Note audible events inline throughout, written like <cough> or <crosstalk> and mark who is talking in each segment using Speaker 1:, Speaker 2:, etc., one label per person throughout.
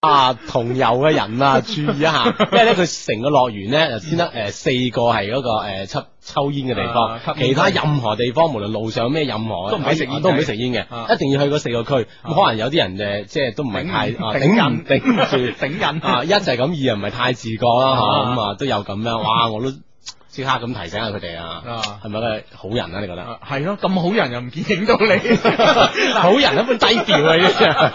Speaker 1: 啊，同遊嘅人啊， <laughs> 注意一下，因為咧佢成個樂園咧就先得诶四個係嗰個诶抽抽煙嘅地
Speaker 2: 嗯啊
Speaker 1: 方，
Speaker 2: 吸煙
Speaker 1: 其他任何地方無論路上咩任何哎
Speaker 2: 都唔俾食煙
Speaker 1: 都唔俾食煙
Speaker 2: 啊
Speaker 1: 嘅，一定要去嗰四個區。
Speaker 2: 啊
Speaker 1: 咁可能有啲人诶即係都唔係太啊頂唔頂唔住。
Speaker 2: <laughs> 顶人
Speaker 1: 啊，一就係咁，二又唔係太自覺啦，嚇
Speaker 2: 啊
Speaker 1: 咁啊都有咁樣，哇！我都即刻咁提醒下佢哋啊，
Speaker 2: 啊！
Speaker 1: 係咪咧好人啊？你覺得？
Speaker 2: 系咯，咁好人又唔見影
Speaker 1: <laughs>
Speaker 2: 到你，
Speaker 1: 好人一般低啊調嘅啫，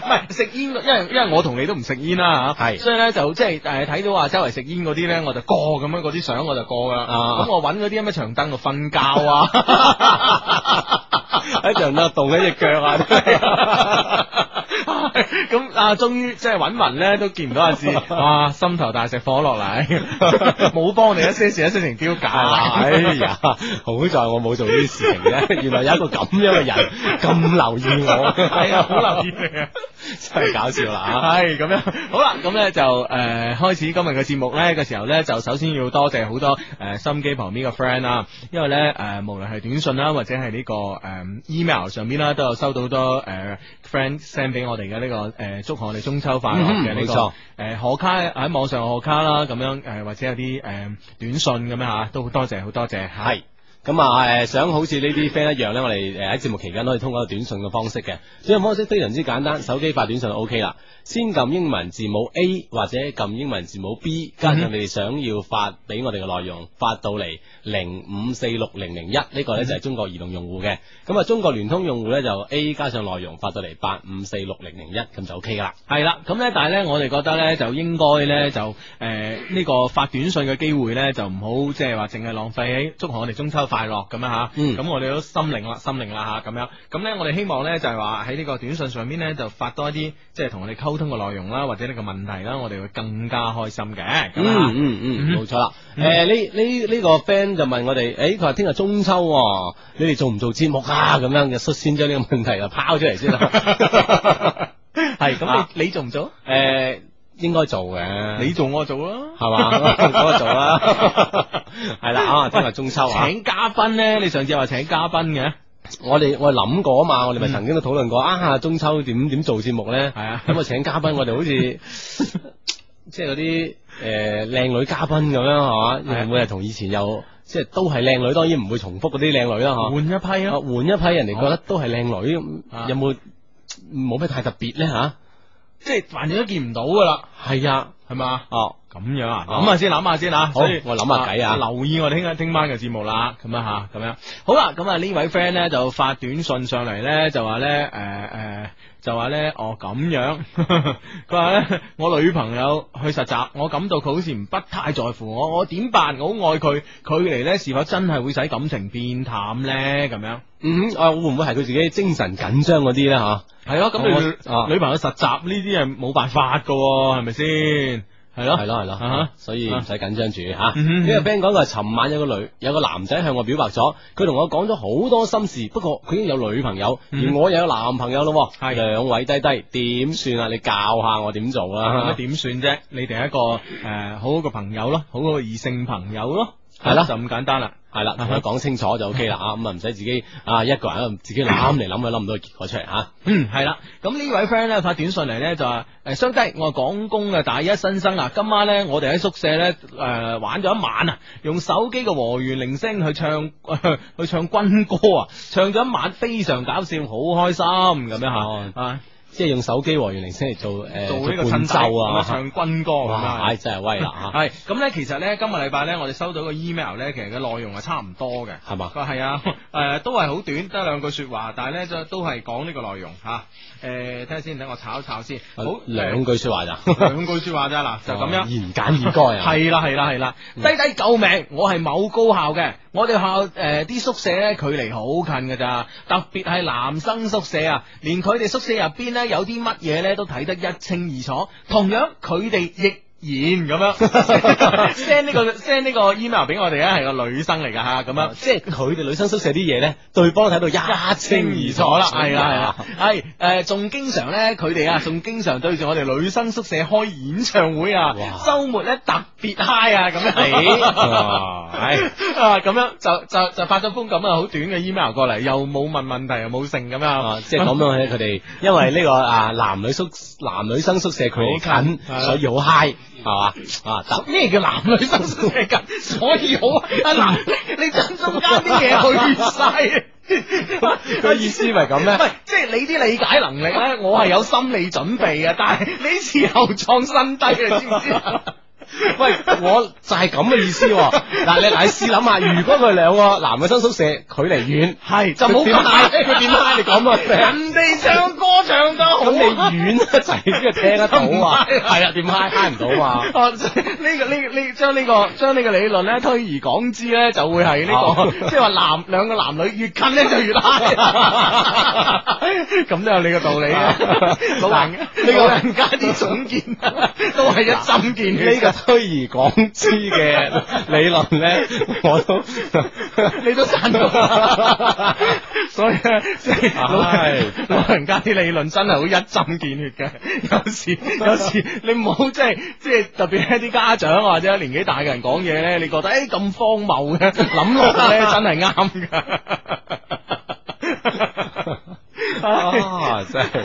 Speaker 1: <laughs>
Speaker 2: 唔係食煙，因為因為我同你都唔食煙啦嚇，
Speaker 1: 係嗯
Speaker 2: 所以咧就即係誒睇到話周圍食煙嗰啲咧，我就過咁樣嗰啲相我就過噶啦，
Speaker 1: 啊
Speaker 2: 咁我揾嗰啲咁嘅長凳度瞓覺啊，
Speaker 1: <laughs> 喺度咧動緊隻腳啊！
Speaker 2: 咁啊終於即係揾雲咧都見唔到
Speaker 1: <laughs>
Speaker 2: 阿志，哇心頭大石放咗落嚟，冇幫你一些事一些情丟
Speaker 1: <laughs>
Speaker 2: 架，
Speaker 1: 哎呀，好在我冇做呢啲事情啫。
Speaker 2: <laughs>
Speaker 1: 原來有一個咁樣嘅人咁留意我，
Speaker 2: 係啊，好留意你啊！
Speaker 1: <laughs> 真係搞笑啦啊
Speaker 2: 系咁样，好啦，咁咧就诶、呃、开始今日嘅節目咧嘅時候咧，就首先要多謝好多诶、呃心機旁邊嘅 friend 啦，因為咧诶、呃、无论系短信啦，或者係呢、個个呃 email 上邊啦，都有收到好多诶 friend send 俾我哋嘅呢個诶、呃祝賀我哋中秋快樂嘅呢
Speaker 1: 嗯冇
Speaker 2: 個
Speaker 1: 錯
Speaker 2: 诶贺卡喺網上賀卡啦，咁樣诶、呃或者有啲诶、呃短信咁樣吓，都好多謝好多謝
Speaker 1: 嚇。係。咁啊，誒想好似呢啲 friend 一樣咧，我哋誒喺節目期間都可以通過一個短信嘅方式嘅。短信方式非常之簡單，手機發短信就 O K 啦。先撳英文字母 A 或者撳英文字母 B，加上你哋想要發俾我哋嘅內容，發到嚟零五四六零零一呢個呢就係中國移動用戶嘅。咁啊，中國聯通用戶呢，就 A 加上內容發到嚟八五四六零零一咁就 O K 噶啦。
Speaker 2: 系啦，咁咧，但系咧，我哋覺得咧，就應該咧，就诶呢、個發短信嘅機會咧，就唔好即係話淨係浪費喺祝賀我哋中秋快樂咁樣吓。
Speaker 1: 嗯
Speaker 2: 咁我哋都心領啦，心領啦吓，咁樣。咁咧，我哋希望咧就係話喺呢個短信上面咧，就發多一啲即係同我哋溝通嘅內容啦，或者呢個問題啦，我哋會更加開心嘅。咁啊
Speaker 1: 嗯嗯嗯，
Speaker 2: 嗯
Speaker 1: 冇錯啦。
Speaker 2: 嗯
Speaker 1: 誒呢呢呢個 friend 就問我哋，誒佢話聽日中秋喎，你哋做唔做節目啊？咁樣嘅，率先將呢個問題就拋出嚟先
Speaker 2: <laughs>
Speaker 1: 啦。
Speaker 2: 係咁、
Speaker 1: 啊
Speaker 2: 你你做唔做？
Speaker 1: 誒應該做嘅，
Speaker 2: 你做我做啦。
Speaker 1: 係嘛？
Speaker 2: <laughs>
Speaker 1: 嗰個做啦， <laughs> 係啦啊！聽日中秋啊，
Speaker 2: 請嘉賓咧，你上次話請嘉賓嘅，
Speaker 1: 我哋我哋諗過啊嘛，我哋咪
Speaker 2: 嗯
Speaker 1: 曾經都討論過啊，中秋點點做節目咧？<laughs>
Speaker 2: 係啊
Speaker 1: 咁啊請嘉賓，我哋
Speaker 2: <laughs>
Speaker 1: 好似即係嗰啲誒靚女嘉賓咁樣係嘛？
Speaker 2: 係啊
Speaker 1: 會唔會係同以前又即係都係靚女？當然唔會重複嗰啲靚女啦
Speaker 2: 換
Speaker 1: 嗬。
Speaker 2: 一批
Speaker 1: 啊
Speaker 2: 咯。
Speaker 1: 換一批人哋覺得都係靚女，
Speaker 2: 啊
Speaker 1: 咁有冇冇咩太特別咧吓？
Speaker 2: 即係反正都見唔到噶啦，
Speaker 1: 係啊，
Speaker 2: 係嘛？
Speaker 1: 哦，
Speaker 2: 咁樣啊，
Speaker 1: 哦
Speaker 2: 諗下先，諗下先啊。
Speaker 1: 好
Speaker 2: 所以
Speaker 1: 我諗下計啊
Speaker 2: 留意我哋聽聽晚嘅節目啦，咁啊吓，咁樣好啦，咁啊呢位 friend
Speaker 1: 嗯
Speaker 2: 咧就發短信上嚟咧，就話咧誒誒。呃就話咧，哦咁樣， <laughs> 佢話咧，我女朋友去實習，我感到佢好似唔不太在乎我，我點辦？我好愛佢，距離咧是否真係會使感情變淡咧？咁樣
Speaker 1: 嗯，啊會唔會係佢自己精神緊張嗰啲咧吓？
Speaker 2: 係咯，
Speaker 1: 咁你啊
Speaker 2: 女朋友實習呢啲係冇辦法噶，係咪先？係咯，
Speaker 1: 係咯係
Speaker 2: 啊哈
Speaker 1: 咯，所以唔使緊張住吓。
Speaker 2: 嗯
Speaker 1: 呢個 friend 講佢話，尋晚有個女有個男仔向我表白咗，佢同我講咗好多心事，不過佢已經有女朋友，而
Speaker 2: 嗯
Speaker 1: 我又有男朋友咯喎，
Speaker 2: 係
Speaker 1: 兩位低低點算啊？你教下我點做
Speaker 2: 咁啊
Speaker 1: 啦？
Speaker 2: 點算啫？你哋一個诶、呃好好嘅朋友咯，好好嘅異性朋友咯，啊
Speaker 1: 係啦
Speaker 2: 就咁簡單啦。
Speaker 1: 係啦，同佢
Speaker 2: 啊哈
Speaker 1: 講清楚就 OK
Speaker 2: <laughs>
Speaker 1: 啦啊，咁啊唔使自己啊一個人喺度自己諗嚟諗去諗唔到個結果出嚟吓。
Speaker 2: 嗯，係啦。咁呢位 friend 咧發短信嚟咧就話诶，相低，我係廣工嘅大一新生啊，今晚咧我哋喺宿舍咧诶、呃玩咗一晚啊，用手機嘅和弦鈴聲去唱、 <laughs> 去唱軍歌啊，唱咗一晚，非常搞笑，好開心咁樣吓啊，
Speaker 1: 即係用手機和原鈴聲嚟做诶、呃
Speaker 2: 做呢個
Speaker 1: 伴
Speaker 2: 襯
Speaker 1: 奏
Speaker 2: 底咁
Speaker 1: 啊，
Speaker 2: 唱軍歌咁樣
Speaker 1: 哇，唉真係威啦
Speaker 2: 系咁咧，其實咧今個禮拜咧，我哋收到個 email 咧，其實嘅內容係差唔多嘅。 <laughs>
Speaker 1: 吓，係嘛？
Speaker 2: 佢
Speaker 1: <laughs>
Speaker 2: 係啊，誒、都係好短，得兩句説話，但係咧就都係講呢個內容嚇。誒睇下先，等我炒一炒先。好，
Speaker 1: 啊兩句说話
Speaker 2: <laughs>
Speaker 1: 咋，
Speaker 2: 誒
Speaker 1: <laughs>
Speaker 2: 兩句説話咋嗱，就咁樣。
Speaker 1: 言簡意賅啊，
Speaker 2: 係啦係啦係啦，
Speaker 1: 嗯
Speaker 2: 低低救命！我係某高校嘅，我哋學校誒啲、宿舍咧距離好近㗎咋，特別係男生宿舍啊，連佢哋宿舍入邊咧有啲乜嘢咧都睇得一清二楚。同樣佢哋亦然
Speaker 1: <laughs>
Speaker 2: 咁樣 <laughs> send 呢個 send 呢個 email 俾我哋咧，啊係個女生嚟噶吓，咁樣。
Speaker 1: 啊即係佢哋女生宿舍啲嘢咧，對方睇到一清
Speaker 2: <laughs>
Speaker 1: 二楚啦，嗯
Speaker 2: 係啦係啦，係诶，誒仲經常咧，佢哋啊，仲經常對住我哋女生宿舍開演唱會啊
Speaker 1: 哇，哎
Speaker 2: 周末咧特別 high 啊，咁樣。
Speaker 1: 係
Speaker 2: <laughs> 啊，咁樣就就就發咗封咁啊，好短嘅 email 過嚟，又冇問問題，又冇剩咁
Speaker 1: 啊，
Speaker 2: 樣。
Speaker 1: 即係咁樣咧，佢
Speaker 2: <laughs>
Speaker 1: 哋因為呢個啊男女宿男女生宿舍距離
Speaker 2: 好近
Speaker 1: 近，
Speaker 2: 係啦
Speaker 1: 所以好 high 係嘛啊得。
Speaker 2: 咩叫男女生宿
Speaker 1: <laughs>
Speaker 2: 舍近？所以好啊，男
Speaker 1: 嗯
Speaker 2: 你將中間啲
Speaker 1: <laughs>
Speaker 2: 嘢去晒。
Speaker 1: 個意思咪咁咩
Speaker 2: 唔係，即係你啲理解能力咧，
Speaker 1: <laughs>
Speaker 2: 我係有心理準備嘅，但係你次後創新低，你知唔
Speaker 1: <laughs>
Speaker 2: 知啊？
Speaker 1: 喂，我就係咁嘅意思喎。
Speaker 2: <laughs>
Speaker 1: 嗱，你嗱，你試諗下，如果佢兩個男嘅生宿舍距離遠，
Speaker 2: 係 <laughs> 就
Speaker 1: 就冇
Speaker 2: 冇咁
Speaker 1: 咁
Speaker 2: 大
Speaker 1: 大，，啊佢點拉你咁
Speaker 2: <laughs>
Speaker 1: 啊？
Speaker 2: 人哋唱歌唱得好
Speaker 1: 咁你
Speaker 2: 啊。
Speaker 1: 遠一齊先係聽得到啊？
Speaker 2: 咁唔 high 啊
Speaker 1: 係啊，點 high high 唔到
Speaker 2: <laughs>
Speaker 1: 嘛？
Speaker 2: 哦，呢、個呢、個呢將呢個將呢個理論咧推而廣之咧，就會係呢、個、
Speaker 1: 哦
Speaker 2: <laughs> 即係話男兩個男女越近咧就越 high，咁都有你個道理啊！
Speaker 1: <laughs>
Speaker 2: 老人呢
Speaker 1: 呢個
Speaker 2: 個人家啲總結都係一針見血
Speaker 1: 呢個推而廣之嘅理論
Speaker 2: <laughs>
Speaker 1: 咧，我都 <laughs>
Speaker 2: 你都贊同，所以咧，即係老人
Speaker 1: 唉
Speaker 2: 老人家啲理論真係好一針見血嘅。 <laughs>
Speaker 1: <laughs>
Speaker 2: 有時有時你唔好即係即係特別係啲家長或者年紀大嘅人講嘢咧，你覺得誒咁荒
Speaker 1: <laughs>
Speaker 2: 謬嘅，諗落咧真係啱㗎。
Speaker 1: 啊，真係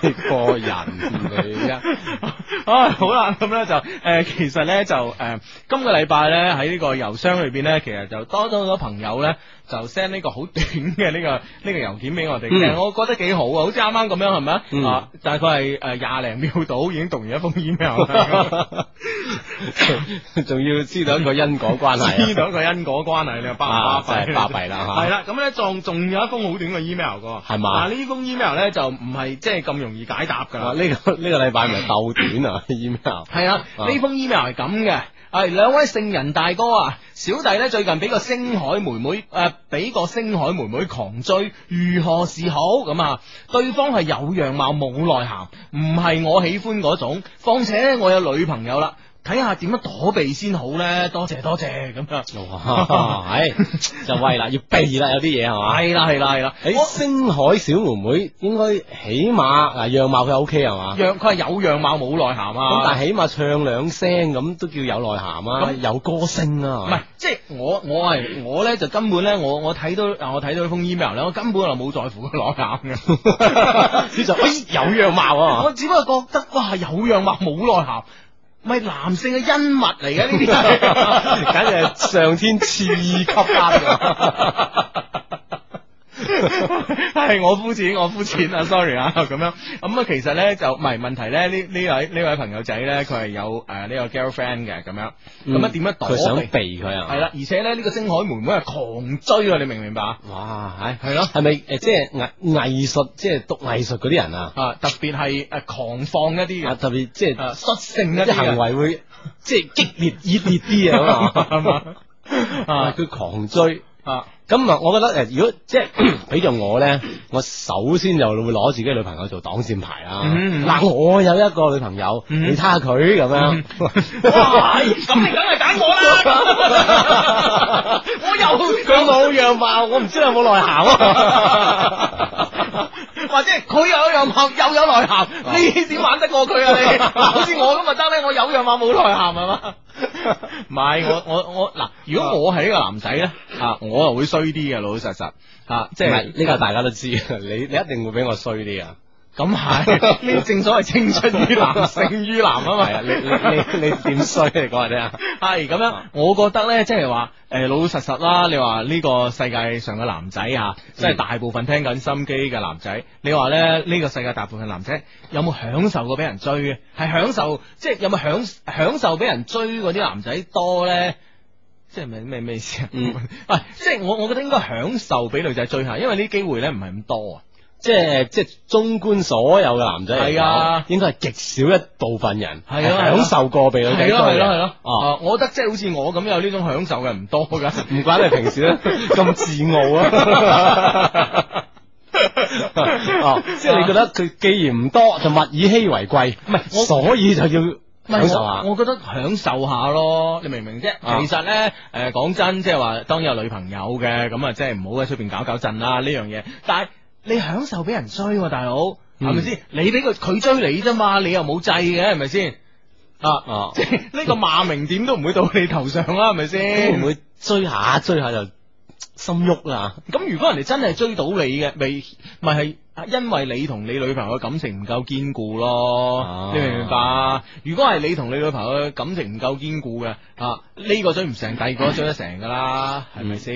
Speaker 1: 呢個人你啊，
Speaker 2: <laughs> 啊，好啦，咁咧就誒、呃其實咧就誒、呃今個禮拜咧喺呢個郵箱裏邊咧，其實就多咗好多朋友咧，就 send 呢個好短嘅呢、個 <laughs> 呢、個郵件俾我哋。
Speaker 1: 嗯
Speaker 2: 其實我覺得幾好啊，好似啱啱咁樣係咪、
Speaker 1: 嗯
Speaker 2: 啊？大概係誒廿零秒到已經讀完一封
Speaker 1: <laughs>
Speaker 2: email
Speaker 1: 啊
Speaker 2: 啦
Speaker 1: 仲要知道一個因果關
Speaker 2: 知
Speaker 1: 係
Speaker 2: 道一個因果關係，你話巴
Speaker 1: 啊，
Speaker 2: 唔
Speaker 1: 真係巴
Speaker 2: 巴閉 <laughs>
Speaker 1: 閉啦嚇。
Speaker 2: 係啦，咁咧仲仲有一封好短嘅 email 噶，
Speaker 1: 係嘛
Speaker 2: 嗱呢封 email 咧就唔係即係咁容易解答噶啦
Speaker 1: 啊！。呢、個呢、個禮拜咪鬥短啊 <laughs> email，
Speaker 2: 系啊，
Speaker 1: 啊
Speaker 2: 呢封 email 系咁嘅。系兩位聖人大哥啊，小弟呢最近俾個星海妹妹誒，俾、個星海妹妹狂追，如何是好咁啊？對方係有樣貌冇內涵，唔係我喜歡嗰種。況且呢我有女朋友啦，睇下點樣躲避先好呢？多謝多謝咁啊！
Speaker 1: 哇， <laughs> 唉，就喂啦，要避啦，有啲嘢係嘛？
Speaker 2: 係啦係啦係啦，
Speaker 1: 喺星海小妹妹應該起碼嗱樣貌佢 O K 係嘛？
Speaker 2: 樣佢係有樣貌冇內涵啊！
Speaker 1: 咁但係起碼唱兩聲咁都叫有內涵啊，
Speaker 2: 咁
Speaker 1: 有歌聲啊，
Speaker 2: 唔係，即係我我係我咧就根本咧，我我睇到啊我睇到呢封 email 咧，我根本就冇在乎佢攞眼 <laughs> 嘅，
Speaker 1: 呢就哎有樣貌啊
Speaker 2: 我只不過覺得哇有樣貌冇內涵，咪男性嘅恩物嚟嘅呢啲係。 <laughs>
Speaker 1: <laughs> 簡直係上天賜給
Speaker 2: <laughs>
Speaker 1: 啊！
Speaker 2: 系我膚淺，我膚淺啊
Speaker 1: <laughs>
Speaker 2: ，sorry 啊，咁樣咁啊，其實咧就唔係問題咧，呢呢位呢位朋友仔咧，佢係有诶呢個 girlfriend 嘅咁樣，咁啊點樣躲
Speaker 1: 嗯佢想
Speaker 2: 避？
Speaker 1: 避佢啊？
Speaker 2: 係，啦，而且咧呢個星海妹妹係狂追啊，你明唔明白啊？
Speaker 1: 哇，係
Speaker 2: 係咯
Speaker 1: 係咪誒？即係藝藝術，即係讀藝術嗰啲人啊，
Speaker 2: 啊，特別係誒狂放一啲
Speaker 1: 啊
Speaker 2: 嘅，
Speaker 1: 特別即係。
Speaker 2: 誒率性一
Speaker 1: 有
Speaker 2: 啲
Speaker 1: 啲
Speaker 2: 啊
Speaker 1: 行
Speaker 2: 嘅，
Speaker 1: 為會即係激烈熱烈啲啊咁 <laughs> 啊啊！
Speaker 2: <laughs> 啊
Speaker 1: 佢狂追，
Speaker 2: 啊
Speaker 1: 咁啊，我覺得誒，如果即係 <clears throat> 俾咗我咧，我首先就會攞自己女朋友做擋箭牌啦。
Speaker 2: 嗯
Speaker 1: 嗱，我有一個女朋友，
Speaker 2: 嗯
Speaker 1: 你睇下佢咁樣，哎
Speaker 2: 哇！咁你梗係
Speaker 1: <laughs>
Speaker 2: 揀我
Speaker 1: 哎
Speaker 2: 啦！我又
Speaker 1: 佢冇樣貌，我唔知佢有冇內涵 <laughs> 啊。
Speaker 2: <laughs> 或者佢有樣貌又有內涵，你點玩得過佢啊 <laughs> 你？嗱好似我咁咪得咧，我有樣貌冇內涵啊係嘛？唔係我我我嗱，如果我係呢個男仔咧，啊我又會衰啲嘅，老老實實啊，
Speaker 1: 即
Speaker 2: 即係
Speaker 1: 係呢個大家都知，你你一定會比我衰啲啊！
Speaker 2: 咁係 <laughs> 呢正所謂青出於藍勝於藍啊嘛，
Speaker 1: 係啊，你你你你點衰？你講下聽啊！
Speaker 2: 系咁樣，我覺得咧，即係話诶，誒老老實實啦。你話呢個世界上嘅男仔啊，即係大部分聽緊心機嘅男仔，你話咧呢個世界大部分男仔有冇享受過俾人追嘅？係享受，即係有冇享享受俾人追嗰啲男仔多咧？即係咩咩咩意思啊？ <laughs>
Speaker 1: 嗯
Speaker 2: 啊，即係我我覺得應該享受俾女仔追下，因為呢啲機會咧唔係咁多啊。
Speaker 1: 即係即係中觀所有嘅男仔嚟
Speaker 2: 係啊
Speaker 1: 講，應該係極少一部分人
Speaker 2: 係啊係啊
Speaker 1: 享受過被女仔
Speaker 2: 係
Speaker 1: 追
Speaker 2: 咯係咯係
Speaker 1: 嘅
Speaker 2: 咯，
Speaker 1: 哦，
Speaker 2: 啊，我覺得即係好似我咁有呢種享受嘅唔多噶。
Speaker 1: 唔怪你平時
Speaker 2: <laughs>
Speaker 1: 咧咁自傲啊！哦，即係你覺得佢既然唔多，就物以稀為貴，唔
Speaker 2: 係我
Speaker 1: 所以就要
Speaker 2: 唔係
Speaker 1: 享受下
Speaker 2: 我我覺得享受下咯，你明唔明啫？
Speaker 1: 啊
Speaker 2: 其實咧，誒講真，即係話當有女朋友嘅，咁啊，即係唔好喺出邊搞搞震啦呢樣嘢。但係你享受俾人追喎、大佬係咪
Speaker 1: 嗯
Speaker 2: 先？你俾佢佢追你啫嘛，你又冇制嘅，係咪先？啊，
Speaker 1: 啊
Speaker 2: 即係呢個罵名點都唔會到你頭上啦，係咪先？
Speaker 1: 會唔會追下追下就心喐啦？
Speaker 2: 咁如果人哋真係追到你嘅，未咪係啊因為你同你女朋友嘅感情唔夠堅固咯，
Speaker 1: 啊
Speaker 2: 你明唔明白？如果係你同你女朋友嘅感情唔夠堅固嘅，啊呢、個追唔成，第二個追得成噶啦，係咪先？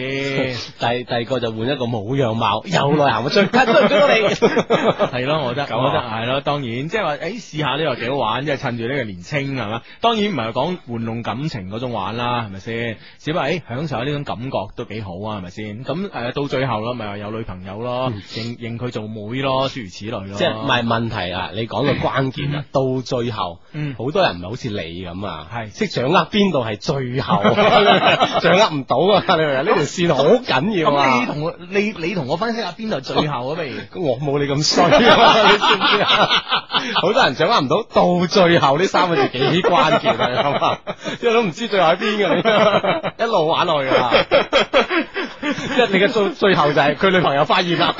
Speaker 1: <laughs> 第第二個就換一個冇樣貌、有內 <laughs> 涵嘅追，啊追唔追到你？
Speaker 2: <laughs> 係咯，我覺得，
Speaker 1: 咁啊
Speaker 2: 我覺得係咯，當然，即係話，誒，試下呢個幾好玩，即係趁住呢個年青係嘛，當然唔係講玩弄感情嗰種玩啦，係咪先？只不過誒，享受下呢種感覺都幾好啊，係咪先？咁誒、到最後咯，咪話有女朋友咯，認認佢做妹咯，諸如此類咯。
Speaker 1: 嗯即係唔係問題啊？你講到關鍵啊，到最後，
Speaker 2: 嗯
Speaker 1: 好多人唔係好似你咁啊，
Speaker 2: 係
Speaker 1: 識掌握邊度係最
Speaker 2: <laughs>
Speaker 1: 後， <laughs> 掌握唔到啊！你明唔明呢條線好緊要
Speaker 2: 咁你
Speaker 1: 啊！
Speaker 2: 同我你你同我分析下邊度最後
Speaker 1: <laughs>
Speaker 2: 啊，不如？
Speaker 1: 我冇你咁衰啊！你知唔
Speaker 2: <laughs>
Speaker 1: 知啊？好多人掌握唔到，到最後呢三個字幾關鍵啊！你諗
Speaker 2: <laughs>
Speaker 1: 下，即係都唔知最後喺邊嘅，你一路玩落去啊！
Speaker 2: <laughs>
Speaker 1: 即係你嘅最最後就係佢女朋友發現啦，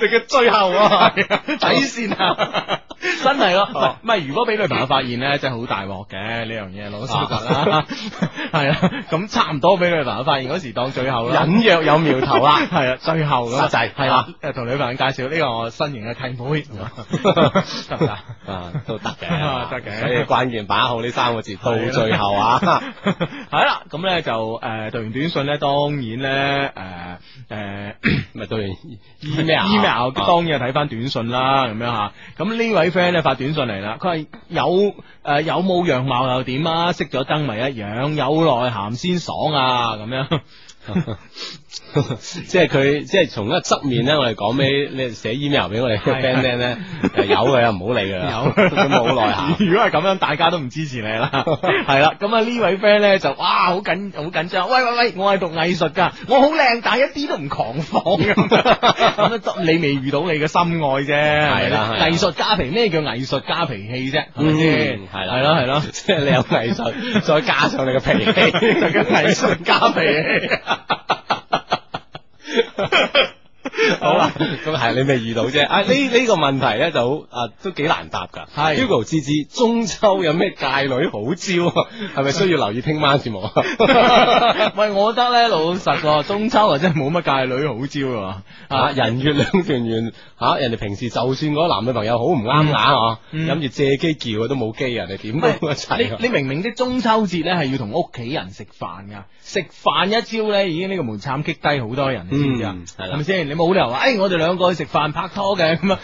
Speaker 1: 你嘅最後 <laughs> 啊，
Speaker 2: 底線啊！ <laughs> 真係
Speaker 1: 哦
Speaker 2: 咯，唔係如果俾女朋友發現咧，真係好大鑊嘅呢樣嘢，老實講啦， <laughs> 係啊，咁差唔多俾女朋友發現嗰時當最後啦，
Speaker 1: 隱約有苗頭啦，
Speaker 2: <laughs> 係啊，最後咁啊
Speaker 1: 實際
Speaker 2: 係啦，誒同女朋友介紹呢個我新型嘅契妹，得唔得？
Speaker 1: 啊都得嘅，
Speaker 2: 得嘅
Speaker 1: 所以關鍵把握好呢三個字， <laughs> 到最後
Speaker 2: <laughs>
Speaker 1: 啊，
Speaker 2: 係啦，咁咧就誒讀完短信咧，當然咧誒誒。
Speaker 1: 咪對完 email
Speaker 2: email
Speaker 1: 啊
Speaker 2: 當然係睇翻短信啦，咁樣吓。咁呢位 friend 咧發短信嚟啦，佢係有誒、呃有冇樣貌又點啊？熄咗燈咪一樣，有內涵先爽啊！咁樣
Speaker 1: <laughs> 即係佢，即係從一個側面咧，我哋講俾你寫 email 俾我哋嘅
Speaker 2: 係
Speaker 1: friend 聽咧，就由佢啊，唔好理佢啦， <laughs> 都冇內涵
Speaker 2: <laughs> 。如果係咁樣，大家都唔支持你
Speaker 1: <laughs>
Speaker 2: 啦。係啦，咁啊呢位 friend 咧就哇好緊好緊張，喂喂喂，我係讀藝術㗎，我好靚，但係一啲都唔狂放
Speaker 1: <laughs>
Speaker 2: 咁。咁啊，你未遇到你嘅心愛啫。
Speaker 1: 係啦係啦
Speaker 2: 藝術家脾咩叫藝術家脾氣啫？係咪
Speaker 1: 嗯？
Speaker 2: 先
Speaker 1: 係啦
Speaker 2: 係咯係咯。
Speaker 1: 即係你有藝術，再加上你嘅 <laughs> 脾氣，啊
Speaker 2: 佢嘅藝術家脾氣。
Speaker 1: 好啊啦，咁係你未遇到啫。 <laughs> 啊，呢呢個問題咧就好啊，都幾難答㗎。
Speaker 2: 係
Speaker 1: Hugo 芝芝，中秋有咩界女好招啊？ <laughs> 係咪需要留意聽晚節目啊？<laughs>
Speaker 2: <laughs> 喂，我覺得咧老實喎，中秋啊真係冇乜界女好招啊！
Speaker 1: 啊，人月兩團圓吓，啊人哋平時就算嗰個男女朋友好唔啱眼啊，
Speaker 2: 嗯
Speaker 1: 諗住借機叫佢都冇機啊，你點都一齊
Speaker 2: 你
Speaker 1: 啊。
Speaker 2: 你明明啲中秋節咧係要同屋企人食飯噶，食飯一招咧已經呢個門檻擊低好多人，你知唔知啊
Speaker 1: 嗯？係啦
Speaker 2: 係咪先？你冇理由話，哎誒我哋兩個去食飯拍拖嘅咁啊，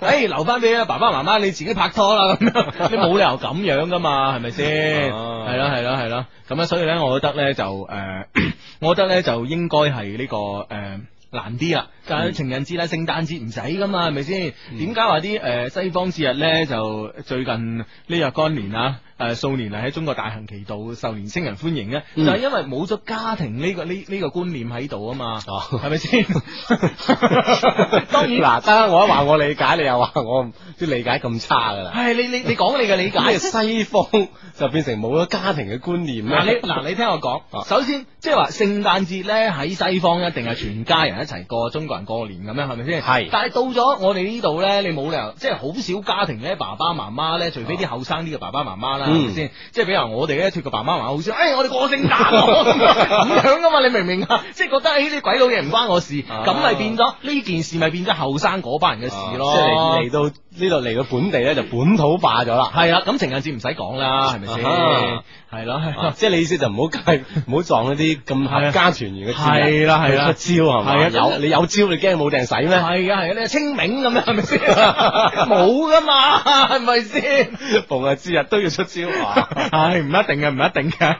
Speaker 2: 誒留翻俾爸爸媽媽你自己拍拖啦咁樣，你冇理由咁樣噶嘛，係咪先？
Speaker 1: 哦
Speaker 2: 係啦係啦係啦，咁啊所以咧，我覺得咧就誒、呃 <clears throat> 我覺得咧就應該係呢個誒。呃難啲啦，就
Speaker 1: 嗯
Speaker 2: 係情人節啦、聖誕節唔使噶嘛，係咪先？點解話啲誒西方節日咧就最近呢若干年啊，誒、數年嚟喺中國大行其道，受年青人歡迎咧，
Speaker 1: 嗯
Speaker 2: 就係因為冇咗家庭呢、個呢呢、個觀念喺度啊嘛，
Speaker 1: 哦
Speaker 2: 係咪
Speaker 1: <laughs>
Speaker 2: 先？當然，
Speaker 1: 嗱，得啦我一話我理解，你又話我唔啲理解咁差噶啦。
Speaker 2: 係你你你講你嘅理
Speaker 1: 咁
Speaker 2: 解
Speaker 1: <laughs> 你。西方就變成冇咗家庭嘅觀念
Speaker 2: 嗱你
Speaker 1: 咧。
Speaker 2: 嗱你聽我
Speaker 1: 啊
Speaker 2: 講，首先即係話聖誕節咧喺西方一定係全家人一齊過，中國人過年咁樣係咪先？
Speaker 1: 係
Speaker 2: 但係到咗我哋呢度咧，你冇理由即係好少家庭咧，爸爸媽媽咧，除非啲後生啲嘅爸爸媽媽啦，
Speaker 1: 嗯
Speaker 2: 係咪先？即係比如我哋咧，脱個爸爸媽媽好少，誒、哎我哋過聖誕喎
Speaker 1: <laughs>
Speaker 2: 咁樣噶嘛，你明唔明啊？即係覺得誒啲鬼佬嘢唔關我事，
Speaker 1: 啊
Speaker 2: 咁咪變咗呢件事咪變咗後生嗰班人嘅事咯。
Speaker 1: 啊即係嚟嚟到呢度嚟到本地咧，就本土化咗啦。
Speaker 2: 係啦，咁情人節唔使講啦，係咪先？
Speaker 1: 啊
Speaker 2: 係咯，係
Speaker 1: 啊
Speaker 2: 咯。
Speaker 1: 即係你意思就唔好介，唔好撞嗰啲咁合家團圓嘅節日
Speaker 2: 啊係啦係
Speaker 1: 佢
Speaker 2: 啦
Speaker 1: 出招係嘛？
Speaker 2: 係啊
Speaker 1: 有你有招，你驚冇定使咩？
Speaker 2: 係啊係啊，你清明 <laughs> 咁樣係咪先？冇噶嘛，係咪先？
Speaker 1: 逢日之日都要出招啊！
Speaker 2: 唉，唔一定嘅，唔一 <laughs>
Speaker 1: <laughs>
Speaker 2: 定嘅。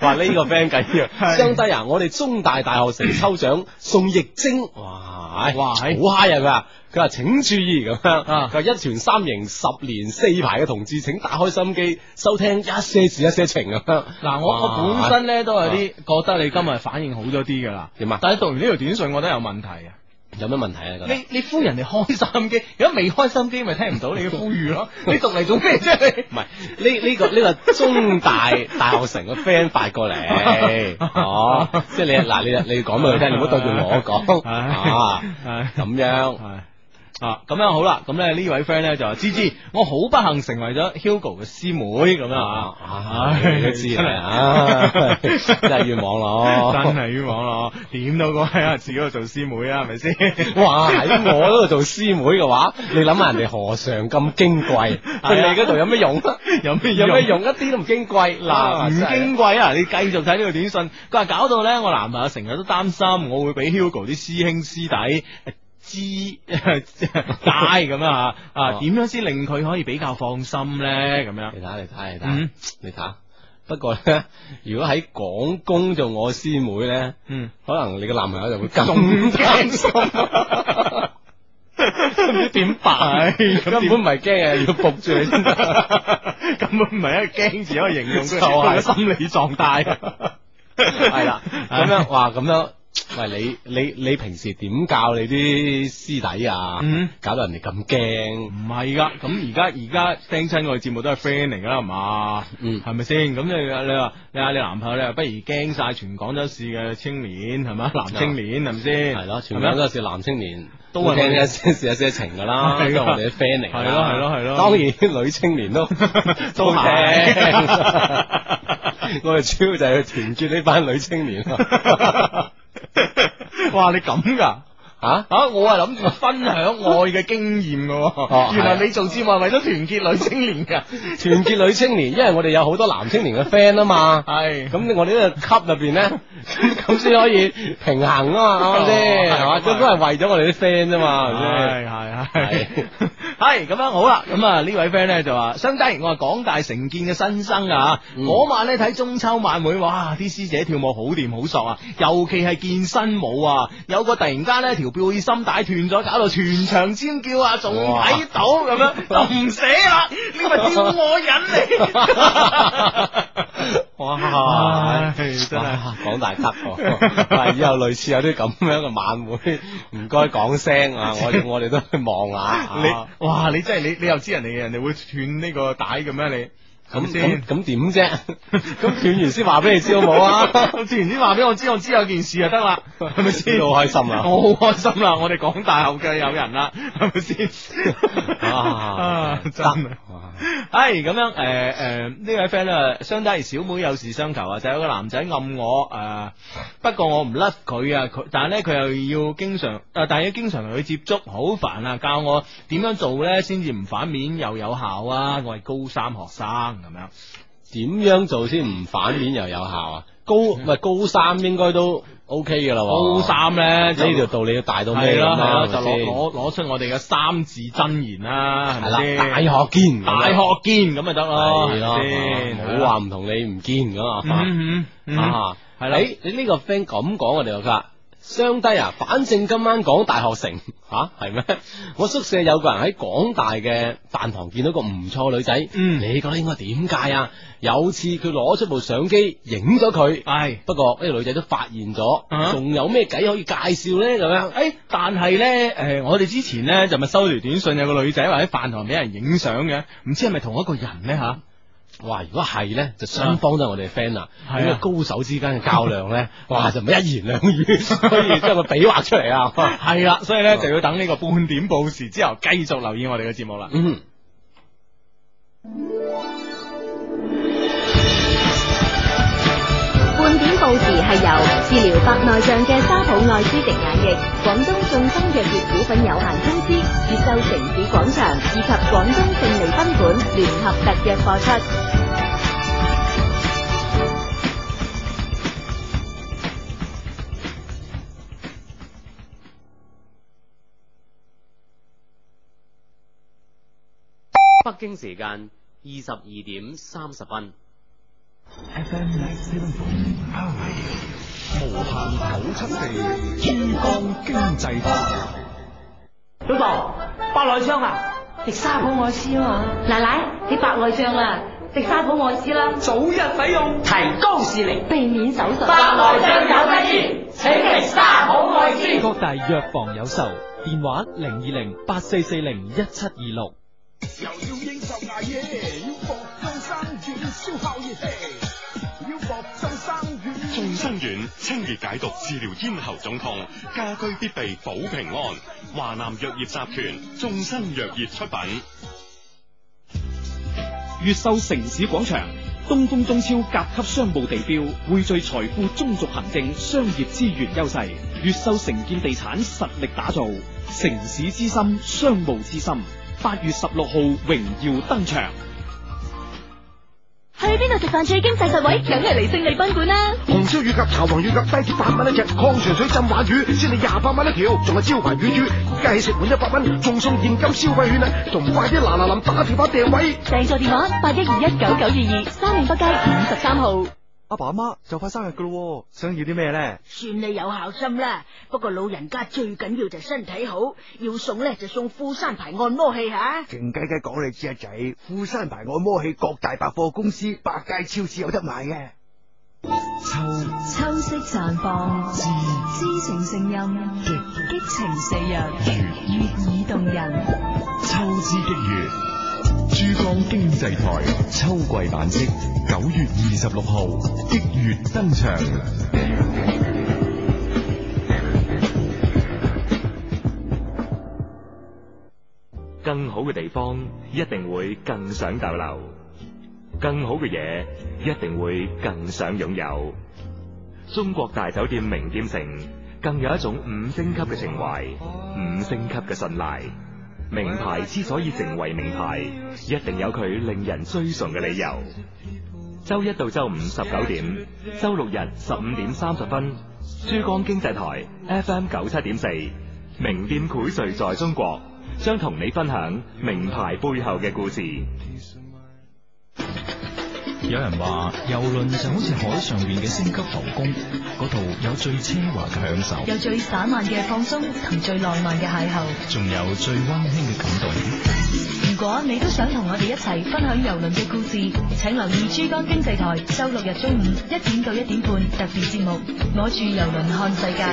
Speaker 1: 話呢個 friend 緊要，
Speaker 2: <laughs> 係
Speaker 1: 相低啊！我哋中大大學城抽獎送液晶，哇！
Speaker 2: 哇
Speaker 1: 好嗨啊！佢話佢話請注意咁樣，
Speaker 2: 啊
Speaker 1: 佢話一傳三型十年四排嘅同志，請打開心機收聽一些事一些情咁樣。
Speaker 2: 嗱，我我本身啊咧都有啲覺得你今日反應好咗啲噶啦，
Speaker 1: 點啊？
Speaker 2: 但係讀完呢條短信，我覺得有問題啊。
Speaker 1: 有咩問題啊？覺得
Speaker 2: 你你呼人哋開心機，如果未開心機，咪聽唔到你嘅呼籲 <laughs> 咯。你讀嚟做咩啫？你
Speaker 1: 唔係呢呢個呢個中大大學城嘅 friend 發過 <laughs> 嚟，哦，即係你嗱你你講俾
Speaker 2: 啊
Speaker 1: 佢聽，你唔好對住我講啊
Speaker 2: 唉
Speaker 1: 咁樣。
Speaker 2: 係啊，咁樣好啦，咁咧呢位 friend 咧就話：芝芝，我好不幸成為咗 Hugo 嘅師妹咁樣啊，
Speaker 1: 啊，你都知啦， <laughs> 唉真係冤枉
Speaker 2: 哦真
Speaker 1: 咯！
Speaker 2: 係冤枉咯，點都嗰位啊，自己度做師妹啊，係咪先？
Speaker 1: 哇，喺我嗰度做師妹嘅話，你諗下人哋何嘗咁矜貴，
Speaker 2: 啊
Speaker 1: 去你嗰度有咩用啊？
Speaker 2: <laughs> <laughs> 有咩
Speaker 1: 有咩？用？一啲都唔矜貴。
Speaker 2: 嗱，
Speaker 1: 嗱，
Speaker 2: 唔
Speaker 1: 真係
Speaker 2: 矜貴啊！你繼續睇呢個短信，佢話搞到咧，我男朋友成日都擔心我會俾 Hugo 啲師兄師弟呃知 <laughs> 帶咁啊！啊，
Speaker 1: 哦
Speaker 2: 點樣先令佢可以比較放心咧？咁樣
Speaker 1: 你睇啊下，你睇下，你睇
Speaker 2: 嗯
Speaker 1: 下，你睇下。不過咧， <laughs> 如果喺廣工做我師妹咧，
Speaker 2: 嗯，
Speaker 1: 可能你嘅男朋友就會更擔心， <laughs>
Speaker 2: <laughs>
Speaker 1: 唔知點辦？根本唔係驚啊，要伏住你先得。
Speaker 2: 根本唔係一個驚字可以形容佢
Speaker 1: 就係
Speaker 2: 佢嘅心理狀態。啊
Speaker 1: <laughs> 係啦，咁樣哇，咁樣，喂，你你你平時點教你啲師弟啊？
Speaker 2: 嗯
Speaker 1: 搞到人哋咁驚，
Speaker 2: 唔係噶，咁而家而家聽親我哋節目都係 friend 嚟噶啦，係嘛？
Speaker 1: 嗯
Speaker 2: 係咪先？咁你你話你話你男朋友，你話不如驚晒全廣州市嘅青年係咪？男青年係咪先？
Speaker 1: 係咯，全
Speaker 2: 係咪
Speaker 1: 部都係男青年，
Speaker 2: 都
Speaker 1: 都
Speaker 2: 係我哋
Speaker 1: 係一些事一些情噶啦，都
Speaker 2: <laughs> 係
Speaker 1: 係
Speaker 2: 咯
Speaker 1: 我哋啲 friend 嚟㗎啦。
Speaker 2: 係咯係咯係咯
Speaker 1: 當然女青年
Speaker 2: <laughs>
Speaker 1: 都都
Speaker 2: 係
Speaker 1: 聽 <laughs> 我哋主要就係去團結呢班女青年
Speaker 2: <laughs>
Speaker 1: 咯
Speaker 2: <laughs> 哇！你咁噶？
Speaker 1: 嚇。
Speaker 2: 啊！我係諗住分享愛嘅經驗噶
Speaker 1: 哦
Speaker 2: 喎，原來你做節目係為咗團結女青年噶，
Speaker 1: 團結女青年，因為我哋有好多男青年嘅 friend 啊嘛，
Speaker 2: 係
Speaker 1: 咁我哋呢個級入邊
Speaker 2: <laughs>
Speaker 1: 咧，咁咁先可以平衡啊嘛，啱唔啱先？
Speaker 2: 哦
Speaker 1: 係嘛，
Speaker 2: 係咁
Speaker 1: 都都係為咗我哋啲 friend 啫嘛，係咪先？
Speaker 2: 係係啊係咁樣好啦，咁啊呢位 friend 咧就話，啊相低我係港大城建嘅新生啊，
Speaker 1: 嗯
Speaker 2: 嗰、晚咧睇中秋晚會，哇啲師姐跳舞好掂好索啊，尤其係健身舞啊，有個突然間咧條背心帶斷咗，搞到全場尖叫啊，仲
Speaker 1: 哇
Speaker 2: 睇到咁樣就唔死啦，你咪吊我人 <laughs> 嚟。
Speaker 1: <laughs> 哇
Speaker 2: 唉！真係
Speaker 1: 哇講大級喎， <laughs> 但係以後類似有啲咁樣嘅晚會，唔該講聲
Speaker 2: <laughs>
Speaker 1: 啊！我哋我哋都去望下啊。
Speaker 2: 你哇！你真係你你又知人哋人哋會斷呢個帶嘅咩？你
Speaker 1: 咁
Speaker 2: 係
Speaker 1: 咁
Speaker 2: 咪
Speaker 1: 咁點啫？ <laughs> 咁斷完先話俾你知好冇
Speaker 2: <laughs>
Speaker 1: 啊？
Speaker 2: 我自然先話俾我知，我知有件事就啊得
Speaker 1: <laughs>
Speaker 2: 啦，係咪先？
Speaker 1: 好開心啊
Speaker 2: 我好開心啦！我哋港大後繼有人啦，係咪先？
Speaker 1: <laughs>
Speaker 2: <laughs>
Speaker 1: 啊
Speaker 2: 真係。係咁樣，诶、诶，呢位 friend 咧，啊相低小妹有事相求啊，就有個男仔暗我诶、誒不過我唔甩佢啊，佢但係咧佢又要經常诶、誒但係要經常同佢接觸，好煩啊！教我點樣做咧先至唔反面又有效啊！我係高三學生咁樣。
Speaker 1: 點樣做先唔反面又有效啊？高唔係高三應該都 OK 噶啦喎，
Speaker 2: 高三咧就
Speaker 1: 呢條道理要大到咩
Speaker 2: 啊
Speaker 1: 咁啊
Speaker 2: 係啦係
Speaker 1: 啦，
Speaker 2: 啦，就攞攞攞出我哋嘅三字真言啦，係
Speaker 1: 係
Speaker 2: 咪
Speaker 1: 啦，大
Speaker 2: 先？
Speaker 1: 學見啊
Speaker 2: 大學見咁咪得咯，
Speaker 1: 係咯
Speaker 2: 係咪，先
Speaker 1: 唔好話唔同你唔見噶嘛。
Speaker 2: 嗯嗯
Speaker 1: 啊，
Speaker 2: 係啦
Speaker 1: 誒你呢個 friend 咁講我哋就話，相低啊，反正今晚講大學城 <laughs> 吓係咩？我宿舍有個人喺廣大嘅飯堂見到個唔錯女仔，
Speaker 2: 嗯
Speaker 1: 你覺得應該點解啊？有次佢攞出部相機影咗佢，
Speaker 2: 係。
Speaker 1: 不過呢個女仔都發現
Speaker 2: 啊
Speaker 1: 咗，仲有咩計可以介紹咧？咁樣
Speaker 2: 誒，但係咧，誒、我哋之前咧就咪收條短信，有個女仔話喺飯堂俾人影相嘅，唔知係咪同一個人咧吓？
Speaker 1: 哇！如果係
Speaker 3: 啊
Speaker 1: 咧，就雙方都係我哋 friend 啦。
Speaker 2: 係啊
Speaker 1: 咁啊，高手之間嘅較量
Speaker 3: <laughs>
Speaker 1: 咧，哇！就唔係一言兩語，可以將個比劃出嚟
Speaker 3: <laughs>
Speaker 1: 啊！
Speaker 2: 係啦，所以咧就要等呢個半點報時之後，繼續留意我哋嘅節目啦。
Speaker 1: 嗯，
Speaker 4: 半點報時係由治療白內障嘅沙普愛斯迪眼液、廣東眾生藥業股份有限公司、越秀城市廣場以及廣東勝利賓館聯合特約播出。
Speaker 5: 北京時間二十二點三十分。
Speaker 6: FM 974 Power Radio 無限九七四珠江經濟台。
Speaker 7: 老豆，白內障啊，食沙普愛斯啊嘛，
Speaker 8: 奶奶，你白內障啦，食沙普愛斯啦，
Speaker 7: 早日使用提高視力，
Speaker 8: 避免手術。
Speaker 7: 白內障有得醫，
Speaker 9: 請食沙普愛斯。
Speaker 3: 各大藥房有售，電話零二零八四四零一七二六。
Speaker 10: 又要應酬捱夜，要搏周生遠燒烤熱氣，要搏周生遠。
Speaker 2: 眾生丸清熱解毒，治療咽喉腫痛，家居必備保平安。華南藥業集團眾生藥業出品。
Speaker 11: 越秀城市廣場，東風中超甲級商務地標，匯聚財富中軸行政、商業資源優勢。越秀城建地產實力打造城市之心、商務之心。八月十六號榮耀登場。
Speaker 12: 去邊度食飯最經濟實惠？梗係嚟勝利賓館啦！
Speaker 13: 紅燒乳鴿、茶黃乳鴿低至八蚊一隻，礦泉水浸鯇魚先至廿八蚊一條，仲有招牌乳豬，梗係食滿一百蚊仲送現金消費券啊！仲唔快啲嗱嗱臨打電話訂位？
Speaker 12: 訂座電話八一二一九九二二三零北街五十三號。
Speaker 14: 阿爸阿媽就快生日噶咯，想要啲咩呢？
Speaker 15: 算你有孝心啦，不過老人家最緊要就身體好，要送呢就送富山牌按摩器吓。
Speaker 13: 靜雞雞講你知啊仔，富山牌按摩器各大百貨公司、百佳超市有得買嘅。
Speaker 4: 秋秋色綻放，知知情成音，激激情四溢，悅耳動人。
Speaker 16: 秋之激越，珠江經濟台秋季版式，九月二十六號激越登場。
Speaker 17: 更好嘅地方一定會更想逗留，更好嘅嘢一定會更想擁有。中國大酒店名店城更有一種五星級嘅情懷，五星級嘅信賴。名牌之所以成為名牌，一定有佢令人追崇嘅理由。周一到周五十九點，周六日十五點三十分，珠江經濟台 FM 九七點四，名店薈萃在中國，將同你分享名牌背後嘅故事。
Speaker 18: 有人話遊輪就好似海上面嘅星級浮宮，嗰度有最奢華嘅享受，
Speaker 4: 有最散漫嘅放鬆同最浪漫嘅邂逅。
Speaker 18: 仲有最溫馨嘅感動。
Speaker 4: 如果你都想同我哋一齊分享遊輪嘅故事，請留意珠江經濟台周六日中午一點到一點半特別節目《我住遊輪看世界》。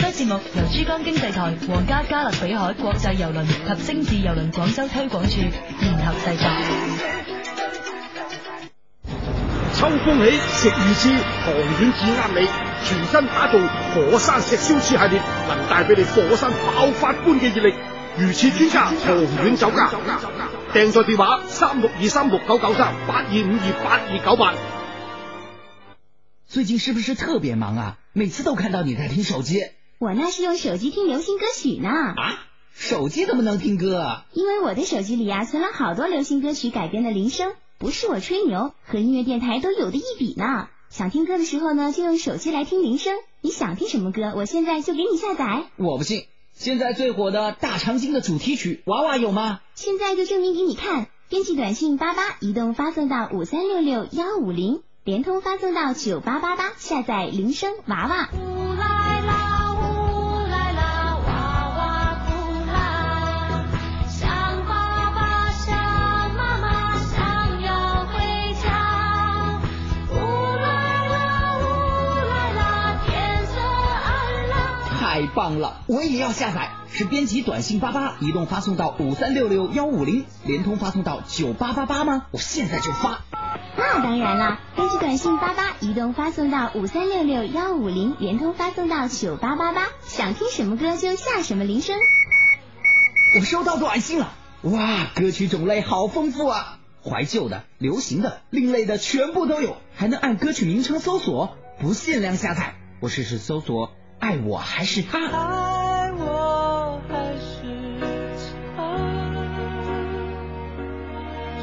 Speaker 4: 該節目由珠江經濟台、皇家加勒比海國際遊輪及精緻遊輪廣州推廣處聯合製作。
Speaker 19: 秋風起，食魚翅，唐苑至啱你。全新打造火山石燒翅系列，能帶俾你火山爆發般嘅熱力。魚翅專家唐苑酒家，訂座電話三六二三六九九三八二五二八二九八。
Speaker 1: 最近是不是特別忙啊？每次都看到你在聽手機。
Speaker 20: 我那是用手機聽流行歌曲呢。
Speaker 1: 啊？手機怎麼能聽歌啊？
Speaker 20: 因為我的手機裡啊存了好多流行歌曲改編的鈴聲。不是我吹牛，和音樂電台都有的一比呢。想聽歌的時候呢，就用手機來聽鈴聲。你想聽什麼歌，我現在就給你下載。
Speaker 1: 我不信，現在最火的大長今的主題曲娃娃有嗎？
Speaker 20: 現在就證明給你看。編輯短信八八，移動發送到五三六六幺五零，聯通發送到九八八八，下載鈴聲娃娃。
Speaker 21: 嗚啦啦，嗚啦啦，娃娃哭啦，想爸爸，想媽媽，想要回家。嗚啦啦，嗚啦啦，天色暗了。
Speaker 1: 太棒了，我也要下載。是編輯短信八八，移動發送到五三六六幺五零，聯通發送到九八八八嗎？我現在就發。
Speaker 20: 那當然啦，編輯短信八八，移動發送到五三六六幺五零，聯通發送到九八八八。想聽什麼歌就下什麼鈴聲。
Speaker 1: 我收到短信了，哇，歌曲種類好豐富啊，懷舊的、流行的、另類的全部都有，還能按歌曲名稱搜索，不限量下載。我試試搜索《愛我還是他》。
Speaker 22: 愛我還是他，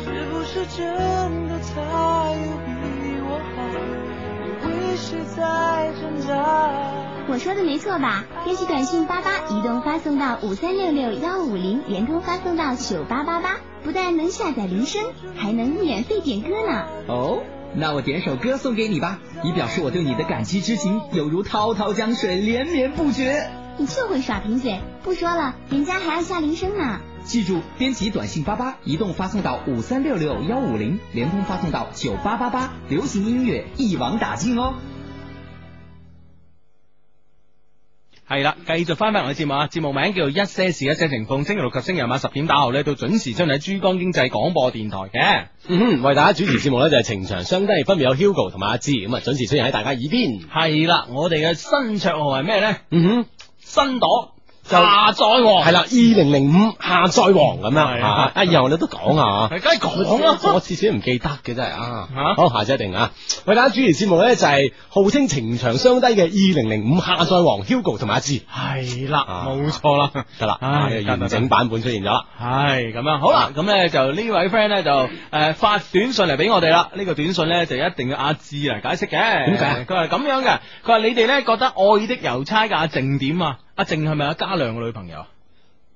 Speaker 22: 是不是真的他又比我好？你為誰在掙扎？
Speaker 20: 我說的沒錯吧？編輯短信八八，移動發送到五三六六幺五零，聯通發送到九八八八，不但能下載鈴聲，還能免費點歌呢。
Speaker 1: 哦，那我點首歌送給你吧，以表示我對你的感激之情，猶如滔滔江水連綿不絕。
Speaker 20: 你就會耍貧嘴，不說了，人家還要下鈴聲呢。
Speaker 1: 記住，編輯短信八八，移動發送到五三六六幺五零，聯通發送到九八八八，流行音樂一網打盡哦。
Speaker 2: 系啦，继续翻翻我哋节目啊！节目名叫做一些事一些情況，星期六及星期日晚十點打後咧，都準時將喺珠江經濟廣播電台嘅。
Speaker 1: 嗯哼，為大家主持節目咧就係情場相低，分別有 Hugo 同埋阿志，咁啊準時出現喺大家耳邊。
Speaker 2: 係啦，我哋嘅新绰號係咩咧？
Speaker 1: 嗯哼，
Speaker 2: 新朵下載王
Speaker 1: 係啦，二零零五下載王咁樣
Speaker 2: 係啊
Speaker 1: 啊，啊以後我哋都講下，
Speaker 2: 係梗係講啦
Speaker 16: <laughs>
Speaker 1: 我次次都唔記得嘅真係啊，好下次一定啊，為大家主持節目咧就係號稱情場相低嘅二零零五下載王 Hugo 同埋阿志，
Speaker 16: 啊
Speaker 2: 係啦，冇錯啦，
Speaker 1: 得啦，
Speaker 2: 唉
Speaker 1: 啊呢個
Speaker 2: 得得
Speaker 1: 完整版本出現咗啦。
Speaker 2: 係咁樣，好啦，咁咧就呢位 friend 咧就誒、呃、發短信嚟俾我哋啦。呢、個短信咧就一定要阿志嚟解釋嘅。
Speaker 1: 點解啊
Speaker 2: 佢話咁樣嘅，佢話你哋咧覺得《愛的郵差》嘅阿靜點啊？阿靜係咪阿嘉亮嘅女朋 <laughs> 友啊？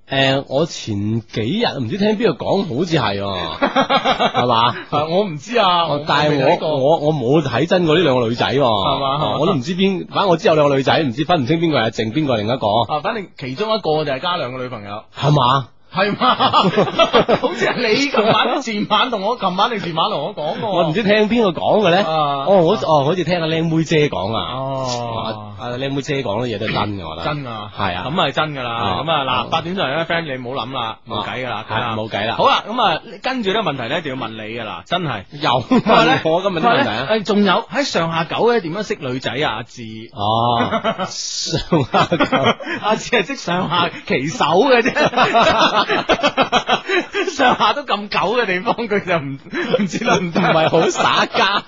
Speaker 1: 诶、我前幾日唔知聽邊個講，好似係喎，係嘛？
Speaker 2: 啊我唔知啊，我
Speaker 1: 但係
Speaker 2: 未睇過
Speaker 1: 我我我冇睇真過呢兩個女仔喎，係
Speaker 2: 嘛係嘛
Speaker 1: 我都唔知邊，反正我知有兩個女仔，唔知分唔清邊個係阿靜，邊個係另一個，
Speaker 2: 啊，反正其中一個就係嘉亮嘅女朋友。
Speaker 1: 係嘛？
Speaker 2: 係 <laughs> 嘛？好似係你琴 <laughs> 晚、前晚同我，琴晚定前晚同我講過。
Speaker 1: 我唔知聽邊個講嘅咧，哦，我哦，好似聽阿靚妹姐講啊，
Speaker 2: 哦，
Speaker 1: 阿靚妹姐講嘅嘢都係真嘅，我覺得
Speaker 2: 真啊，
Speaker 1: 係啊，
Speaker 2: 咁啊係真噶啦
Speaker 1: 啊，
Speaker 2: 咁啊嗱，八點上嚟咧，friend 你唔好諗啦，冇計噶啦，
Speaker 1: 哦係
Speaker 2: 啊
Speaker 1: 冇計啦
Speaker 2: 好啦，咁啊，跟住呢個問題咧，就要問你噶啦，真係
Speaker 1: 又
Speaker 2: 佢話呢
Speaker 1: 啊問我今日啲問題
Speaker 2: 佢話
Speaker 1: 啊
Speaker 2: 呢。誒仲有喺上下九咧，點樣識女仔啊？
Speaker 1: <laughs>
Speaker 2: 阿志， <laughs>
Speaker 1: 哦，上下九，
Speaker 2: 阿志係識上下 <laughs> 其手嘅啫， <laughs> 上下都咁久嘅地方，佢
Speaker 1: <laughs>
Speaker 2: 就唔唔知得唔得，
Speaker 1: 唔係好耍家。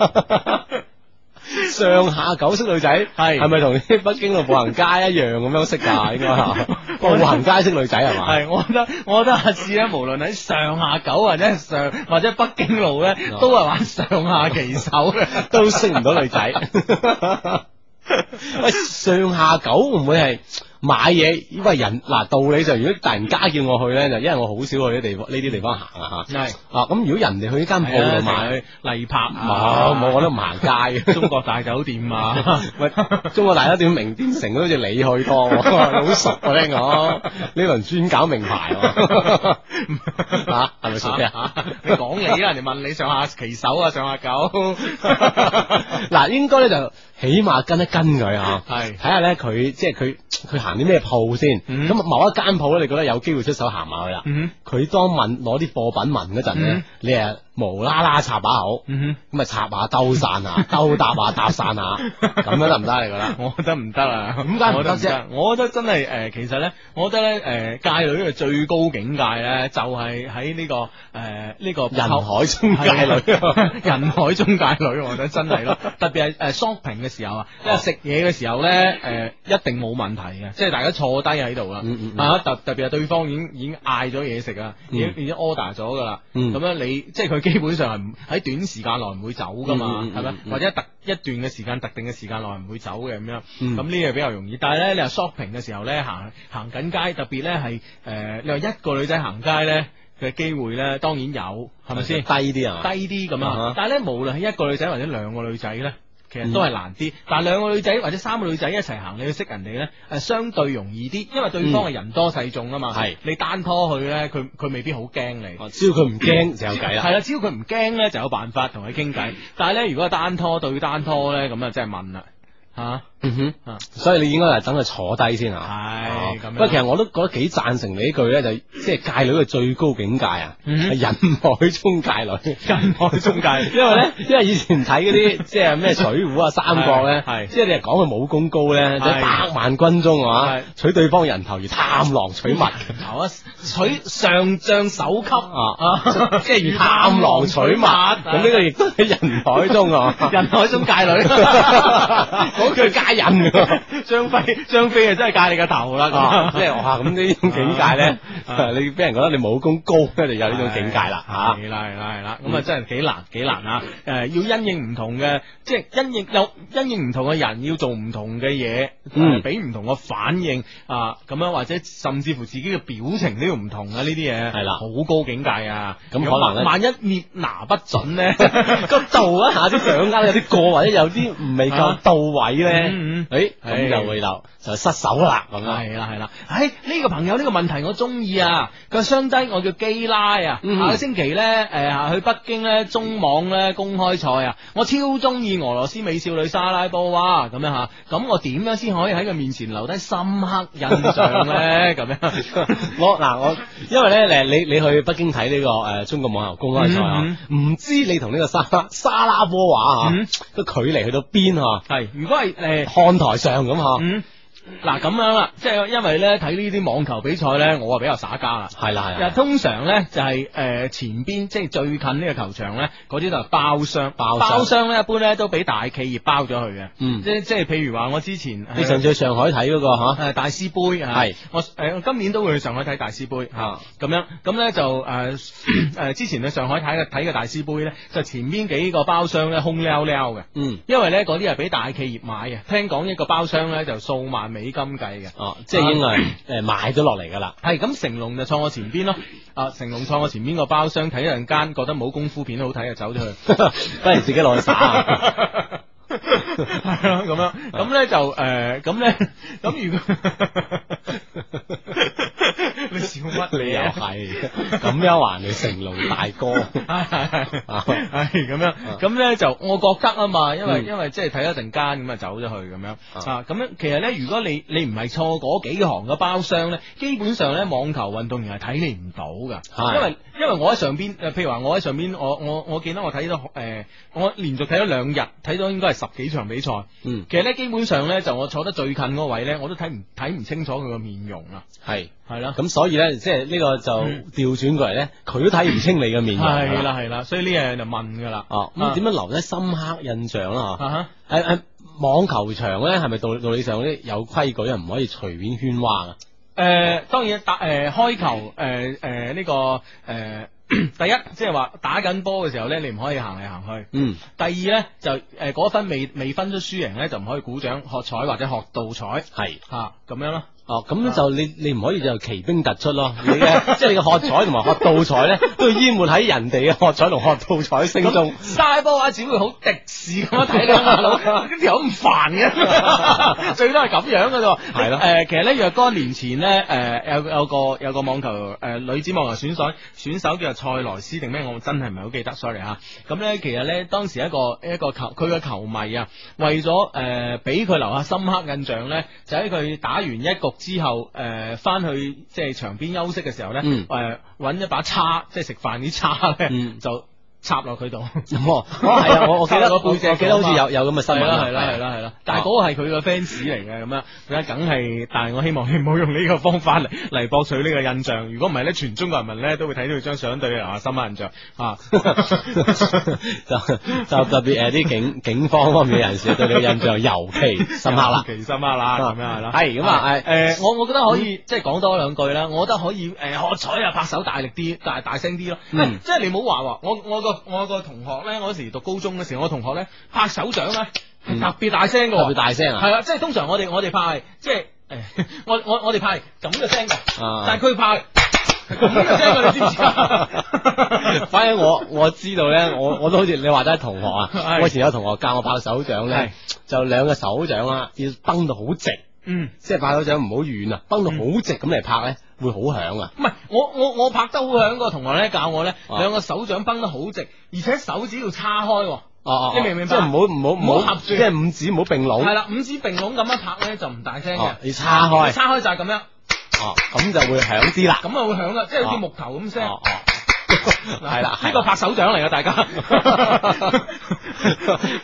Speaker 1: 上下九識女仔，係係咪同啲北京路步行街一樣咁樣識㗎？應該
Speaker 2: <laughs>
Speaker 1: 嚇，哦步行街識女仔係嘛？
Speaker 2: 系，我覺得我覺得阿志咧，無論喺上下九或者上或者北京路咧，
Speaker 1: 哦
Speaker 2: 都係玩上下其手嘅，
Speaker 1: 都識唔到女仔。
Speaker 2: <laughs>
Speaker 1: 喂，上下九會唔會係買嘢？因為人嗱道理就，如果突然家叫我去咧，就因為我好少去啲地方呢啲地方行啊嚇。
Speaker 2: 嗯係啊
Speaker 1: 啊，咁如果人哋去呢間鋪度買，
Speaker 2: 例拍
Speaker 1: 冇冇，我都唔行
Speaker 2: <laughs>
Speaker 1: 街嘅。
Speaker 2: 中國大酒店啊，
Speaker 1: 喂，中國大酒店名店城都好似你去多喎， <laughs> 你好熟啊！聽講呢輪專搞名牌
Speaker 2: <laughs>
Speaker 1: 喎， <laughs> 嚇 <laughs> 係咪熟嘅？
Speaker 2: 啊你講你啦，人哋問你上下其手啊，上下
Speaker 1: <laughs>
Speaker 2: 九，
Speaker 1: 嗱，應該咧就起碼跟一跟佢啊，
Speaker 2: 係
Speaker 1: 睇下咧佢即係佢佢行啲咩鋪先。咁某一間鋪咧，你覺得有機會出手行埋去啦。
Speaker 2: 嗯
Speaker 1: 佢當問攞啲貨品問嗰陣咧
Speaker 2: 嗯，
Speaker 1: 你啊無啦啦插把口，
Speaker 2: 嗯
Speaker 1: 咁啊插下兜散
Speaker 2: <laughs>
Speaker 1: 下，兜搭下搭散下，咁樣得唔得？你覺得？
Speaker 2: 我覺得唔得啊，
Speaker 1: 點解唔得
Speaker 2: 我覺
Speaker 1: 啫？
Speaker 2: 我覺得真係誒、呃其實咧，我覺得咧誒、呃界女嘅最高境界咧，就係喺呢個誒呢、個
Speaker 1: 人海中界女
Speaker 2: 係啊 <laughs> 人海中界女，我覺得真
Speaker 1: <laughs>
Speaker 2: 係咯。特別係誒 shopping 嘅時候啊，
Speaker 1: 哦
Speaker 2: 即係食嘢嘅時候咧，誒、一定冇問題嘅，即係大家坐低喺度啦，
Speaker 1: 嗯嗯
Speaker 2: 啊特特別係對方已經已經嗌咗嘢食啊，已經
Speaker 1: 嗯
Speaker 2: 已經 order 咗噶啦，
Speaker 1: 嗯
Speaker 2: 咁樣你即係佢基本上係唔喺短時間內唔會走噶嘛，
Speaker 1: 嗯嗯嗯
Speaker 2: 係咪
Speaker 1: 嗯？嗯
Speaker 2: 或者特一段嘅時間、特定嘅時間內唔會走嘅咁樣，啊咁
Speaker 1: 嗯
Speaker 2: 呢樣比較容易。但係咧，你話 shopping 嘅時候咧，行行緊街，特別咧係誒，你話一個女仔行街咧嘅機會咧，當然有，係咪先？
Speaker 1: 低啲啊嘛
Speaker 2: 低啲咁
Speaker 1: 啊
Speaker 2: 啊
Speaker 1: 哈！
Speaker 2: 但係咧，無論係一個女仔或者兩個女仔咧。其實
Speaker 1: 嗯
Speaker 2: 都係難啲，但係兩個女仔或者三個女仔一齊行，你去識人哋咧，誒相對容易啲，因為對方係
Speaker 1: 嗯
Speaker 2: 人多勢眾啊嘛。
Speaker 1: 係
Speaker 2: 你單拖佢咧，佢佢未必好驚你。
Speaker 1: 哦只要佢唔驚就有計啦嗯
Speaker 2: 係啦，只要佢唔驚咧，就有辦法同佢傾偈。但係咧，如果係單拖對單拖咧，咁啊真係問啦，吓、
Speaker 1: 嗯
Speaker 2: 哼，
Speaker 1: 所以你應該係等佢坐低先啊。
Speaker 2: 係咁樣
Speaker 1: 不過其實我都覺得幾贊成你呢句咧，就即係界女嘅最高境界啊，
Speaker 2: 嗯
Speaker 1: 係人海中界女。
Speaker 2: 人海中 <laughs> 介，
Speaker 1: 因為咧，因為以前睇嗰
Speaker 2: <laughs>
Speaker 1: 啲即係咩水滸啊、三國咧，
Speaker 2: 係係
Speaker 1: 即係你係講佢武功高咧，
Speaker 2: 係
Speaker 1: 就百萬軍中啊，取對方人頭如探囊取物。
Speaker 2: <laughs>
Speaker 1: <laughs>
Speaker 2: 頭啊取上將首級
Speaker 1: 啊 <laughs>
Speaker 2: 啊，，
Speaker 1: 即係如探囊取物，咁呢個亦都喺人海中啊
Speaker 2: <laughs> 人海中界女
Speaker 1: <laughs> 嗰句界人喎。
Speaker 2: 張飛張飛啊，真係戒你個頭啦，
Speaker 1: 啊，
Speaker 2: 咁
Speaker 1: 即係
Speaker 2: <laughs>
Speaker 1: 哇，咁呢種境界咧，
Speaker 2: 啊
Speaker 1: 你俾人覺得你武功高咧，就有呢種境界啦啊吓。
Speaker 2: 係啦係啦係啦，咁啊真係幾難幾難啊！誒、要因應唔同嘅，即係因應有因應唔同嘅人，要做唔同嘅嘢，誒
Speaker 1: 嗯
Speaker 2: 俾唔、同嘅反應啊，咁樣或者甚至乎自己嘅表情都要唔同啊！呢啲嘢係啦，好高境界啊！
Speaker 1: 咁可能呢
Speaker 2: 萬一捏拿不
Speaker 1: <laughs>
Speaker 2: <laughs> 準咧，
Speaker 1: 啊個度一下啲掌握得有啲過，或者有啲唔未夠到位咧，
Speaker 2: 嗯
Speaker 1: 诶，
Speaker 2: 係
Speaker 1: 咁就會流就失手啦，咁樣。
Speaker 2: 系啦系啦，诶呢個朋友呢個問題我中意啊，佢話相低我叫基拉啊，下個星期呢，诶、去北京呢，中網呢公開賽啊，我超中意俄羅斯美少女莎拉波娃咁樣吓，咁我點樣先可以喺佢面前留低深刻印象呢？咁樣
Speaker 1: <laughs> 我嗱我，因為咧你你你去北京睇呢個诶中國網球公開賽
Speaker 2: 嗯嗯
Speaker 1: 啊，唔知你同呢個莎拉莎拉波娃啊吓個距離去到邊吓？
Speaker 2: 系如果係诶
Speaker 1: 看台上咁啊
Speaker 2: 嗯
Speaker 1: 吓，
Speaker 2: 嗱咁樣啦，即係因為呢，睇呢啲網球比賽呢，我啊比較耍家啦。
Speaker 1: 係啦係
Speaker 2: 嗱，
Speaker 1: 啦，
Speaker 2: 啊通常咧就係、呃前邊即係最近呢個球場咧，嗰啲就係包廂，包
Speaker 1: 廂
Speaker 2: 廂咧一般咧都俾大企業包咗佢嘅，
Speaker 1: 嗯
Speaker 2: 即即係譬如話我之前
Speaker 1: 你上次去上海睇嗰個吓，
Speaker 2: 誒大師杯啊
Speaker 1: 係啊
Speaker 2: 我誒、我今年都會去上海睇大師杯嚇，咁、樣咁咧就誒誒、之前去上海睇嘅睇嘅大師杯咧，就前邊幾個包廂咧空溜溜嘅，
Speaker 1: 嗯，
Speaker 2: 因為咧嗰啲係俾大企業買嘅，聽講一個包廂咧就數萬美金計嘅，
Speaker 1: 哦，即係已經係
Speaker 2: 啊
Speaker 1: 诶買咗落嚟㗎啦。
Speaker 2: 系咁，成龍就坐我前邊咯。啊，成龍坐我前邊個包廂睇一陣間，覺得冇功夫片好睇就走咗
Speaker 1: <laughs>
Speaker 2: 去。
Speaker 1: 不如自己落去耍。啊
Speaker 2: <laughs> 係咯，咁樣咁咧就诶，咁咧咁如果
Speaker 1: <laughs>
Speaker 2: <laughs> 你笑乜
Speaker 1: 你
Speaker 2: 嘢
Speaker 1: 又
Speaker 2: 啊？
Speaker 1: 係咁樣還你成龍大哥，
Speaker 2: <laughs> 系哎咁樣，咁咧就我覺得啊嘛，因為
Speaker 1: 啊嗯
Speaker 2: 因為即係睇一陣間咁啊走咗去咁樣啊，咁樣其實咧，如果你你唔係錯嗰幾行嘅包廂咧，基本上咧網球運動員係睇你唔到噶，
Speaker 1: 係
Speaker 2: 因為因為我喺上邊，誒譬如話我喺上邊，我我我記得我睇咗誒，我連續睇咗兩日，睇咗應該係十幾場比賽，
Speaker 1: 嗯，
Speaker 2: 其實咧基本上咧就我坐得最近嗰位咧，我都睇唔睇唔清楚佢個面容啊，
Speaker 1: 係
Speaker 2: 係啦。
Speaker 1: 咁所以咧，即係呢個就調轉過嚟咧，佢都睇唔清你嘅面容。
Speaker 2: 嗯
Speaker 1: 啊
Speaker 2: 係啦。係啦，所以呢樣就問噶啦。
Speaker 1: 哦，
Speaker 2: 啊
Speaker 1: 咁點樣留低深刻印象啦？
Speaker 2: 啊哈
Speaker 1: 吓，誒誒，網球場咧係咪道道理上咧有規矩啊？唔可以隨便喧譁啊？
Speaker 2: 诶、呃当然打诶、開球诶诶呢個诶、 <clears throat> 第一即係話打緊波嘅時候咧，你唔可以行嚟行去。
Speaker 1: 嗯，
Speaker 2: 第二咧就诶嗰、分未未分咗輸贏咧，就唔可以鼓掌喝彩或者喝倒彩
Speaker 1: 係。
Speaker 2: 吓咁、樣咯。
Speaker 1: 哦，咁就你你唔可以就奇兵突出咯，你嘅 <laughs> 即係你嘅喝彩同埋喝倒彩咧，都要淹沒喺人哋嘅喝彩同喝倒彩聲中。
Speaker 2: 嘥波啊，只會好敵視咁樣睇你阿佬，
Speaker 1: <laughs>
Speaker 2: 呢條友咁煩嘅，最多係咁樣嘅啫。
Speaker 1: 係咯
Speaker 2: 誒、其實咧若干年前咧，誒、有有個有個網球誒、女子網球選手選手叫做塞萊斯定咩，我真係唔係好記得，sorry 嚇。咁咧其實咧當時一個一個球佢嘅球迷啊，為咗誒俾佢留下深刻印象咧，就喺佢打完一局之後誒翻、去即係場邊休息嘅時候咧，誒
Speaker 1: 嗯
Speaker 2: 揾、一把叉，即係食飯啲叉咧、
Speaker 1: 嗯
Speaker 2: 就。插落佢度，
Speaker 1: 哦，哦係啊，我
Speaker 2: <laughs>
Speaker 1: 我記得
Speaker 2: 個
Speaker 1: 我
Speaker 2: 背
Speaker 1: 我
Speaker 2: 脊，
Speaker 1: 記得好似有有咁嘅新聞
Speaker 2: 係啦
Speaker 1: 啊
Speaker 2: 係啦
Speaker 1: 係啊
Speaker 2: 係啦係啦，但係嗰個係佢嘅 fans 嚟嘅咁樣，咁樣梗係，但係我希望你唔好用呢個方法嚟 <laughs> 嚟博取呢個印象，如果唔係咧，全中國人民咧都會睇到佢張相對你留下深刻印象啊！
Speaker 1: 就 <laughs> 就特別誒啲警警方方面嘅人士對你嘅印象尤其深刻
Speaker 2: <laughs>
Speaker 1: 啦。
Speaker 2: 其深刻啦，啊咁樣係啦，
Speaker 1: 係咁啊誒
Speaker 2: 誒，我我覺得可以即係講多兩句啦，我覺得可以誒喝彩啊，拍手大力啲，大大聲啲咯，
Speaker 1: 嗯
Speaker 2: 即係你唔好話話我我個我個同學咧，我嗰時讀高中嘅時候，我同學咧拍手掌咧係
Speaker 1: 嗯
Speaker 2: 特別大聲嘅喎，
Speaker 1: 特別大聲啊
Speaker 2: 係啦，即係通常我哋我哋派即係誒， <laughs> 我我我哋派咁嘅聲嘅，
Speaker 1: 啊
Speaker 2: 但係佢派。咁嘅聲嘅，你知唔知啊？
Speaker 1: <laughs> <laughs> 反正我我知道咧，我我都好似你話齋同學啊
Speaker 2: 係，
Speaker 1: 我以前有同學教我拍手掌咧，就兩個手掌啊要崩到好直，
Speaker 2: 嗯，
Speaker 1: 即係拍手掌唔好軟啊，崩到好直咁嚟拍咧會好響啊。
Speaker 2: 唔係，我我我拍得好響嗰個同學咧教我咧，
Speaker 1: 啊
Speaker 2: 兩個手掌崩得好直，而且手指要叉開喎。
Speaker 1: 哦哦，
Speaker 2: 你明唔明白
Speaker 1: 即係唔好唔好
Speaker 2: 唔好合住
Speaker 1: 即係五指唔好並攏。
Speaker 2: 係啦，五指並攏咁樣拍咧就唔大聲嘅
Speaker 1: 哦，要叉開
Speaker 2: 叉開就係咁樣，
Speaker 1: 哦，咁就會響啲啦。
Speaker 2: 咁啊會響啦，即係好似木頭咁聲。
Speaker 1: 哦
Speaker 2: 嗱
Speaker 1: <laughs> 係啦，
Speaker 2: 呢個拍手掌嚟嘅，大家
Speaker 1: <laughs>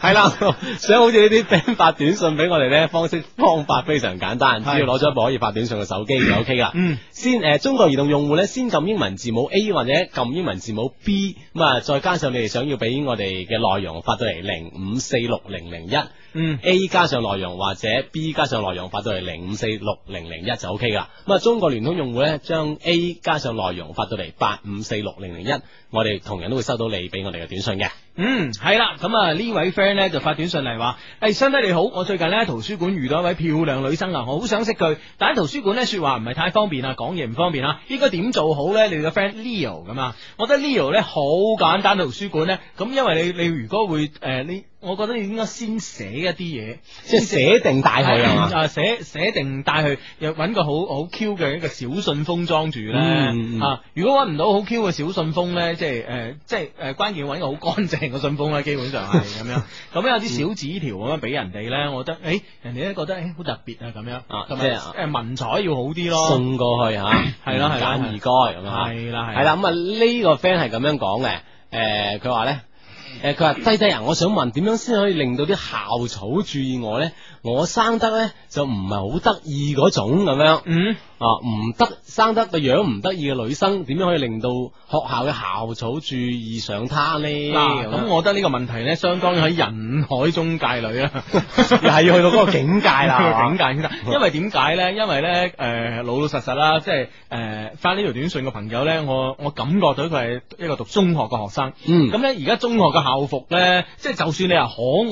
Speaker 1: 係啦，想好似呢啲 friend 發短信俾我哋咧，方式
Speaker 2: <laughs>
Speaker 1: 方法非常簡單，只
Speaker 2: 係
Speaker 1: 要攞咗一部可以發短信嘅手機就 OK 啦。
Speaker 2: 嗯，
Speaker 1: 先誒、呃中國移動用戶咧，先撳英文字母 A 或者撳英文字母 B，咁啊，再加上你哋想要俾我哋嘅內容發到嚟零五四六零零一。
Speaker 2: 嗯
Speaker 1: A 加上內容或者 B 加上內容發到嚟零五四六零零一就 O K 噶啦。咁啊，中國聯通用戶咧將 A 加上內容發到嚟八五四六零零一，我哋同樣都會收到你俾我哋嘅短信嘅。
Speaker 2: 嗯，係啦，咁啊呢位 friend 咧就發短信嚟話：，誒、相低你好，我最近咧喺圖書館遇到一位漂亮女生啊，我好想識佢，但喺圖書館咧說話唔係太方便啊，講嘢唔方便啊，應該點做好咧？你哋嘅 friend Leo 咁啊，我覺得 Leo 咧好簡單，圖書館咧，咁因為你你如果會誒呢。我覺得你應該先寫一啲嘢， <laughs>
Speaker 1: 即係寫定帶去係嘛
Speaker 2: 啊，寫寫定帶去，又揾個好好 Q 嘅一個小信封裝住咧
Speaker 1: 嗯嗯
Speaker 2: 啊！如果揾唔到好 Q 嘅小信封咧，即係誒，即係誒，關鍵要揾個好乾淨嘅信封咧，基
Speaker 1: <laughs>
Speaker 2: 本上係咁樣。咁有啲小紙條咁樣俾人哋咧，我覺得誒，人哋咧覺得誒好特別啊咁樣
Speaker 1: 啊
Speaker 2: 同
Speaker 1: 即
Speaker 2: 埋
Speaker 1: 係啊
Speaker 2: 誒文采要好啲咯，
Speaker 1: 送過去吓，
Speaker 2: 係啦係啦
Speaker 1: 簡而該咁啊，
Speaker 2: 係啦係啦
Speaker 1: 係啦，咁啊呢個 friend 係咁樣講嘅，誒佢話咧。誒佢話低低啊！我想問點樣先可以令到啲校草注意我咧？我生得咧就唔係好得意嗰種咁樣，
Speaker 2: 嗯
Speaker 1: 啊唔得生得個樣唔得意嘅女生，點樣可以令到學校嘅校草注意上她呢？
Speaker 2: 嗱，咁我覺得呢個問題咧，相當於喺人海中界裏啦，
Speaker 1: <laughs>
Speaker 2: 又
Speaker 1: 係要去到嗰個境界
Speaker 2: <laughs>
Speaker 1: 啦
Speaker 2: 境界先得。因為點解咧？因為咧，誒、老老實實啦，即係誒發呢條短信嘅朋友咧，我我感覺到佢係一個讀中學嘅學生。
Speaker 1: 嗯
Speaker 2: 咁咧而家中學嘅校服咧，即係就算你係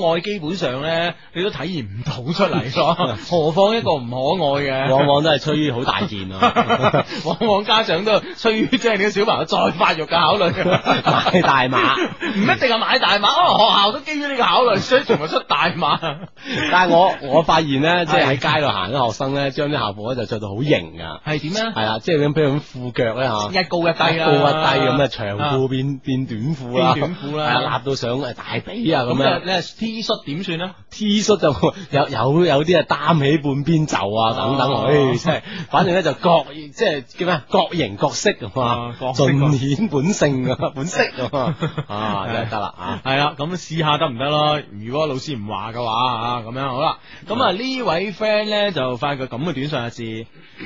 Speaker 2: 可愛，基本上咧你都體現唔到出
Speaker 1: <laughs>
Speaker 2: 嚟咯。何況一個唔可愛嘅，
Speaker 1: 往往都係吹好大件 <laughs> 啊，
Speaker 2: 往往家長都催，即係你啲小朋友再發育嘅考慮，
Speaker 1: 買大碼。
Speaker 2: 唔一定係買大碼，可能學校都基於呢個考慮，所以全部出大碼。
Speaker 1: 但係我我發現咧，即係
Speaker 2: 係
Speaker 1: 喺街度行啲學生咧，將啲校服咧就着到好型噶。
Speaker 2: 係點咧？
Speaker 1: 係啦，即係咁，譬如咁褲腳咧嚇，
Speaker 2: 一高一低啦
Speaker 1: 啊一高一低咁啊，長褲變變短褲啦，
Speaker 2: 變短褲啦
Speaker 1: 係啊，立到上誒大髀啊咁
Speaker 2: 咁
Speaker 1: 樣
Speaker 2: 你。係 T 恤點算啊咧？
Speaker 1: T 恤就 <laughs> 有有有啲啊擔起半邊袖啊等等，
Speaker 2: 哦
Speaker 1: 唉，真係，反正咧就各即係叫咩各形各色啊嘛，
Speaker 2: 各色
Speaker 1: 盡顯本性啊 <laughs> 本色啊
Speaker 2: <laughs>
Speaker 1: 嘛，啊真係得啦啊！
Speaker 2: 系啦，咁試下得唔得咯？如果老
Speaker 1: <laughs>
Speaker 2: 師唔話嘅話啊，咁樣好啦。咁啊呢位 friend 咧就發個咁嘅短信啊字，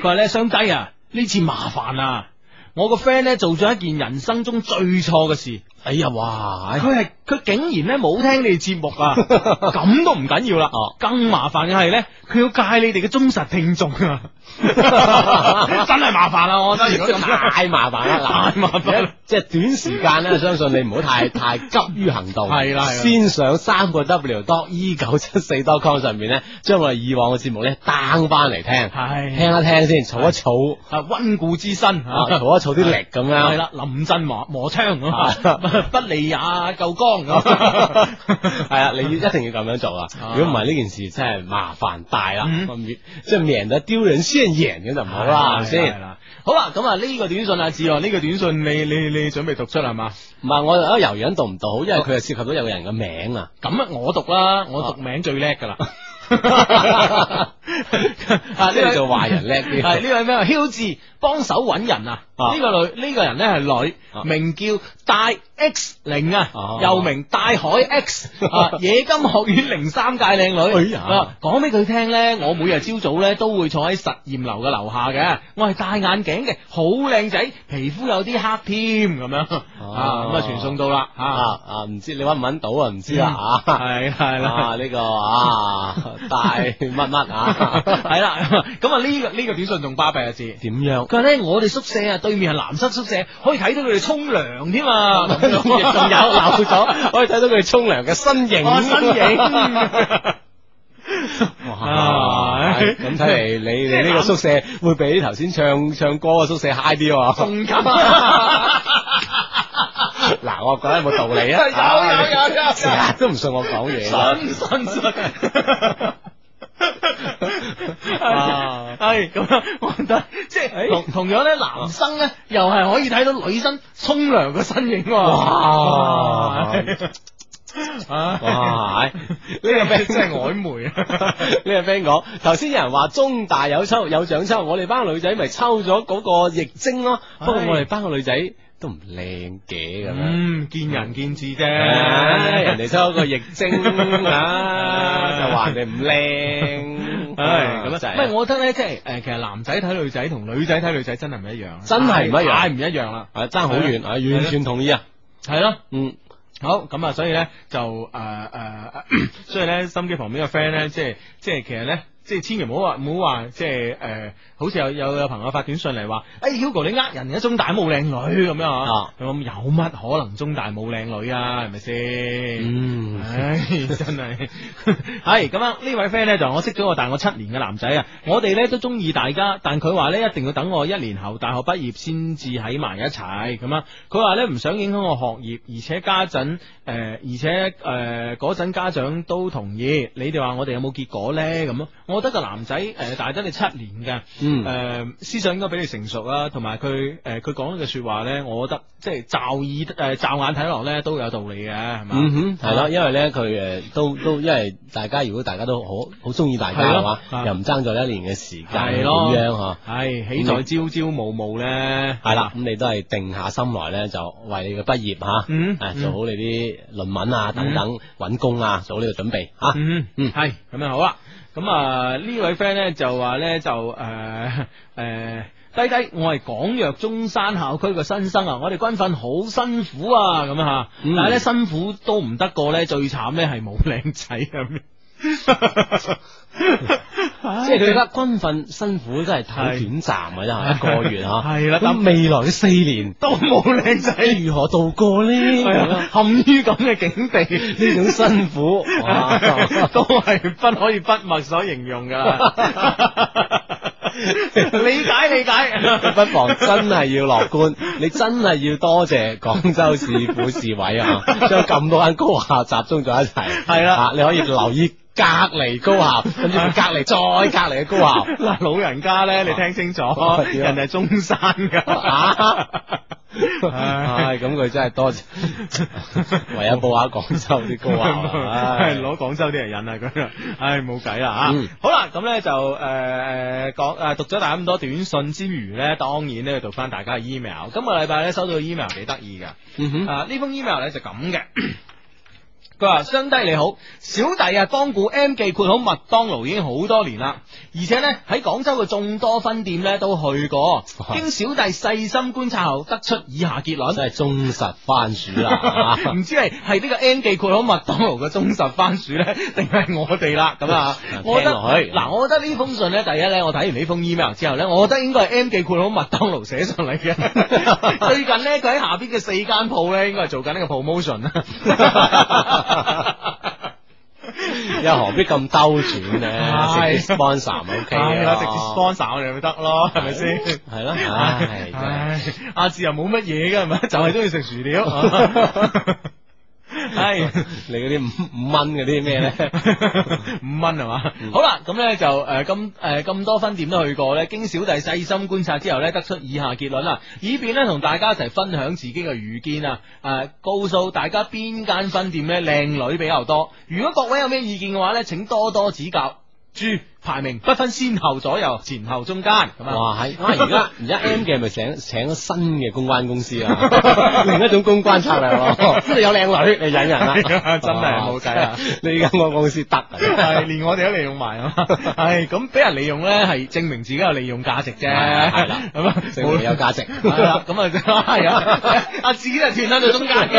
Speaker 2: 佢話咧相低啊，呢次麻煩啦。我個 friend 咧做咗一件人生中最錯嘅事，
Speaker 1: 哎呀哇！
Speaker 2: 佢係佢竟然咧冇聽你哋節目啊， <laughs> 哦咁都唔緊要啦，更麻煩嘅係咧，佢要戒你哋嘅忠實聽眾啊， <laughs> 真係麻煩啦，我覺
Speaker 1: <laughs>
Speaker 2: 得如果咁
Speaker 1: 太麻煩啦，
Speaker 2: 太麻煩啦，
Speaker 1: 即係短時間咧， <laughs> 相信你唔好太太急於行動，
Speaker 2: 係啦係啦
Speaker 1: 先上三個 W dot e 九七四 dot com 上面咧，將我哋以往嘅節目咧 down 翻嚟聽，
Speaker 2: 係
Speaker 1: 聽一聽先，儲一儲。
Speaker 2: 啊温故知新
Speaker 1: 啊
Speaker 2: 啊，
Speaker 1: 儲一儲啲力咁樣
Speaker 2: 係啦，臨陣磨磨槍咁 <laughs> 啊，不利也夠剛咁。
Speaker 1: 系啊，你一定要咁樣做啊！如果唔係呢件事真係麻煩大啦，咁免即係免得丟人現眼咁就嗯唔好啦，係咪
Speaker 2: 係
Speaker 1: 先
Speaker 2: 啦？好啦，咁啊呢個短信啊，志昂呢個短信你你你準備讀出係嘛？
Speaker 1: 唔係我喺猶豫緊讀唔讀好，因為佢係涉及到有個人嘅名啊。
Speaker 2: 咁啊，我讀啦，我讀名最叻噶啦。 <laughs> 啊
Speaker 1: 即係做壞人叻啲
Speaker 2: 係呢位咩？Hill 志幫手揾人啊！
Speaker 1: 啊
Speaker 2: 呢個女呢個人咧係
Speaker 1: 啊
Speaker 2: 女，名叫戴 X 零啊
Speaker 1: 哦，
Speaker 2: 又名戴海 X 啊，
Speaker 1: <laughs>
Speaker 2: 冶金學院零三屆靚女。
Speaker 1: 哎呀
Speaker 2: 啊講俾佢聽咧，我每日朝早咧都會坐喺實驗樓嘅樓下嘅，我係戴眼鏡嘅，好靚仔，皮膚有啲黑添咁樣啊，
Speaker 1: 哦
Speaker 2: 咁啊傳送到啦
Speaker 1: 啊
Speaker 2: 啊。
Speaker 1: 啊！唔知你揾唔揾到啊？唔知啦吓。
Speaker 2: 係係啦
Speaker 1: 啊呢個啊大乜乜啊，<laughs>
Speaker 2: 系啦，咁啊呢個呢個短信仲巴閉啊字。
Speaker 1: 點樣？
Speaker 2: 佢話咧，我哋宿舍啊，對面係男生宿舍，可以睇到佢哋沖涼添啊！咁樣
Speaker 1: 仲有漏咗，可以睇到佢哋沖涼嘅身形，
Speaker 2: 哦身影。
Speaker 1: <laughs> 哇！
Speaker 2: 啊
Speaker 1: 咁睇嚟
Speaker 2: <laughs>
Speaker 1: 你你呢個宿舍會比頭先唱唱歌嘅宿舍 high
Speaker 2: <laughs>
Speaker 1: 啲喎。
Speaker 2: 仲咁，
Speaker 1: <laughs> 嗱，我講得有冇道理啊？
Speaker 2: <laughs> 有有有有有
Speaker 1: 成日都唔信我講嘢啦。
Speaker 2: 信信信。
Speaker 1: <laughs> 啊
Speaker 2: 系哎咁樣，我覺得即
Speaker 1: 哎
Speaker 2: 係同同樣咧，男生咧又係可以睇到女生沖涼嘅身影喎。 <laughs> 哎
Speaker 1: 哇
Speaker 2: 啊！
Speaker 1: 哇！呢個 <laughs> friend 真係曖昧啊！呢個 friend 講，頭先有人話中大有抽有獎抽，我哋班女仔咪抽咗嗰個液晶咯。不過
Speaker 2: 唉
Speaker 1: 我哋班個女仔都唔靚嘅咁樣。
Speaker 2: 嗯，見仁見智啫。
Speaker 1: 唉哎
Speaker 2: <laughs>
Speaker 1: 人哋抽一個液晶 <laughs> 啊，就話人哋唔靚，
Speaker 2: 唉，
Speaker 1: 啊
Speaker 2: 哎咁
Speaker 1: 就
Speaker 2: 樣就
Speaker 1: 係
Speaker 2: 唔係，我覺得咧，即係誒，其實男仔睇女仔同女仔睇女仔真係唔一樣，啊
Speaker 1: 真係唔一樣
Speaker 2: 太唔一樣啦，
Speaker 1: 啊爭好遠啊，完全同意啊，
Speaker 2: 係咯。
Speaker 1: 嗯。
Speaker 2: 好咁呃 <coughs> 啊，所以咧就誒誒，所以咧心機旁邊嘅 friend 咧，即係即係其實咧。即係千祈唔好話唔好話，即係誒，好似有有有朋友發短信嚟話，誒 Hugo 你呃人嘅，中大冇靚女咁樣啊，咁有乜可能中大冇靚女啊？係咪先？嗯，唉，真係 <laughs> 係咁啊！呢位 friend 咧就話我識咗個大我七年嘅男仔啊，我哋咧都中意大家，但佢話咧一定要等我一年後大學畢業先至喺埋一齊咁啊。佢話咧唔想影響我學業，而且家陣誒、呃而且誒嗰陣家長都同意。你哋話我哋有冇結果咧？咁啊，我覺得個男仔誒、呃大得你七年嘅，誒、
Speaker 1: 嗯
Speaker 2: 思想應該比你成熟啦，同埋佢誒佢講嘅説話咧，我覺得即係驟耳誒、呃、驟眼睇落咧都有道理嘅，係嘛？
Speaker 1: 嗯哼，係咯，因為咧佢诶都都因為大家如果大家都好好中意大家嘅話
Speaker 2: 係，咯啊
Speaker 1: 又唔爭咗一年嘅時間，咁
Speaker 2: 係咯
Speaker 1: 樣吓，
Speaker 2: 係喜在朝朝暮暮咧，
Speaker 1: 係啦，咁你都係定下心來咧，就為你嘅畢業吓，誒
Speaker 2: 嗯嗯
Speaker 1: 做好你啲論文啊，等等揾工啊，做好呢個準備吓。
Speaker 2: <laughs> 嗯嗯，系咁样好啦。咁啊呢位 friend 咧就話咧就诶诶。低低，我係廣藥中山校區嘅新生啊！我哋軍訓好辛苦啊，咁啊吓，但係咧辛苦都唔得過咧，最慘咧係冇靚仔 <laughs> 咁。
Speaker 1: 即係佢而家軍訓辛苦真係好短暫啊，真係一
Speaker 2: <laughs>
Speaker 1: 個月吓。
Speaker 2: 係啦
Speaker 1: 咁未來嘅四年
Speaker 2: 都冇靚仔，
Speaker 1: 如何度過呢？
Speaker 2: 係啊陷於咁嘅境地，
Speaker 1: 呢種辛
Speaker 2: <laughs>
Speaker 1: 苦，哇
Speaker 2: 啊都係不可以筆墨所形容噶啦。 <laughs> 理解理解，
Speaker 1: 不妨真係要樂觀，你真係要多謝廣州市府市委
Speaker 2: <laughs>
Speaker 1: 啊，將咁多間高校集中咗一齊。係啦、你可以留意隔離高校，甚至乎隔離再隔離嘅高校。
Speaker 2: <laughs> 嗱，老人家咧，你聽清楚，人哋係中山噶。
Speaker 1: 唉，咁佢真係
Speaker 2: <laughs>
Speaker 1: 多謝，唯有報下廣州啲高校啊。
Speaker 2: <laughs>
Speaker 1: 唉
Speaker 2: 係攞廣州啲人引啊佢，唉冇計啦吓。好啦，咁咧就誒誒講呃誒讀咗大家咁多短信之餘咧，當然咧要讀翻大家嘅 email。今個禮拜咧收到個 email 幾得意噶。
Speaker 1: 嗯
Speaker 2: 啊呢封 email 咧就咁嘅。佢話：相低你好，小弟啊，光顧 M 記括號麥當勞已經好多年啦，而且呢，喺廣州嘅眾多分店呢都去過。經小弟細心觀察後，得出以下結論：
Speaker 1: 真係忠實番薯
Speaker 2: <laughs>
Speaker 1: 啦？
Speaker 2: 唔知係係呢個 M 記括號麥當勞嘅忠實番薯呢， <laughs> 定係我哋啦咁啊
Speaker 1: <laughs>
Speaker 2: 我覺得
Speaker 1: 聽落去
Speaker 2: 嗱，我覺得呢封信呢，第一呢，我睇完呢封 email 之後呢，我覺得應該係 M 記括號麥當勞寫上嚟嘅。
Speaker 1: <laughs>
Speaker 2: 最近呢，佢喺下邊嘅四間鋪呢，應該係做緊呢個 promotion
Speaker 1: <laughs>
Speaker 2: 啊啦。
Speaker 1: <laughs> 又何必咁兜轉
Speaker 2: 係
Speaker 1: 咧？食啲 sponsor 咪 OK
Speaker 2: 係啦，
Speaker 1: 嘅
Speaker 2: 直接 sponsor 我哋咪得咯，係咪先？
Speaker 1: 啊係啊咯，唉，真係
Speaker 2: 唉，阿志又冇乜嘢噶，係咪？就係中意食
Speaker 1: <laughs>
Speaker 2: 薯條。係
Speaker 1: 你嗰啲五五蚊嗰啲
Speaker 2: <laughs>
Speaker 1: 咩咧？
Speaker 2: 五蚊係嘛？好啦，咁咧就誒咁誒咁多分店都去過咧，經小弟細心觀察之後咧，得出以下結論啦，以便咧同大家一齊分享自己嘅預見啊，誒、告訴大家邊間分店咧靚女比較多。如果各位有咩意見嘅話咧，請多多指教。豬排名不分先後左右、前後中間咁啊！
Speaker 1: 哇，係啊！而家而家 M 嘅咪請請咗新嘅公關公司
Speaker 2: <laughs>
Speaker 1: 啊，另一種公關策略咯，真係有靚女你引人啦，
Speaker 2: 係啊真係冇計啊！
Speaker 1: 你間公關公司得啊， <laughs>
Speaker 2: 系连我哋都利用埋啊嘛，系咁俾人利用咧，系證明自己有利用價值啫，
Speaker 1: 係啦
Speaker 2: 咁啊，
Speaker 1: 證明你有價值
Speaker 2: 係啦，咁啊，
Speaker 1: <laughs>
Speaker 2: 係啊，阿志都係斷喺度中間嘅，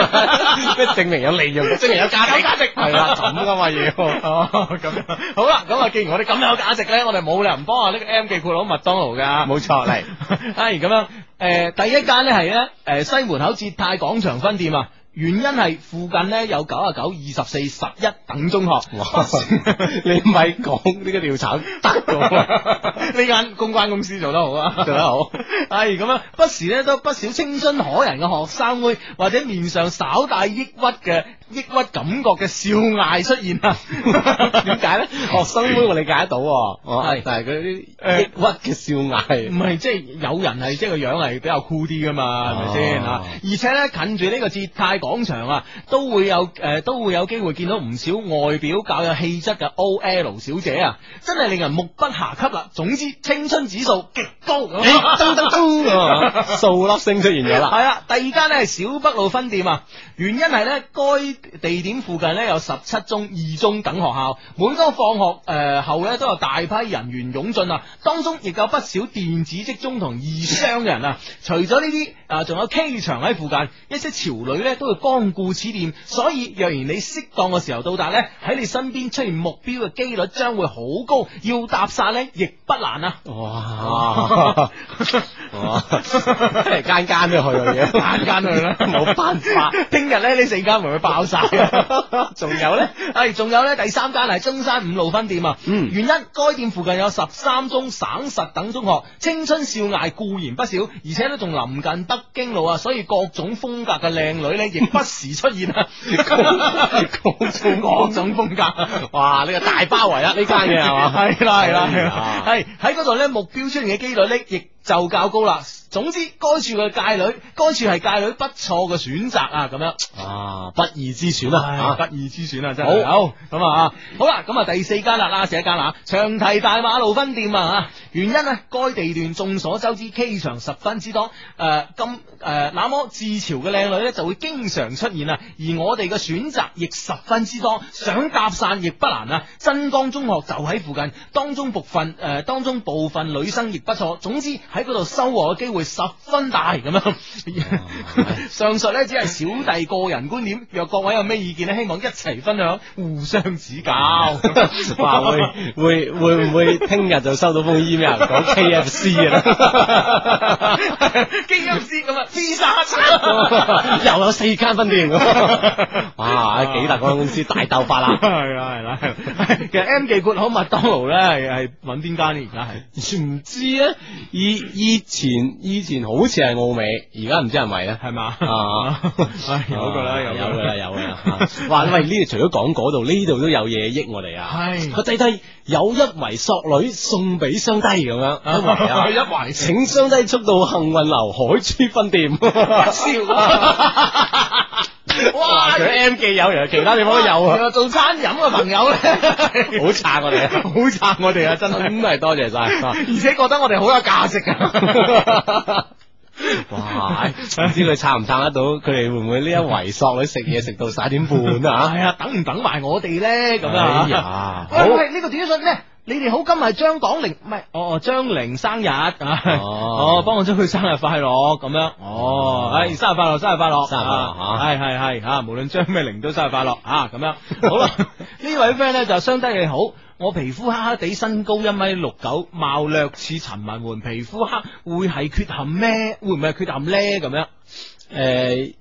Speaker 1: <laughs>
Speaker 2: <laughs>
Speaker 1: 即係證明有利用，證明有價值，
Speaker 2: 有 <laughs> 價值
Speaker 1: 係 <laughs> 啦，咁噶嘛要。
Speaker 2: 哦，咁樣好啦，咁啊，既然我哋咁有價值咧，我哋冇理由唔幫下呢個 M 記括佬麥當勞噶，
Speaker 1: 冇錯嚟，
Speaker 2: <laughs> 係咁樣，诶、第一間咧係咧，诶、西門口捷泰廣場分店啊。原因係附近咧有九啊九、二十四、十一等中學，
Speaker 1: <laughs> 你咪講呢個調查得噶，
Speaker 2: <laughs> 呢間公關公司做得好啊，
Speaker 1: 做得好。
Speaker 2: <laughs> 係咁啊，不時咧都不少青春可人嘅學生妹，或者面上稍帶抑鬱嘅抑鬱感覺嘅笑嗌出現
Speaker 1: <laughs>
Speaker 2: 啊。點解咧？
Speaker 1: 學生妹我理解得到喎，
Speaker 2: 係
Speaker 1: 哦但係佢啲抑鬱嘅笑嗌
Speaker 2: 唔。係即係有人係即係個樣係比較酷啲噶嘛，係咪先
Speaker 1: 哦
Speaker 2: 啊？而且咧近住呢個捷泰廣場啊，都會有誒、呃都會有機會見到唔少外表較有氣質嘅 OL 小姐啊，真係令人目不暇給啦。總之青春指數極高咁啊。
Speaker 1: 噔噔
Speaker 2: <laughs>
Speaker 1: 哦噔，數粒星出現咗啦。
Speaker 2: 啊系啦，第二間咧係小北路分店啊，原因係咧該地點附近咧有十七中二中等學校，每當放學誒、呃、後咧都有大批人員湧進啊，當中亦有不少電子職中同義商嘅人啊。除咗呢啲啊，仲有 K 場喺附近，一些潮女咧都會光顧此店，所以若然你適當嘅時候到達咧，喺你身邊出現目標嘅機率將會好高，要搭訕咧亦不難啊！
Speaker 1: 哇！哇！真係間間都去嘅嘢，
Speaker 2: <laughs> 間間都去啦，
Speaker 1: 冇辦法。
Speaker 2: 聽日咧呢四間會唔會爆晒啊？ <laughs> 仲有咧，係仲有咧第三間係中山五路分店啊。嗯，原因該店附近有十三中、省實等中學，青春少艾固然不少，而且咧仲臨近北京路啊，所以各種風格嘅靚女咧亦不時出現 <laughs> 啊。各種各種風格，哇！呢個大包圍啊，呢間嘢係嘛？ <laughs> 係啦係
Speaker 1: 哎
Speaker 2: 啦係啦，係喺嗰度咧目標出現嘅機率咧亦。就較高啦。總之，該處嘅界女，該處係界女不錯嘅選擇啊，咁樣
Speaker 1: 啊，不二之選啊，
Speaker 2: 唉不二之選啊，真係好咁啊，好啦，咁啊第四間啦，啦寫間啦，長堤大馬路分店啊，原因呢，該地段眾所周知 K 場十分之多，誒咁誒，那麼自潮嘅靚女呢就會經常出現啊，而我哋嘅選擇亦十分之多，想搭訕亦不難啊，真光中學就喺附近，當中部分誒、呃、當中部分女生亦不錯，總之喺嗰度收穫嘅機會十分大咁
Speaker 1: 哦
Speaker 2: 樣。 <laughs> 上述咧只係小弟個人觀點，若各位有咩意見咧，希望一齊分享，互相指教。
Speaker 1: <laughs> 哇！
Speaker 2: <laughs>
Speaker 1: 會會會唔會聽日就收到封 email 講 K F C 啊嘅咧？
Speaker 2: <laughs> K F C 咁啊，P 沙叉
Speaker 1: <laughs> 又有四間分店，哇！幾大間公司大鬥法啦，
Speaker 2: 係啦係啦。啊其實 M 記括號麥當勞咧係係揾邊間咧？而家
Speaker 1: 係唔知啊，以以前以前好似係澳美，而家唔知係咪咧？
Speaker 2: 係嘛？
Speaker 1: 啊，
Speaker 2: 哎有噶啦，有
Speaker 1: 哦有噶啦，有噶啦。啊哇！喂，呢除咗講嗰度，呢度都有嘢益我哋啊。
Speaker 2: 係
Speaker 1: 個弟弟有一圍索女送俾雙低咁樣，一圍啊，
Speaker 2: 一圍
Speaker 1: 請雙低速到幸運樓海珠分店。
Speaker 2: <laughs> 笑啊！
Speaker 1: 哇！
Speaker 2: 哇
Speaker 1: 除咗 M 記有，原來其他地方都有
Speaker 2: <laughs>
Speaker 1: 啊。
Speaker 2: 原來做餐飲
Speaker 1: <laughs>
Speaker 2: 嘅朋友咧，
Speaker 1: 好撐我哋啊，
Speaker 2: 好撐我哋啊，真係
Speaker 1: 真係多謝晒。啊
Speaker 2: 而且覺得我哋好有價值 <laughs> 啊！
Speaker 1: <laughs> 哇！唔知佢撐唔撐得到，佢哋會唔會呢一圍索女食嘢食到十一點半啊？
Speaker 2: 係啊，等唔等埋我哋咧？咁啊
Speaker 1: 哎呀，
Speaker 2: 喂喂，呢個短信咧。你哋好，今日係張港玲，唔係，哦哦，張玲生日，啊 <laughs> 哦，幫我祝佢生日快樂咁樣，哦，係生日快樂，生日快樂，
Speaker 1: 生日快樂
Speaker 2: 啊係係係吓，無論張咩玲都生日快樂啊，咁樣， <laughs> 好啦，呢位 friend 咧就相低你好。我皮膚黑黑地，身高一米六九，貌略似陳文媛，皮膚黑會係缺陷咩？會唔會係缺陷咧？咁樣，
Speaker 1: 誒，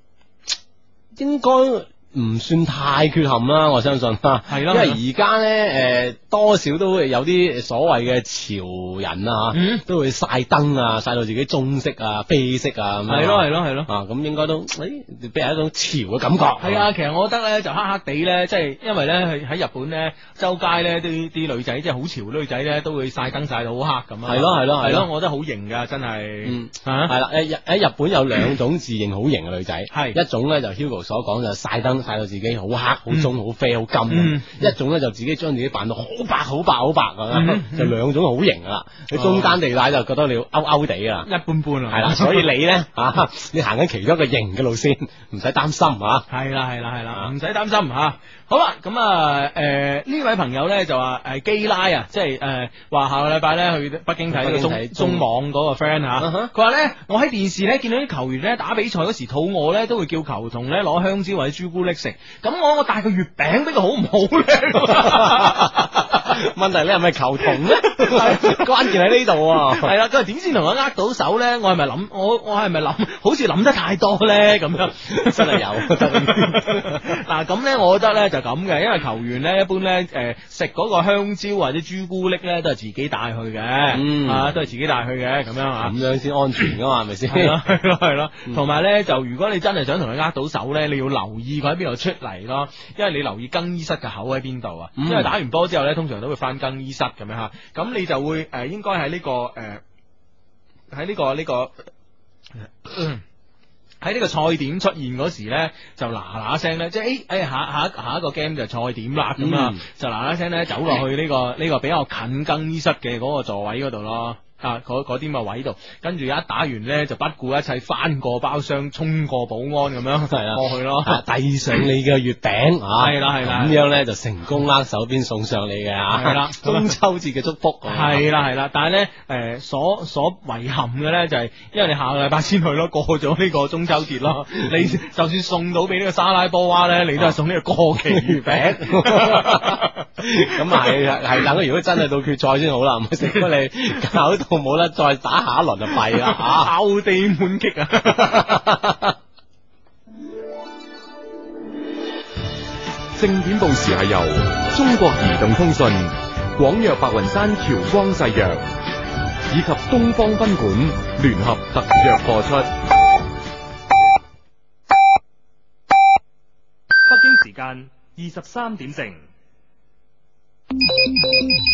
Speaker 1: 應該唔算太缺陷啦，我相信吓。
Speaker 2: 係啦
Speaker 1: 因為而家咧，誒多少都會有啲所謂嘅潮人啊，
Speaker 2: 嗯
Speaker 1: 都會晒燈啊，晒到自己棕色啊、啡色啊咁樣。
Speaker 2: 係咯係咯係咯
Speaker 1: 啊，咁應該都誒，俾人一種潮嘅感覺。
Speaker 2: 係啊，其實我覺得咧就黑黑地咧，即係因為咧喺喺日本咧，周街咧啲啲女仔，即係好潮嘅女仔咧，都會晒燈晒到好黑咁啊。
Speaker 1: 係咯係咯
Speaker 2: 係
Speaker 1: 係
Speaker 2: 咯，
Speaker 1: 咯
Speaker 2: 我覺得好型噶，真係。
Speaker 1: 嗯
Speaker 2: 啊
Speaker 1: 係啦，誒日喺日本有兩種自認好型嘅女仔，
Speaker 2: 係
Speaker 1: 一種咧就 Hugo 所講就晒燈晒到自己好黑、好棕、好啡、好金
Speaker 2: 嗯
Speaker 1: 咁，一種咧就自己將自己扮到好白、好白、好白咁
Speaker 2: 嗯哦
Speaker 1: 啦，就兩種好型噶啦。你中間地帶就覺得你勾勾地啊
Speaker 2: 一，般般啊。
Speaker 1: 係啦，所以你咧啊，你行緊其中一個型嘅路線，唔使擔心啊。 <laughs>
Speaker 2: 係啦係啦係啦，唔使擔心吓。好啦，咁啊，誒呢位朋友咧就話誒基拉啊，即係誒話下個禮拜咧去北京睇呢個
Speaker 1: 北京
Speaker 2: 中
Speaker 1: 睇中
Speaker 2: 中
Speaker 1: 啊
Speaker 2: 網嗰個 friend 吓，佢話咧我喺電視咧見到啲球員咧打比賽嗰時肚餓咧都會叫球童咧攞香蕉或者朱古力食，咁我我帶個月餅俾佢好唔好咧？
Speaker 1: 問題你係咪球童咧？
Speaker 2: <laughs>
Speaker 1: 關鍵喺呢度啊！
Speaker 2: 係啦，佢話點先同我握到手咧？我係咪諗我我係咪諗好似諗得太多咧咁樣？
Speaker 1: 真係有真係
Speaker 2: <laughs> 嗱咁咧，我覺得咧就咁嘅，因為球員咧一般咧誒食嗰個香蕉或者朱古力咧都係自己帶去嘅，
Speaker 1: 嗯
Speaker 2: 啊都係自己帶去嘅咁樣啊。
Speaker 1: <laughs> 咁樣先安全噶嘛，係咪先？ <laughs> 嗯
Speaker 2: 係咯係咯係咯，同埋咧就如果你真係想同佢握到手咧，你要留意佢喺邊度出嚟咯，因為你留意更衣室嘅口喺邊度啊，
Speaker 1: 嗯
Speaker 2: 因為打完波之後咧，通常都會翻更衣室咁樣吓，咁你就會誒、呃、應該喺呢個誒喺呢個呢、個。 <coughs> 喺呢個賽點出現嗰時咧，就嗱嗱聲咧，即係誒誒下下一下一個 game 就賽點啦咁啊
Speaker 1: 嗯，
Speaker 2: 就嗱嗱聲咧走落去呢、個呢、個比較近更衣室嘅嗰個座位嗰度咯。啊嗰嗰啲咁嘅位度，跟住一打完咧就不顧一切翻過包廂，衝過保安咁樣係過去咯，
Speaker 1: 啊遞上你嘅月餅啊，
Speaker 2: 係啦係啦
Speaker 1: 咁樣咧就成功握手邊送上你嘅啊，
Speaker 2: 係啦
Speaker 1: <laughs> 中秋節嘅祝福
Speaker 2: 係啦係啦，但係咧誒所所遺憾嘅咧就係、因為你下個禮拜先去咯，過咗呢個中秋節
Speaker 1: <laughs>
Speaker 2: 咯，你就算送到俾呢個沙拉波娃咧，
Speaker 1: 啊
Speaker 2: 你都係啊送呢個過期月餅。
Speaker 1: 咁啊係啊係，等佢如果真係到決賽先好啦，唔係食咗你搞到冇得再打下一輪就弊啦啊！
Speaker 2: 拗地滿擊啊！
Speaker 23: 正點報時係由中國移動通信、廣藥白雲山僑光製藥以及東方賓館聯合特約播出。
Speaker 17: 北京時間二十三點正。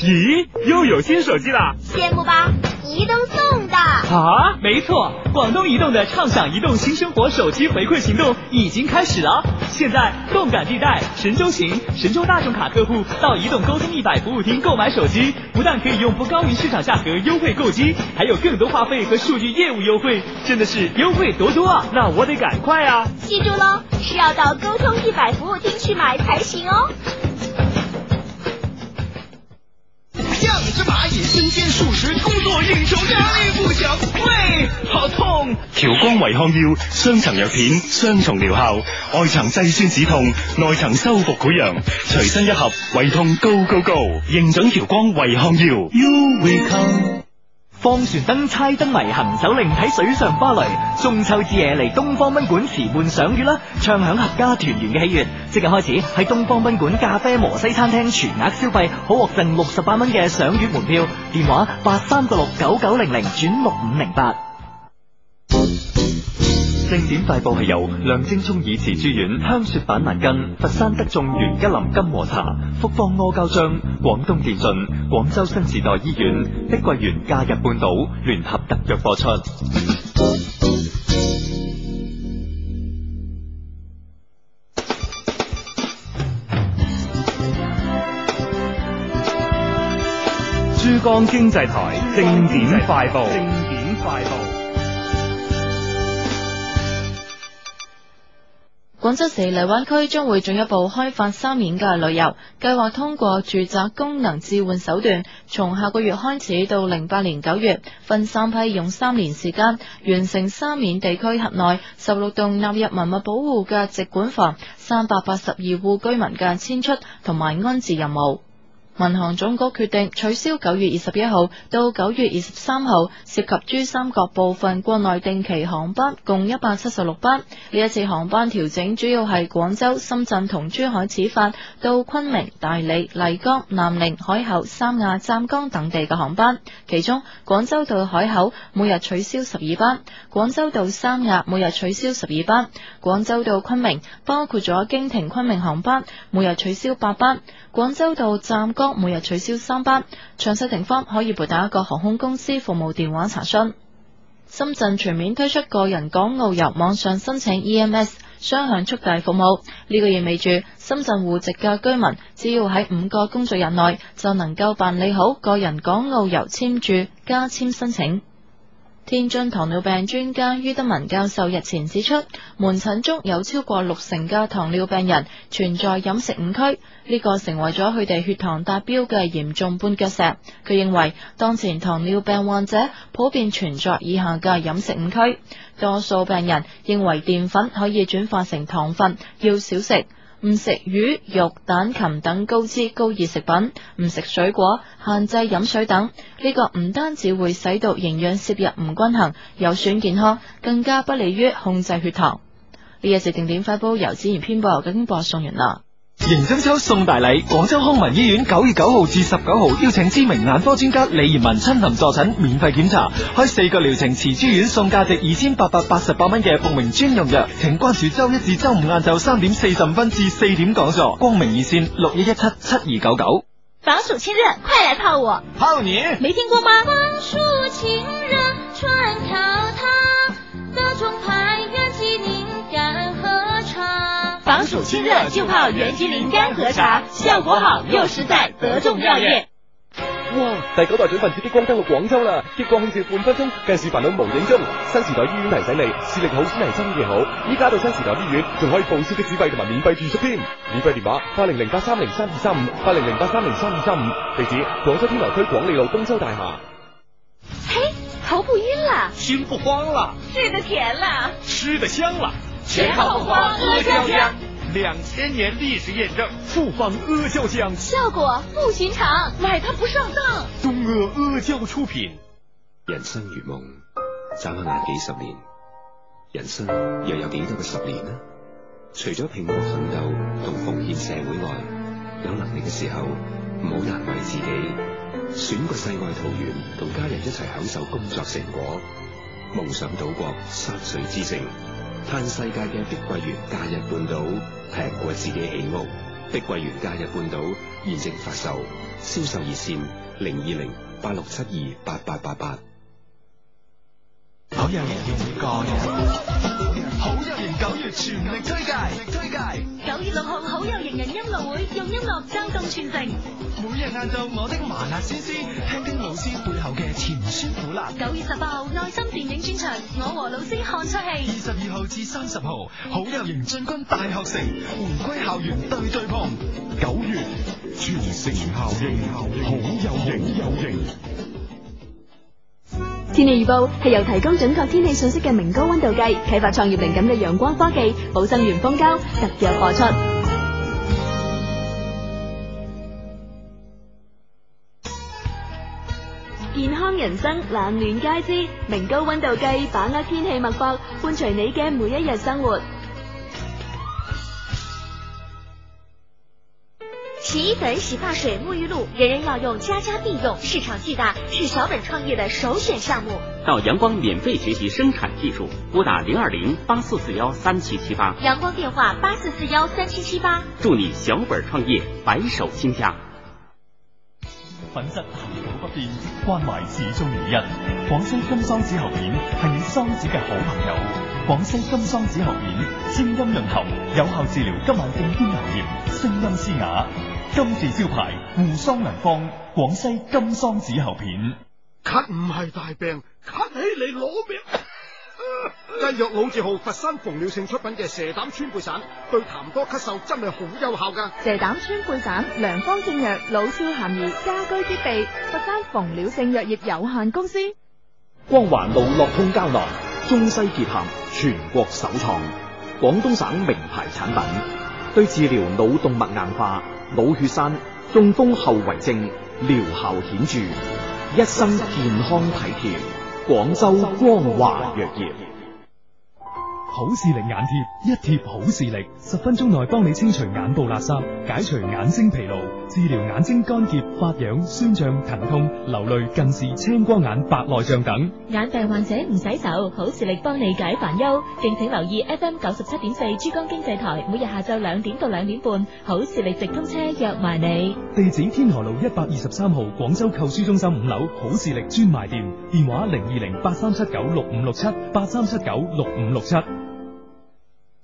Speaker 17: 咦，又有新手機啦！
Speaker 24: 羡慕吧？移动送的。
Speaker 25: 啊，没错，广东移动的“畅享移动新生活”手机回馈行动已经开始了。现在，动感地带、神州行、神州大众卡客户到移动沟通一百服务厅购买手机，不但可以用不高于市场价格优惠购机，还有更多话费和数据业务优惠，真的是优惠多多啊！那我得赶快啊！
Speaker 24: 记住喽，是要到沟通一百服务厅去买才行哦。
Speaker 26: 像只蚂蚁，身兼数职，工作应酬压力不小，胃好痛。
Speaker 27: 调光维康药双层药片，双重疗效，外层制酸止痛，内层修复溃疡，随身一盒，胃痛 Go Go Go，认准调光维康药。You will come。
Speaker 28: 放船燈、猜燈謎、行走令睇水上芭蕾，中秋之夜嚟東方賓館遲伴賞月啦！暢享合家團圓嘅喜悦，即日開始喺東方賓館咖啡磨西餐廳全額消費，可獲贈六十八蚊嘅賞月門票。電話八三個六九九零零轉六五零八。
Speaker 29: 正點快報係由梁精聰以慈珠丸香雪板蘭根、佛山德眾元吉林金和茶、福方阿膠漿、廣東電信、廣州新時代醫院、碧桂園假日半島聯合特約播出。
Speaker 17: 珠江經濟台正點快報。正點快報。
Speaker 30: 廣州市荔灣區將會進一步開發三面嘅旅遊計劃，通過住宅功能置換手段，從下個月開始到零八年九月，分三批用三年時間完成三面地區轄內十六棟納入文物保護嘅直管房、三百八十二戶居民嘅遷出同埋安置任務。民航總局決定取消九月二十一號到九月二十三號涉及珠三角部分國內定期航班共一百七十六班。呢一次航班調整主要係廣州、深圳同珠海始發到昆明、大理、麗江、南寧、海口、三亞、湛江等地嘅航班。其中，廣州到海口每日取消十二班，廣州到三亞每日取消十二班，廣州到昆明包括咗經停昆明航班每日取消八班，廣州到湛江每日取消三班。詳細情況可以撥打各航空公司服務電話查詢。深圳全面推出個人港澳遊網上申 E 請 EMS 雙向速遞服務，呢、個意味住深圳戶籍嘅居民只要喺五個工作日內就能夠辦理好個人港澳遊簽注加簽申請。天津糖尿病專家于德文教授日前指出，門診中有超過六成嘅糖尿病人存在飲食誤區，呢、個成為咗佢哋血糖達標嘅嚴重絆腳石。佢認為，當前糖尿病患者普遍存在以下嘅飲食誤區，多數病人認為澱粉可以轉化成糖分，要少食。唔食魚、肉、蛋、禽等高脂高熱食品，唔食水果，限制飲水等，呢、個唔單止會使到營養攝入唔均衡，有損健康，更加不利於控制血糖。呢一節定點快報由子然編播，已經播送完啦。
Speaker 31: 迎中秋送大禮，廣州康民醫院九月九號至十九號邀請知名眼科專家李賢文親臨助診，免費檢查，開四個療程，慈珠院送價值二千八百八十八蚊嘅復明專用藥。請關注周一至周五晏晝三點四十五分至四點講座，光明熱線六一一七七二九九。
Speaker 24: 防暑清熱，快來泡我！
Speaker 31: 泡你
Speaker 24: 没听过吗？
Speaker 26: 光束情热穿透它，各种牌源吉林干喝茶。
Speaker 24: 防暑清热就泡源吉林干和茶，效果好又实在，得众妙用。
Speaker 32: 哇！第九代準分子激光登陸廣州啦！激光輕照半分鐘，近視煩惱無影蹤。新時代醫院提醒你，視力好先係真嘅好。依家到新時代醫院，仲可以報銷的自費同埋免費住宿添。免費電話八零零八三零三二三五，八零零八三零三二三五。地址：廣州天河區廣利路東洲大廈。
Speaker 33: 嘿，头不晕了，
Speaker 2: 心不慌了，
Speaker 33: 睡得甜了，
Speaker 2: 吃得香了，
Speaker 33: 全靠花阿胶浆。
Speaker 2: 两千年历史验证，复方阿胶浆，
Speaker 33: 效果不寻常，买它不上当。
Speaker 2: 东阿阿胶出品。
Speaker 19: 人生如夢，眨下眼幾十年，人生又有幾多個十年呢？除咗拼搏奮鬥同奉獻社會外，有能力嘅時候唔好難為自己，選個世外桃源，同家人一齊享受工作成果，夢想島國山水之城，嘆世界嘅碧桂園假日半島，平過自己起屋。碧桂園假日半島現正發售，銷售熱線零二零八六七二八八八八。
Speaker 31: 好有型要每個人，好有型九月全力推介，推介。
Speaker 34: 九月六號好有型人音樂會，用音樂爭動全城。
Speaker 31: 每日晏晝我的麻辣鮮師，聽聽老師背後嘅甜酸苦辣。
Speaker 34: 九月十八號愛心電影專場，我和老師看出
Speaker 31: 二
Speaker 34: 戲。
Speaker 31: 十二號至三十號，好有型進軍大學城，回歸校園對對碰。九月全城效應，好有型有型。
Speaker 30: 天氣預報係由提供準確天氣信息嘅明高溫度計，啟發創業靈感嘅陽光科技，保生元蜂膠特約播出。健康人生冷暖皆知，明高溫度計把握天氣脈搏，伴隨你嘅每一日生活。
Speaker 33: 洗衣粉、洗发水、沐浴露，人人要用，家家必用，市场巨大，是小本创业的首选项目。
Speaker 35: 到阳光免费学习生产技术，拨打零二零八四四幺三七七八，
Speaker 33: 阳光电话八四四幺三七七八，
Speaker 35: 祝你小本创业，白手兴家。
Speaker 36: 品質恒久不變，關懷始終如一。廣西金桑子喉片係你桑子嘅好朋友。廣西金桑子喉片，聲音潤喉，有效治療急慢性咽喉炎、聲音嘶啞。金字招牌護桑良方，廣西金桑子喉片。
Speaker 37: 咳唔係大病，咳起嚟攞命。製藥老字號佛山馮了性出品嘅蛇膽川貝散，對痰多咳嗽真係好有效㗎。
Speaker 38: 蛇膽川貝散，良方正藥，老少咸宜，家居必備。佛山馮了性藥業有限公司。
Speaker 39: 光環路樂通膠囊，中西結合，全國首創，廣東省名牌產品，對治療腦動脈硬化、腦血栓、中風後遺症療效顯著，一生健康體貼。廣州光華藥業。
Speaker 17: 好視力眼貼，一貼好視力，十分鐘內幫你清除眼部垃圾，解除眼睛疲勞，治療眼睛乾澀、發癢、酸脹、疼痛、流淚、近視、青光眼、白內障等。
Speaker 40: 眼病患者唔洗手，好視力幫你解煩憂。敬請留意 FM 九十七點四珠江經濟台，每日下晝兩點到兩點半，好視力直通車約埋你。
Speaker 17: 地址天河路一百二十三號廣州購書中心五樓好視力專賣店，電話零二零八三七九六五六七八三七九六五六七。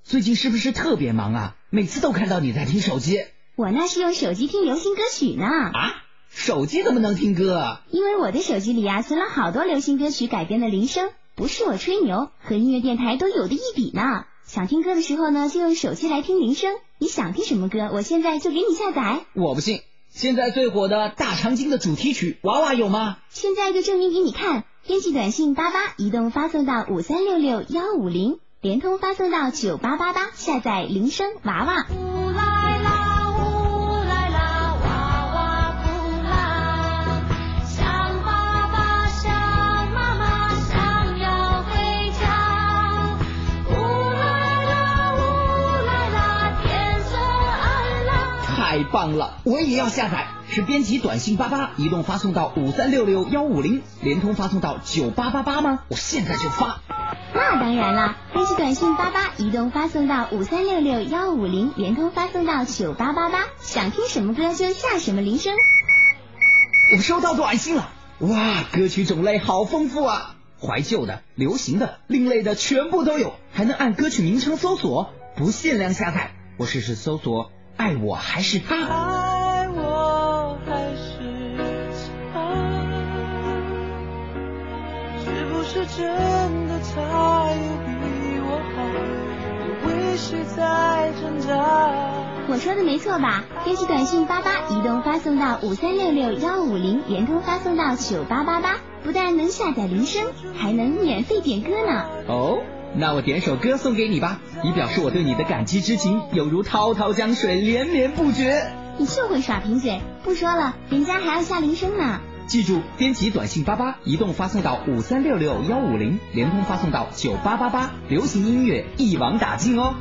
Speaker 1: 最近是不是特别忙啊？每次都看到你在听手机。
Speaker 20: 我那是用手机听流行歌曲呢。
Speaker 1: 啊，手机怎么能听歌啊？
Speaker 20: 因为我的手机里啊存了好多流行歌曲改编的铃声，不是我吹牛，和音乐电台都有的一比呢。想听歌的时候呢，就用手机来听铃声。你想听什么歌，我现在就给你下载。
Speaker 1: 我不信，现在最火的大长今的主题曲《娃娃》有吗？
Speaker 20: 现在就证明给你看。编辑短信八八，移动发送到五三六六幺五零，联通发送到九八八八，下载铃声娃娃。
Speaker 41: 呼啦啦，呼啦啦，娃娃呼啦，想爸爸，想妈妈，想要回家。呼啦啦，呼啦啦，天色暗了。
Speaker 1: 太棒了，我也要下载。是编辑短信八八，移动发送到五三六六幺五零，联通发送到九八八八吗？我现在就发。
Speaker 20: 那当然啦，编辑短信八八，移动发送到五三六六幺五零，联通发送到九八八八。想听什么歌就下什么铃声。
Speaker 1: 我收到短信了，哇，歌曲种类好丰富啊！怀旧的、流行的、另类的全部都有，还能按歌曲名称搜索，不限量下载。我试试搜索“爱我还是他
Speaker 4: 爱我还是他？
Speaker 42: 真的他又比我好，你为谁在挣扎？
Speaker 20: 我说的没错吧？根据短信八八移动发送到五三六六幺五零，联通发送到九八八八，不但能下载铃声，还能免费点歌呢。
Speaker 43: 哦，那我点首歌送给你吧，以表示我对你的感激之情，有如滔滔江水连绵不绝。
Speaker 20: 你就会耍贫嘴，不说了，人家还要下铃声呢。
Speaker 43: 记住，编辑短信八八，移动发送到五三六六幺五零，联通发送到九八八八，流行音乐一网打尽哦。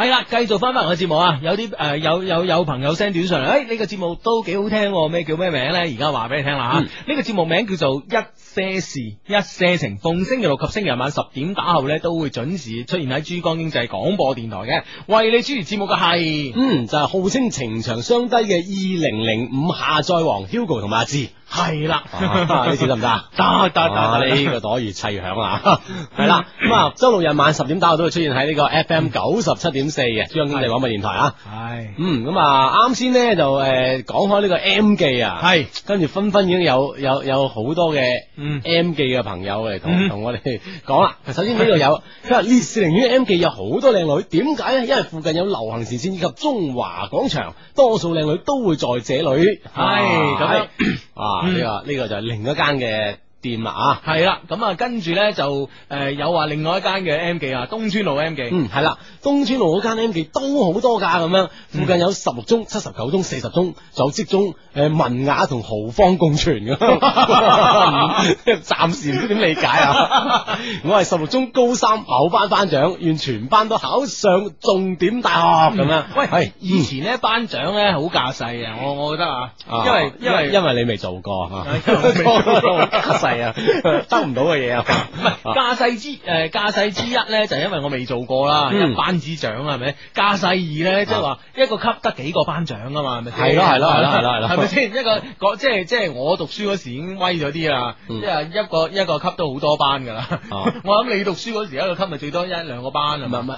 Speaker 2: 系啦，繼續翻翻我嘅節目啊！有啲诶、呃有有有朋友 send 短信嚟，诶、呢、個節目都幾好聽喎，咩叫咩名呢？而家話俾你聽啦吓，啊
Speaker 28: 嗯
Speaker 2: 呢、個節目名叫做一些事一些情，逢星期六及星期日晚十點打後呢，都會準時出現喺珠江經濟廣播電台嘅，為你主持節目嘅係，
Speaker 1: 嗯，就係號稱情場相低嘅二零零五下載王 Hugo 同埋阿志。
Speaker 2: 係啦，
Speaker 1: 啊呢次得唔得啊？
Speaker 2: <laughs> 得得得
Speaker 1: 啊
Speaker 2: 得
Speaker 1: 呢個朵越砌越響啊！係啦，咁啊，周六日晚十點打我都會出現喺呢個 FM 九十七點四嘅珠江經濟廣播電台啊。
Speaker 2: 唉，
Speaker 1: 嗯，咁啊，啱先咧就诶讲开呢個 M 記啊，
Speaker 2: 係，
Speaker 1: 跟住紛紛已經有有有好多嘅
Speaker 2: 嗯
Speaker 1: M 記嘅朋友嚟同
Speaker 2: 嗯
Speaker 1: 同我哋講啦。首先呢度有，佢話烈士陵苑 M 記有好多靚女，點解咧？因為附近有流行前線以及中華廣場，多數靚女都會在這裏。系
Speaker 2: 咁樣
Speaker 1: 啊，
Speaker 2: 嗯
Speaker 1: 呢個呢個就係另一間嘅店啦啊。
Speaker 2: 係啦，咁啊，跟住呢，就诶、呃有話另外一間嘅 M 記啊，東村路 M 記，
Speaker 1: 嗯，系啦，東村路嗰間 M 記都好多㗎咁樣，附近有十六宗、七十九宗、四十宗，仲有職中诶文雅同豪方共存咁，嗯 <laughs> 暫時唔知點理解啊！ <laughs> 我係十六中高三某班班長，願全班都考上重點大學咁樣。
Speaker 2: 喂
Speaker 1: 係
Speaker 2: 以前呢班長呢，好架勢啊，我我覺得啊，
Speaker 1: 啊
Speaker 2: 因為因為
Speaker 1: 因為你未做過 <laughs> 啊，
Speaker 2: 因為我未做過
Speaker 1: 架勢 <laughs> 啊，得唔到嘅嘢啊，
Speaker 2: 架勢之诶架勢之一咧，就係因為我未做過啦，
Speaker 1: 嗯
Speaker 2: 一班之長啊係咪？架勢二咧，即係話一個級得幾個班長啊嘛，係咪先？
Speaker 1: 係咯係咯係咯係咯係咯
Speaker 2: 係咪先？一個個即係即係我讀書嗰時已經威咗啲啦，
Speaker 1: 嗯
Speaker 2: 即係一個一個級都好多班㗎啦。
Speaker 1: 啊
Speaker 2: <laughs> 我諗你讀書嗰時一個級咪最多一兩個班啊嘛。
Speaker 1: 唔係，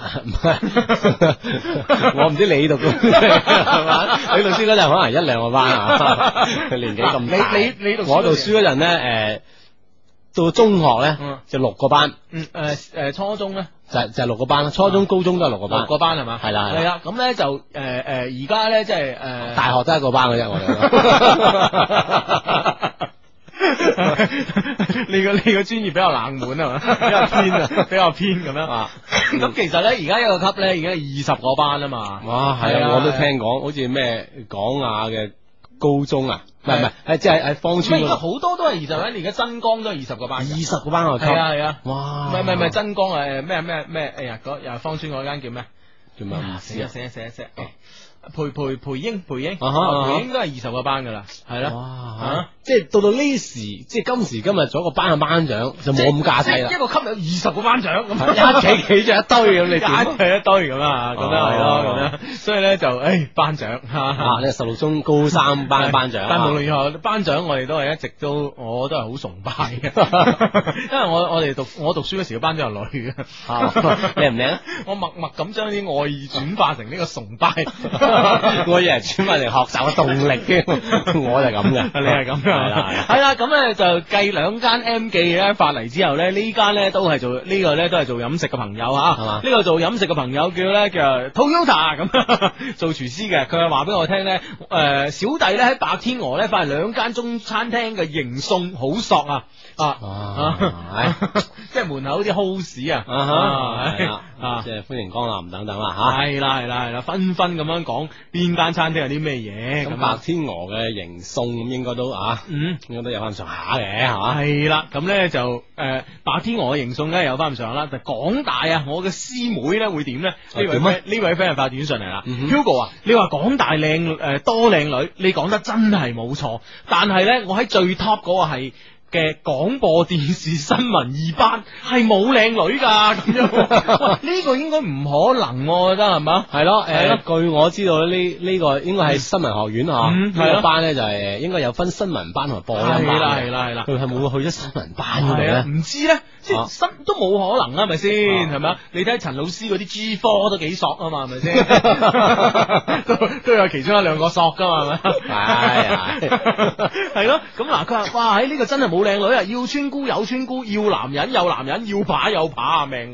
Speaker 1: <laughs> 我唔知
Speaker 2: <laughs>
Speaker 1: 你讀嗰係嘛？你讀書嗰陣可能一兩個班
Speaker 2: <laughs>
Speaker 1: 啊，年紀咁大。
Speaker 2: 你你你讀書嗰陣
Speaker 1: 我讀書嗰陣咧，诶，到中學咧
Speaker 2: 嗯
Speaker 1: 就六個班，
Speaker 2: 嗯誒誒，初中咧。
Speaker 1: 就就係六個班啦。初中、高中都係六個班
Speaker 2: 嗯六，個班係嘛？
Speaker 1: 係啦係
Speaker 2: 係
Speaker 1: 啦，
Speaker 2: 啊啦，咁咧就誒呃誒，而家咧即係呃誒 <laughs>
Speaker 1: 大學都係一個班嘅啫，我哋。
Speaker 2: 你個你個專業比較冷門啊嘛，比較偏
Speaker 1: <laughs>
Speaker 2: 啊，比較偏咁樣
Speaker 1: 啊。
Speaker 2: 咁其實咧，而家一個級咧已經係二十個班啊嘛。
Speaker 1: 哇，係
Speaker 2: 係
Speaker 1: 啊，
Speaker 2: 啊
Speaker 1: 我都聽講，好似咩港亞嘅高中啊，唔係唔係
Speaker 2: 係，
Speaker 1: 係即係喺芳
Speaker 2: 唔係
Speaker 1: 村嗰
Speaker 2: 而家
Speaker 1: 度
Speaker 2: 好多都係二十班，而家真光都係二十個班
Speaker 1: 二
Speaker 2: 㗎。
Speaker 1: 十個班我級，
Speaker 2: 係啊係啊。唔
Speaker 1: 哇！
Speaker 2: 係唔係唔係真光誒咩咩咩哎呀嗰又係芳村嗰間叫咩？
Speaker 1: 做咩唔
Speaker 2: 死
Speaker 1: 知啊？
Speaker 2: 啊死啊死啊死啊！培培培英培英，
Speaker 1: 啊哈啊哈
Speaker 2: 培英都係二十個班㗎啦，係啦。
Speaker 1: 哇
Speaker 2: 啊！
Speaker 1: 即係到到呢時，即係今時今日做一個班嘅班長就冇咁架
Speaker 2: 即係
Speaker 1: 勢啦
Speaker 2: 一。個級有二十個班
Speaker 1: <laughs>
Speaker 2: 長 <laughs>
Speaker 1: 一
Speaker 2: 咁，
Speaker 1: 企企住一堆咁，你
Speaker 2: <laughs>
Speaker 1: 點
Speaker 2: 一對一堆咁啊，咁樣係咯，咁樣，所以咧就誒班長
Speaker 1: 哦啊？你係十六中高三班嘅班長啊，
Speaker 2: 但無論如何，班長我哋都係一直都，我都係好崇
Speaker 1: <laughs>
Speaker 2: 拜嘅，因為我我哋讀我讀書嗰時嘅班長係女嘅，
Speaker 1: <laughs> 啊靚唔靚
Speaker 2: <laughs>
Speaker 1: 啊？
Speaker 2: 我默默咁將啲愛意轉化成呢個崇拜，
Speaker 1: 我以為轉翻嚟學習嘅動力
Speaker 2: <laughs>
Speaker 1: 添，我就係咁嘅，
Speaker 2: 你係咁
Speaker 1: 係
Speaker 2: 樣
Speaker 1: 啦係啦，
Speaker 2: 係啦，咁咧就繼兩間 M 記咧發嚟之後咧，呢間咧都係做呢個咧都係做飲食嘅朋友啊，
Speaker 1: 係嘛
Speaker 2: 呢個做飲食嘅朋友叫咧叫 Toyota 咁 <laughs> 做廚師嘅，佢係話俾我聽咧，誒小弟咧喺白天鵝咧發現兩間中餐廳嘅迎送好索啊 <laughs> 啊！
Speaker 1: 哇
Speaker 2: 啊！ <laughs> 即係門口啲 house 啊，
Speaker 1: 啊哈，係啦
Speaker 2: 啊
Speaker 1: 即係歡迎光臨等等啦嚇。
Speaker 2: 係啦係啦係啦，紛紛咁樣講邊間餐廳有啲咩嘢
Speaker 1: 咁
Speaker 2: 咁
Speaker 1: 白
Speaker 2: 啊，
Speaker 1: 天鵝嘅迎送咁應該都啊，
Speaker 2: 嗯。
Speaker 1: 應該都有翻上下嘅係嘛？
Speaker 2: 系啦，咁咧就诶、呃白天鵝嘅迎送咧有翻唔上啦，就港大啊，我嘅師妹咧會點咧？呢位
Speaker 1: 點啊
Speaker 2: friend 呢位 friend 發短信嚟啦、
Speaker 1: 嗯哼
Speaker 2: h u g o 啊，你話港大靚诶、呃多靚女，你講得真係冇錯，但係咧我喺最 top 嗰個係。嘅廣播電視新聞二班係冇靚女㗎，咁樣
Speaker 1: <laughs>
Speaker 2: 喂呢、個應該唔可能喎，我覺得係嘛？
Speaker 1: 係咯，
Speaker 2: 係
Speaker 1: 誒
Speaker 2: 咯
Speaker 1: 據我知道呢呢個應該係新聞學院嚇，呢
Speaker 2: 嗯係
Speaker 1: 個
Speaker 2: 咯
Speaker 1: 班咧就係應該有分新聞班同埋播音班嘅。
Speaker 2: 係啦係啦係啦
Speaker 1: 佢係會唔會去咗新聞班嗰度啊
Speaker 2: 係啊
Speaker 1: 咧？
Speaker 2: 唔知咧，即係心都冇可能啊，係咪先？係咪啊？你睇陳老師嗰啲 G 科都幾索啊嘛，係
Speaker 1: <laughs>
Speaker 2: 咪先？ <laughs> 都都有其中一兩個索噶嘛，係咪？
Speaker 1: 係
Speaker 2: <laughs> 係咯，咁嗱，佢話哇，喺哎呢個真係冇靚女啊，要村姑有村姑，要男人有男人，要扒有扒，啊命案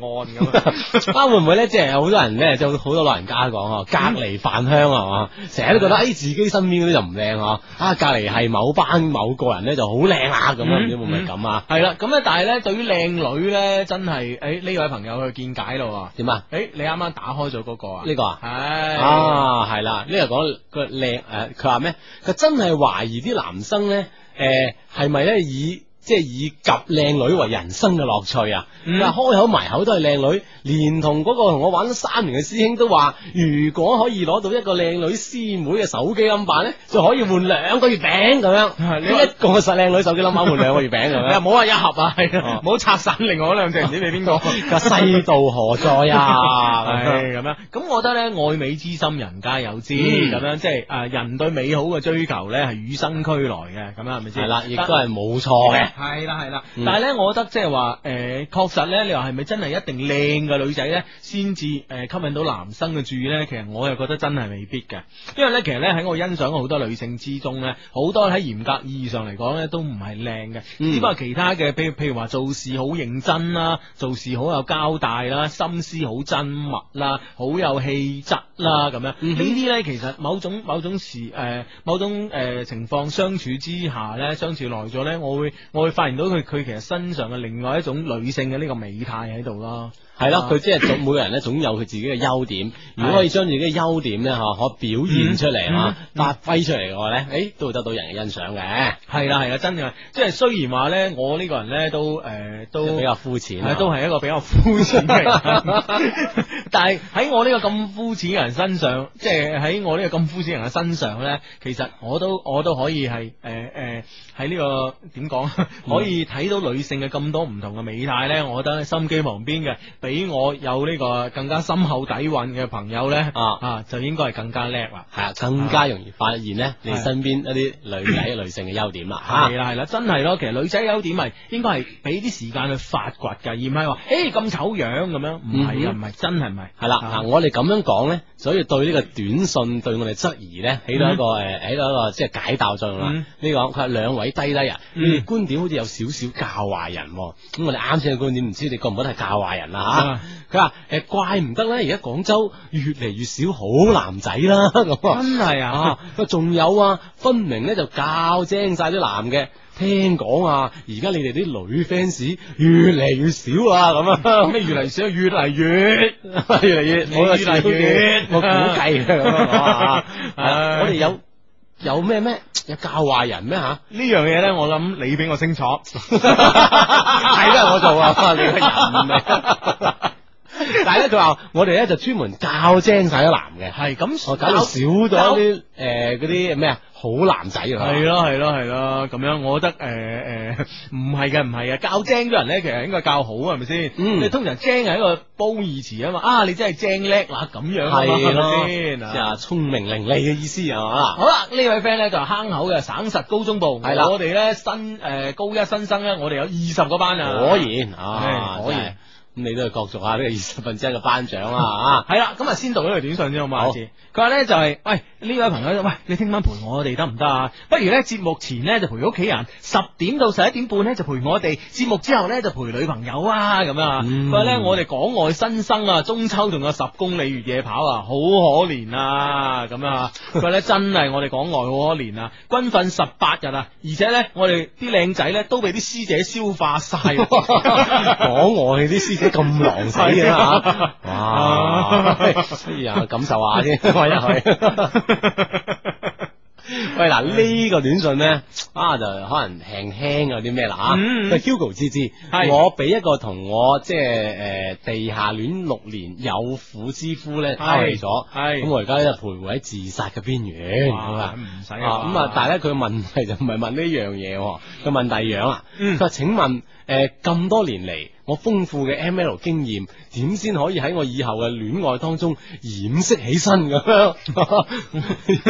Speaker 1: <laughs>
Speaker 2: 咁啊！
Speaker 1: 啊，會唔會咧？即係有好多人咧，就好多老人家講啊，隔離飯香啊嘛，成日都覺得誒自己身邊嗰啲就唔靚啊，啊隔離係某班某個人咧就好靚啊咁啊，唔知會唔會咁啊？
Speaker 2: 係啦，咁咧，但係咧，對於靚女咧，真係誒呢位朋友去見解咯喎。
Speaker 1: 點啊？
Speaker 2: 誒，你啱啱打開咗嗰個啊？
Speaker 1: 呢個啊？
Speaker 2: 係
Speaker 1: 啊，係啦，呢個講個靚誒，佢話咩？佢真係懷疑啲男生咧，誒係咪咧以即係以及靚女為人生嘅樂趣啊？
Speaker 2: 嗯
Speaker 1: 佢話開口埋口都係靚女，連同嗰個同我玩咗三年嘅師兄都話，如果可以攞到一個靚女師妹嘅手機 number 咧，就可以換兩個月餅咁 <laughs> 樣。
Speaker 2: 係你話
Speaker 1: 一個實靚女手機 number 換兩個月餅咁 <laughs>
Speaker 2: 你又
Speaker 1: 樣。哦
Speaker 2: 唔好話一盒啊，係啊，唔好拆散另外嗰兩隻，唔知俾
Speaker 1: <laughs>
Speaker 2: 邊個。
Speaker 1: 個世道何在 <laughs> 啊？咁樣
Speaker 2: 係咁樣，咁我覺得咧，愛美之心人皆有之，
Speaker 1: 嗯
Speaker 2: 咁樣即係誒人對美好嘅追求咧係與生俱來嘅，咁樣啊係咪先？
Speaker 1: 係啦，亦都係冇錯嘅。
Speaker 2: 係啦係啦，
Speaker 1: 嗯
Speaker 2: 但係咧，我覺得即係話誒，確實咧，你話係咪真係一定靚嘅女仔咧，先至誒吸引到男生嘅注意咧？其實我又覺得真係未必嘅，因為咧，其實咧喺我欣賞嘅好多女性之中咧，好多喺嚴格意義上嚟講咧都唔係靚嘅，
Speaker 1: 嗯
Speaker 2: 只不過其他嘅，譬如譬如話做事好認真啦，做事好有交代啦，心思好縝密啦，好有氣質啦，咁樣呢
Speaker 1: 嗯哼
Speaker 2: 啲咧，其實某種某種時誒、呃某種誒、呃情況相處之下咧，相處耐咗咧，我會我會發現到佢佢其實身上嘅另外一種女性嘅呢個美態喺度咯。
Speaker 1: 係
Speaker 2: 啊
Speaker 1: 咯，佢即係總每個人咧總有佢自己嘅優點，如果可以將自己嘅優點咧嚇可表現出嚟
Speaker 2: 嗯
Speaker 1: 嚇，發揮出嚟嘅話咧，誒都會得到人嘅欣賞嘅。
Speaker 2: 係啦係啦，真嘅，即係雖然話咧，我呢個人咧都誒、呃都
Speaker 1: 比較膚淺啊
Speaker 2: 係都係一個比較膚淺嘅人， <laughs> 但係喺我呢個咁膚淺嘅人身上，即係喺我呢個咁膚淺人嘅身上咧，其實我都我都可以係誒誒喺呢個點講，啊可以睇到女性嘅咁多唔同嘅美態咧，我覺得心機旁邊嘅比我有呢個更加深厚底蘊嘅朋友咧
Speaker 1: 啊
Speaker 2: 啊，就應該係更加叻啦。
Speaker 1: 係啊，更加容易發現咧你身邊一啲女仔、女性嘅優點啦嚇
Speaker 2: 係。啦係啦，真係咯。其實女仔優點係應該係俾啲時間去發掘噶，而唔係話誒咁醜樣咁樣。唔係啊，唔
Speaker 1: 嗯
Speaker 2: 係真係唔係。
Speaker 1: 係啦，
Speaker 2: 啊
Speaker 1: 嗱，我哋咁樣講咧，所以對呢個短信對我哋質疑咧，起到一個誒，起到一個即係解答作用啦
Speaker 2: 嗯。
Speaker 1: 呢個佢話兩位低低啊，你
Speaker 2: 嗯
Speaker 1: 哋觀點好似有少少教壞人喎，咁我哋啱先嘅觀點，唔知你覺唔覺得係教壞人啦
Speaker 2: 啊
Speaker 1: 吓？佢話誒，怪唔得咧，而家廣州越嚟越少好男仔啦，咁啊
Speaker 2: <laughs> 真係啊
Speaker 1: 啊！佢話仲有啊，分明咧就教精晒啲男嘅。聽講啊，而家你哋啲女 fans 越嚟越少啊，咁啊，
Speaker 2: 咩越嚟越少，越嚟越
Speaker 1: <laughs> 越嚟越，我有
Speaker 2: 越嚟
Speaker 1: 少
Speaker 2: 越
Speaker 1: 嘅我估計嘅咁樣講啊啊我哋有有咩咩有教壞人咩
Speaker 2: <laughs>
Speaker 1: 吓？
Speaker 2: 呢樣嘢咧，我諗你比我清楚。
Speaker 1: 係都係我做啊，你個人嚟。 <laughs> 但係咧，佢話我哋咧就專門教精晒啲男嘅，
Speaker 2: 係咁，
Speaker 1: 哦我搞到少咗啲誒嗰啲咩啊好男仔啊。
Speaker 2: 係咯係咯係咯，咁樣我覺得誒誒唔係嘅唔係嘅，教精咗人咧，其實應該教好係咪先？
Speaker 1: 嗯
Speaker 2: 你通常精係一個褒義詞啊嘛，啊你真係精叻啦咁樣啊嘛，
Speaker 1: 係咯，
Speaker 2: 係咪
Speaker 1: 即
Speaker 2: 先啊？
Speaker 1: 係聰明伶俐嘅意思啊係嘛？
Speaker 2: 好啦，呢位 friend 咧就係坑口嘅省實高中部，
Speaker 1: 係啦
Speaker 2: 我哋咧新誒、呃高一新生咧，我哋有二十個班啊，
Speaker 1: 果然啊，
Speaker 2: 係果然
Speaker 1: 真係。咁你都係角逐下呢個二十分之一嘅頒獎
Speaker 2: <laughs>
Speaker 1: 啦
Speaker 2: 係啦，咁啊先讀呢條短信先好嘛？
Speaker 1: 好
Speaker 2: 阿志佢話咧就係、喂呢位朋友，喂你聽晚陪我哋得唔得啊？不如咧節目前咧就陪屋企人，十點到十一點半咧就陪我哋，節目之後咧就陪女朋友啊咁啊。
Speaker 1: 嗯
Speaker 2: 佢話咧我哋港外新生啊，中秋仲有十公里越野跑啊，好可憐啊咁啊。佢話咧真係我哋港外好可憐啊， <laughs> 軍訓十八日啊，而且咧我哋啲靚仔咧都俾啲師姐消化晒
Speaker 1: <laughs>
Speaker 2: 啊。
Speaker 1: 啊！講我哋啲師姐咁狼死嘅嚇，
Speaker 2: 啊
Speaker 1: 哇！哎呀，感受下
Speaker 2: <laughs>
Speaker 1: 先，喂一去。喂嗱，呢個短信咧啊，就可能輕輕有啲咩啦嚇。
Speaker 2: 嗯嗯
Speaker 1: 喂，Hugo 芝芝，
Speaker 2: 係
Speaker 1: 我俾一個同我即係誒地下戀六年有婦之夫咧拋離咗，
Speaker 2: 係
Speaker 1: 咁我而家咧就徘徊喺自殺嘅邊緣咁
Speaker 2: 哇
Speaker 1: 啊。
Speaker 2: 唔使
Speaker 1: 啊，咁啊，但系咧佢 <laughs> 問題就唔係問呢樣嘢喎，佢問第二樣啊。
Speaker 2: 嗯
Speaker 1: 佢話請問誒咁、多年嚟，我豐富嘅 M L 經驗，點先可以喺我以後嘅戀愛當中掩飾起身咁樣？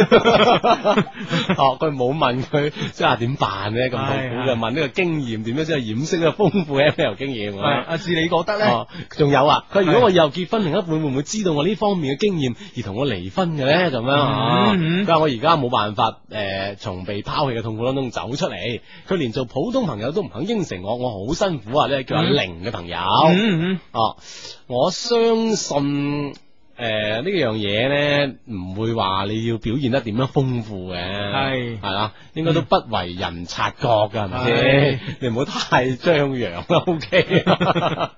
Speaker 1: <laughs> 哦，佢冇問佢即係話點辦咧，咁痛苦嘅問呢個經驗點樣先去掩飾呢個豐富嘅 M L 經驗？啊
Speaker 2: 係阿志，你覺得咧？
Speaker 1: 哦仲有啊，佢如果
Speaker 2: 係
Speaker 1: 我以後結婚，另一半會唔會知道我呢方面嘅經驗而同我離婚嘅咧？咁樣啊，
Speaker 2: 嗯嗯
Speaker 1: 佢話我而家冇辦法誒，從、被拋棄嘅痛苦當中走出嚟。佢連做普通朋友都唔肯應承我，我好辛苦啊！呢叫阿
Speaker 2: 嗯
Speaker 1: 玲嘅朋友，
Speaker 2: 嗯嗯
Speaker 1: 哦、我相信。誒、呢樣嘢咧，唔會話你要表現得點樣豐富嘅，
Speaker 2: 係嗯
Speaker 1: 係啦，應該都不為人察覺㗎，係咪先
Speaker 2: 係？
Speaker 1: 你唔好太張揚啦，OK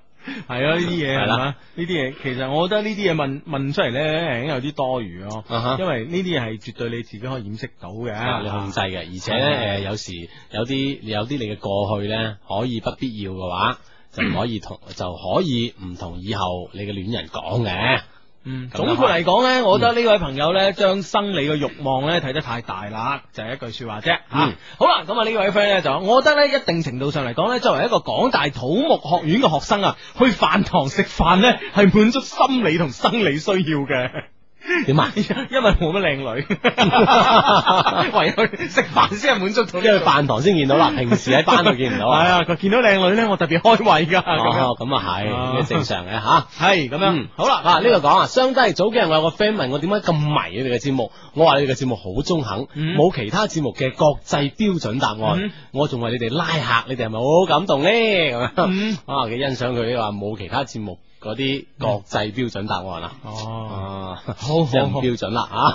Speaker 2: <laughs>
Speaker 1: <laughs>
Speaker 2: 系啊，呢啲嘢
Speaker 1: 係
Speaker 2: 係
Speaker 1: 啦
Speaker 2: 嘛？呢啲嘢其實我覺得呢啲嘢問問出嚟咧，有啲多餘咯
Speaker 1: 啊哈。
Speaker 2: 因為呢啲嘢係絕對你自己可以掩飾到
Speaker 1: 啊你
Speaker 2: 嘅。
Speaker 1: 控制嘅，而且咧誒，有時有啲有啲你嘅過去咧，可以不必要嘅話，就唔可以同就可以唔同以後你嘅戀人講嘅。
Speaker 2: 嗯，
Speaker 1: 咁就
Speaker 2: 總括嚟講咧，我覺得呢位朋友咧，將生理嘅慾望咧睇得太大啦，就係、一句说話啫。吓、
Speaker 1: 嗯
Speaker 2: 好啦，咁啊呢位 friend 咧就話，我覺得咧一定程度上嚟講咧，作為一個港大土木學院嘅學生啊，去飯堂食飯咧係滿足心理同生理需要嘅。
Speaker 1: 點啊？
Speaker 2: <laughs> 因為冇乜靚
Speaker 1: <laughs>
Speaker 2: 女，唯有食飯先係滿足到呢
Speaker 1: 因為
Speaker 2: 個
Speaker 1: 飯堂先見到啦，平時喺班度見唔到
Speaker 2: 係
Speaker 1: 啊。
Speaker 2: 啊，佢見到靚女咧，我特別開胃㗎。咁樣
Speaker 1: 哦，咁啊係，
Speaker 2: 啊
Speaker 1: 呢正常嘅吓。
Speaker 2: 係咁樣
Speaker 1: 嗯
Speaker 2: 好啦
Speaker 1: 啊呢個講啊，相低早幾日我有個 friend 問我點解咁迷你哋嘅節目，我話你哋嘅節目好中肯，
Speaker 2: 嗯
Speaker 1: 冇其他節目嘅國際標準答案
Speaker 2: 嗯，
Speaker 1: 我仲為你哋拉客，你哋係咪好感動咧？咁樣
Speaker 2: 嗯
Speaker 1: <laughs> 啊，幾欣賞佢呢話冇其他節目嗰啲國際標準答案啊。
Speaker 2: 哦，
Speaker 1: 啊，
Speaker 2: 好
Speaker 1: 即係
Speaker 2: 好
Speaker 1: 唔
Speaker 2: 好 <laughs>
Speaker 1: 標準啦啊！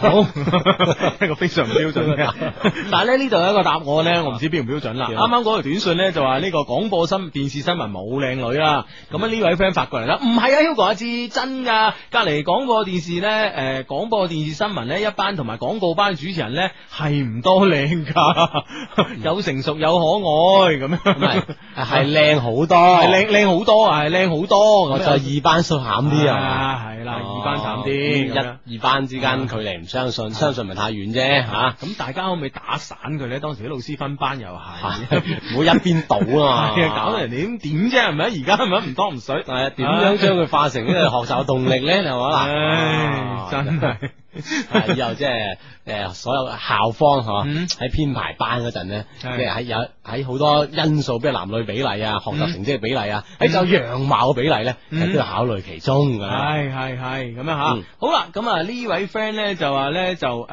Speaker 2: 一個非常唔標準嘅。 <laughs> 但係咧呢度有一個答案咧，我唔知標唔標準啦。啱
Speaker 1: 點啊
Speaker 2: 啱嗰條短信咧就話呢個廣播新電視新聞冇靚女啦。咁啊呢位 friend 發過嚟啦，唔係啊 Hugo 阿志真㗎，隔離廣播電視咧誒廣播電視新聞咧一班同埋廣告班主持人咧係唔多靚㗎， <laughs> 有成熟有可愛咁樣，
Speaker 1: 唔係係靚好多，
Speaker 2: <laughs> 係靚靚好多啊，係靚好多
Speaker 1: 我
Speaker 2: 咁
Speaker 1: 就
Speaker 2: 樣
Speaker 1: 二班數慘啲啊！
Speaker 2: 啊，係啦，二班慘啲咁啊樣
Speaker 1: 嗯一二班之間距離唔相信，相信唔係太遠啫吓。
Speaker 2: 哦咁大家可唔可以打散佢咧？當時啲老師分班又
Speaker 1: 啊
Speaker 2: 係，
Speaker 1: <laughs> 唔好一邊倒啊嘛！
Speaker 2: 係啊， <laughs> 搞到人哋點點啫，係咪？而家係咪唔多唔水？
Speaker 1: 係啊，點樣將佢化成呢個學習嘅動力咧？你話嗱，
Speaker 2: 唉
Speaker 1: 啊，
Speaker 2: 真係
Speaker 1: 係以後
Speaker 2: <laughs>
Speaker 1: 即係誒所有校方
Speaker 2: 嗯
Speaker 1: 嗬喺編排班嗰陣咧，即
Speaker 2: 係
Speaker 1: 係喺有喺好多因素，比如男女比例啊、學習
Speaker 2: 嗯
Speaker 1: 成績嘅比例啊，
Speaker 2: 嗯
Speaker 1: 喺就樣貌嘅比例咧，
Speaker 2: 嗯
Speaker 1: 其實都要考慮其中㗎啦。
Speaker 2: 係係係咁樣啊吓
Speaker 1: 嗯。
Speaker 2: 好啦，咁啊呢位 friend 咧就話咧就誒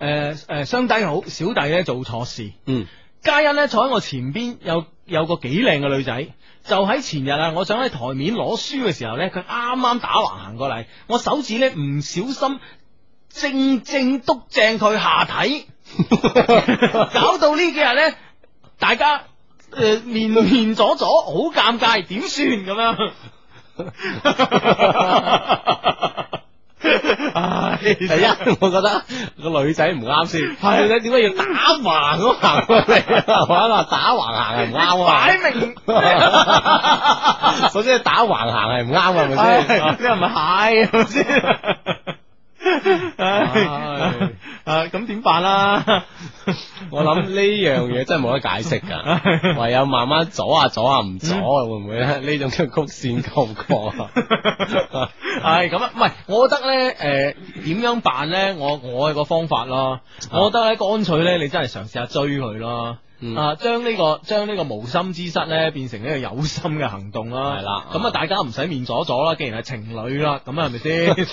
Speaker 2: 誒誒，雙低好，小弟咧做錯事。
Speaker 1: 嗯，
Speaker 2: 嘉欣咧坐喺我前邊，有有個幾靚嘅女仔，就喺前日啊，我想喺台面攞書嘅時候咧，佢啱啱打橫行過嚟，我手指咧唔小心正正督正佢
Speaker 1: <laughs>
Speaker 2: 下體，搞到呢幾日咧，大家诶、呃面面阻阻，好尷尬，點算咁樣？唉，
Speaker 1: 第一，我覺得個女仔唔啱先，
Speaker 2: 啊係啊
Speaker 1: 女仔點解要打橫咁行過嚟啊？係嘛，打橫行係唔啱啊！
Speaker 2: 擺明。
Speaker 1: <laughs> 首先你打橫行係唔啱嘅，
Speaker 2: <laughs>
Speaker 1: 係咪先？
Speaker 2: 哎唉你又唔係蟹係咪啊先？唉
Speaker 1: 唉
Speaker 2: 啊咁點辦啊啦？
Speaker 1: <laughs> 我諗呢樣嘢真係冇得解釋
Speaker 2: <laughs>
Speaker 1: 㗎，唯有慢慢阻下阻下唔阻啊，
Speaker 2: 嗯
Speaker 1: 會唔會咧？呢種叫曲線救國
Speaker 2: <laughs>
Speaker 1: 啊！
Speaker 2: 係咁啊，唔係，我覺得咧，诶、點 <laughs> 樣辦咧？我我有個方法
Speaker 1: 啊
Speaker 2: 咯，我覺得咧，乾脆咧，你真係嘗試下追佢咯。
Speaker 1: 嗯
Speaker 2: 啊，將呢、個將呢個無心之失咧，變成呢個有心嘅行動啦。
Speaker 1: 係啦嗯
Speaker 2: 咁啊，大家唔使面阻阻啦。既然係情侶啦，咁啊係咪先？
Speaker 1: <laughs>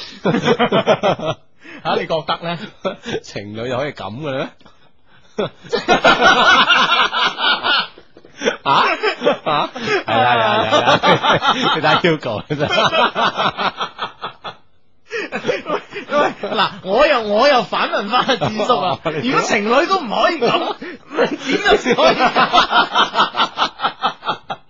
Speaker 2: 吓、你覺得咧？
Speaker 1: 情侶就可以咁嘅
Speaker 2: <laughs>
Speaker 1: 咧？啊啊，係啦係啦係
Speaker 2: <laughs>
Speaker 1: 啦，你睇 Hugo 真
Speaker 2: 喂，嗱，我又我又反問翻阿智
Speaker 1: <laughs>
Speaker 2: 叔啊，如果情侶都唔可以咁，點有時可以
Speaker 1: 係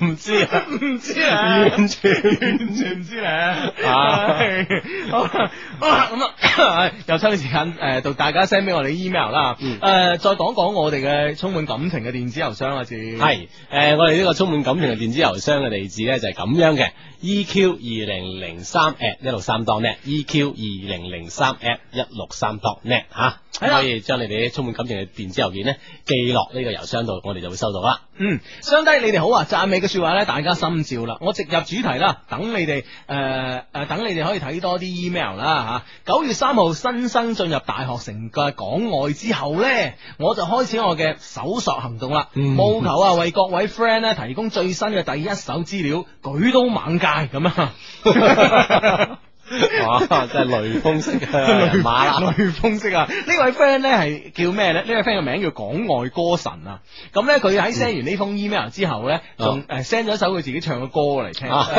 Speaker 1: 唔知啊，
Speaker 2: 唔知啊？
Speaker 1: 完全
Speaker 2: 完全唔知咧。
Speaker 1: 啊
Speaker 2: 唉 <laughs> 好啦好啦咁啊， <coughs> 又抽啲時間誒讀大家 send 俾我哋 email 啦。
Speaker 1: 嗯
Speaker 2: 誒，再講講我哋嘅充滿感情嘅電子郵箱啊，至
Speaker 1: 係诶、誒我哋呢個充滿感情嘅電子郵箱嘅地址咧就係咁樣嘅，EQ 二零零三 at 一六三 dot net，EQ 二零零三 at 一六三 dot net 吓、
Speaker 2: 係
Speaker 1: <laughs>
Speaker 2: 啦
Speaker 1: 可以將你哋啲充滿感情嘅電子郵件咧寄落呢個郵箱度，我哋就會收到啦。
Speaker 2: 嗯，相低你哋好啊！赞美嘅说話咧，大家心照啦。我直入主題啦，等你哋诶诶，等你哋可以睇多啲 email 啦吓。九、月三號新生進入大學城嘅港外之後咧，我就開始我嘅搜索行動啦，務求啊為各位 friend 咧提供最新嘅第一手資料，舉刀猛戒咁啊！
Speaker 1: 哇！哦真係雷鋒式嘅
Speaker 2: 雷
Speaker 1: 人馬 <laughs> 啦，
Speaker 2: 雷锋式啊！呢位 friend 咧係叫咩咧？呢位 friend 嘅名叫港外歌神啊！咁咧佢喺 send 完呢封 email 之後咧，仲誒 send 咗一首佢自己唱嘅歌嚟聽。
Speaker 1: 哦啊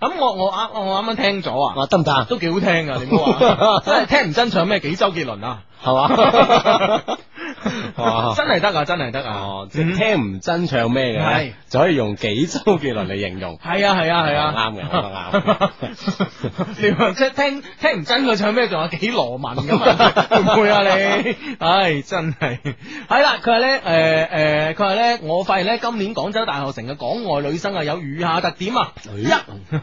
Speaker 2: 誒咁我我啱我啱啱聽咗啊，
Speaker 1: 得唔得啊？
Speaker 2: 都幾好聽啊！你唔好
Speaker 1: <laughs>
Speaker 2: 話，真係聽唔真唱咩？幾周杰倫啊！
Speaker 1: 係 <laughs> 嘛？ <laughs> 哇
Speaker 2: <laughs> 真係得啊！真係得啊！
Speaker 1: 哦，即係聽唔真唱咩
Speaker 2: 係
Speaker 1: 嘅，就可以用幾周杰倫嚟形容。
Speaker 2: 係啊係啊係啊！
Speaker 1: 啱嘅，我覺得啱嘅。
Speaker 2: <laughs> 你話即係聽聽唔真佢唱咩，仲有幾羅文咁啊？ <laughs> 會唔會啊你？唉，真係係啦，佢話咧，诶、诶，佢話咧，我發現咧，今年廣州大學城嘅港外女生啊，有以下特點啊，一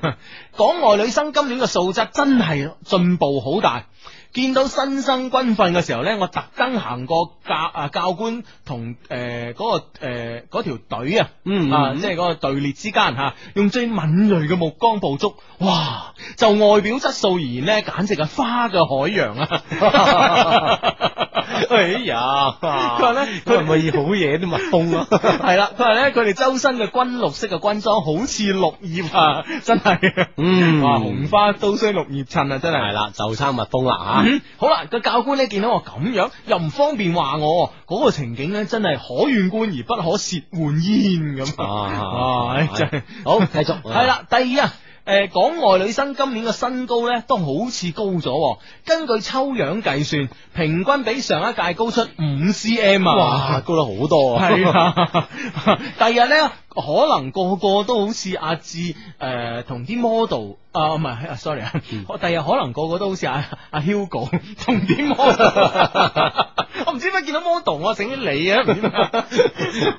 Speaker 2: 港外女生今年嘅素質真係進步好大。見到新生軍訓嘅時候咧，我特登行過教啊教官同誒嗰個誒嗰條隊啊，
Speaker 1: 嗯
Speaker 2: 啊
Speaker 1: 嗯
Speaker 2: 即係嗰個隊列之間嚇、啊用最敏鋭嘅目光捕捉，哇！就外表質素而言咧，簡直係花嘅海洋啊！
Speaker 1: <laughs> 哎呀，佢
Speaker 2: 話咧，
Speaker 1: <laughs> 佢唔係好嘢啲蜜蜂啊，
Speaker 2: 係啦，佢話咧，佢哋周身嘅軍綠色嘅軍裝好似綠葉啊，真係，
Speaker 1: 嗯
Speaker 2: 哇，紅花都需綠葉襯啊，真係。
Speaker 1: 係啦，就差蜜蜂啦
Speaker 2: 嗯好啦，個教官咧見到我咁樣，又唔方便話我，嗰、個情景咧真係可遠觀而不可褻玩焉咁。
Speaker 1: 嚇。啊
Speaker 2: 啊，真係
Speaker 1: 好，繼續。
Speaker 2: 係，啦，第二啊。诶，港外女生今年嘅身高咧都好似高咗喎，根據抽樣計算，平均比上一屆高出五 cm
Speaker 1: 哇，
Speaker 2: 啊！
Speaker 1: 高咗好多啊！
Speaker 2: 係啊， <laughs> 第日咧可能個個都好似阿志诶同啲 model 啊，唔係啊，sorry 啊，第日可能個個都好似阿阿 Hugo 同啲 <laughs> model，我唔知點解見到 model 我醒起你啊，唔知點解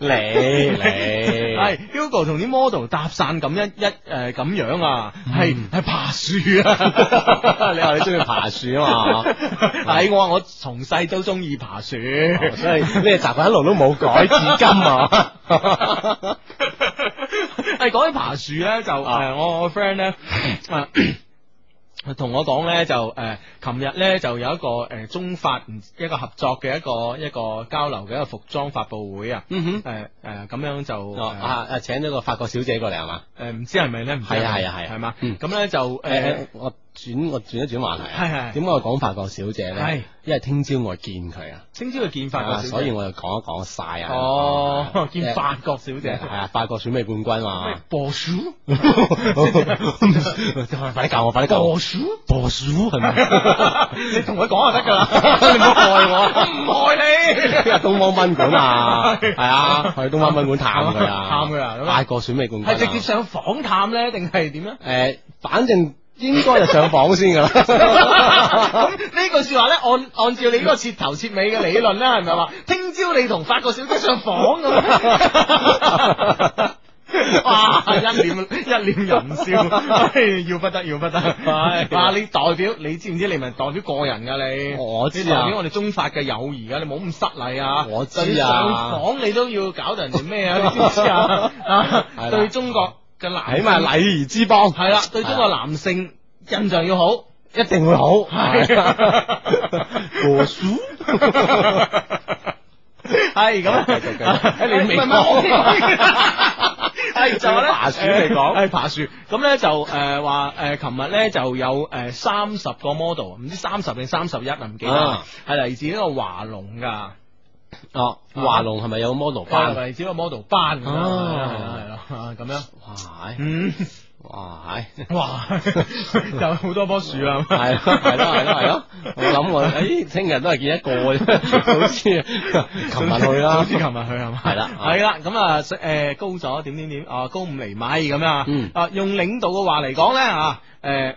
Speaker 1: 你你
Speaker 2: 系哎 Hugo 同啲 model 搭讪咁一一诶咁、樣啊，係系、爬樹啊！
Speaker 1: 嗯 <laughs> 你話你中意爬樹啊嘛
Speaker 2: <laughs> 係我話我從細都中意爬樹，
Speaker 1: 哦所以呢個習慣一路都冇改，至今啊，
Speaker 2: <laughs> 係講起爬樹咧，就誒、
Speaker 1: 啊
Speaker 2: 呃我我 friend 咧啊。 <coughs> 同我講咧就誒，琴日咧就有一個誒、呃中法唔一個合作嘅一個一個交流嘅一個服裝發佈會啊，
Speaker 1: 嗯
Speaker 2: 誒誒呃咁樣就
Speaker 1: 哦
Speaker 2: 誒
Speaker 1: 啊啊，請咗個法國小姐過嚟係嘛？
Speaker 2: 誒唔知係咪咧？唔知
Speaker 1: 係啊係啊係啊
Speaker 2: 係嘛？
Speaker 1: 嗯
Speaker 2: 咁咧就呃誒
Speaker 1: 誒，我轉我轉一轉話題啊，
Speaker 2: 係係係
Speaker 1: 點解我講法國小姐咧？
Speaker 2: 係
Speaker 1: 因為聽朝我見佢啊，
Speaker 2: 聽朝嘅見法
Speaker 1: 啊
Speaker 2: 國小姐，
Speaker 1: 所以我就講一講晒啊。
Speaker 2: 哦見
Speaker 1: 誒啊
Speaker 2: 法國小姐
Speaker 1: 係啊，法國選美冠軍
Speaker 2: 咩
Speaker 1: 嘛。
Speaker 2: 波
Speaker 1: <laughs>
Speaker 2: 叔
Speaker 1: 快啲教我，快啲教我。
Speaker 2: 波叔，
Speaker 1: 波叔係咪？
Speaker 2: 你同佢講就得㗎啦，
Speaker 1: <laughs>
Speaker 2: 你唔好害我，唔害
Speaker 1: 今日東方賓館啊，
Speaker 2: 啊係
Speaker 1: 係啊，去東方賓館探佢啊，
Speaker 2: 探佢啊咁啊
Speaker 1: 法國選美冠
Speaker 2: 你，
Speaker 1: 軍啊
Speaker 2: 係直接上訪探咧，定係點咧？
Speaker 1: 誒，反正應該就上房先㗎啦。
Speaker 2: <laughs> 咁呢句说話咧，按按照你嗰個徹頭徹尾嘅理論咧，係咪
Speaker 1: <laughs>
Speaker 2: 話聽朝你同法國小姐上房咁呢？哇！一臉一臉淫笑，唉要不得要不得！
Speaker 1: 唉
Speaker 2: 哇！你代表你知唔知你咪代表個人噶你？
Speaker 1: 我知啊
Speaker 2: 你代表我哋中法嘅友誼噶，你冇咁失禮啊！
Speaker 1: 我知啊
Speaker 2: 就算上房你都要搞到人哋咩啊？你知唔知
Speaker 1: <laughs>
Speaker 2: 啊？
Speaker 1: 係
Speaker 2: 啊
Speaker 1: 啦
Speaker 2: 對中國嘅男
Speaker 1: 起碼禮儀之
Speaker 2: <laughs>
Speaker 1: 邦
Speaker 2: 係啦，對中國男性印象要好。
Speaker 1: 哦啊一定會好。
Speaker 2: 係啊
Speaker 1: 波叔，
Speaker 2: 系咁啊，
Speaker 1: 繼續繼續
Speaker 2: 哎
Speaker 1: 你未
Speaker 2: 唔係唔係我
Speaker 1: 講
Speaker 2: 系就係咧
Speaker 1: 爬樹嚟講
Speaker 2: 系爬樹咁咧就诶話诶，琴日咧就有诶三十個 model，唔知三十定三十一啊，唔記得啦
Speaker 1: 啊，
Speaker 2: 係嚟自呢個華龍㗎，
Speaker 1: 哦，華龍係咪有 model
Speaker 2: 係
Speaker 1: 班？
Speaker 2: 嚟自呢個 model 班㗎，係啦
Speaker 1: 啊
Speaker 2: 係啦係啦啊咁樣，
Speaker 1: 哇，係
Speaker 2: 嗯，
Speaker 1: 哇，係。 <laughs>
Speaker 2: 哇，有好多棵樹啊，
Speaker 1: 系咯系咯系咯系
Speaker 2: <laughs>
Speaker 1: 咯，我諗我诶，聽日都係見一個啫，好似琴日去
Speaker 2: 好
Speaker 1: 啦
Speaker 2: 似，琴日去 <laughs> 係嘛？
Speaker 1: 係啦
Speaker 2: 係啦，咁啊，诶，高咗點點點，啊，高五厘米咁樣啊
Speaker 1: 嗯，
Speaker 2: 啊，用領導嘅話嚟講咧啊，诶，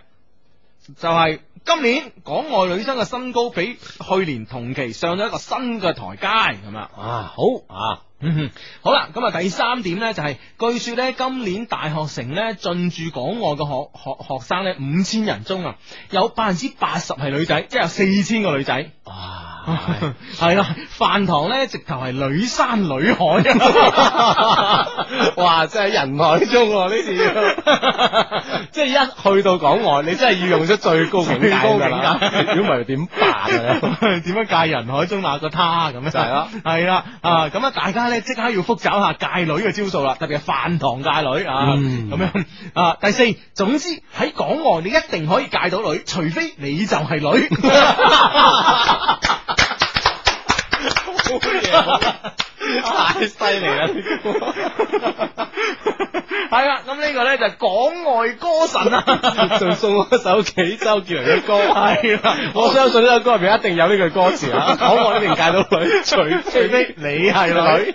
Speaker 2: 就係今年港外女生嘅身高比去年同期上咗一個新嘅台階咁啊。
Speaker 1: 啊好啊，
Speaker 2: 嗯哼，好啦，咁啊第三點呢，就係、據說呢，今年大學城呢進駐港外嘅學學學生呢，五千人中啊，有百分之八十係女仔，即係有四千個女仔。
Speaker 1: 哇，
Speaker 2: <laughs> 系啦，饭堂咧直头系女山女海啊！
Speaker 1: <laughs> 哇！真係人海中喎呢次要，即係一 <laughs> 去到港外，你真係要用出最高境界㗎啦
Speaker 2: 最高境界
Speaker 1: 如果唔係點辦
Speaker 2: <laughs>
Speaker 1: 啊？
Speaker 2: 点樣界人海中那個他咁樣？
Speaker 1: 就係啦，
Speaker 2: 系啦，啊咁啊，大家咧即刻要復習下界女嘅招數啦，特別係飯堂界女啊，
Speaker 1: 嗯
Speaker 2: 咁樣啊。第四，總之喺港外你一定可以界到女，除非你就係女。
Speaker 1: 太犀利啦！呢個
Speaker 2: 系啦，咁呢個咧就係港外歌神啊，
Speaker 1: 仲送我首幾周杰倫嘅歌，
Speaker 2: 係啦，
Speaker 1: 我相信呢首歌入邊一定有呢句歌詞啊 <laughs> 啦。港我一定戒到女，除
Speaker 2: 除非你係女。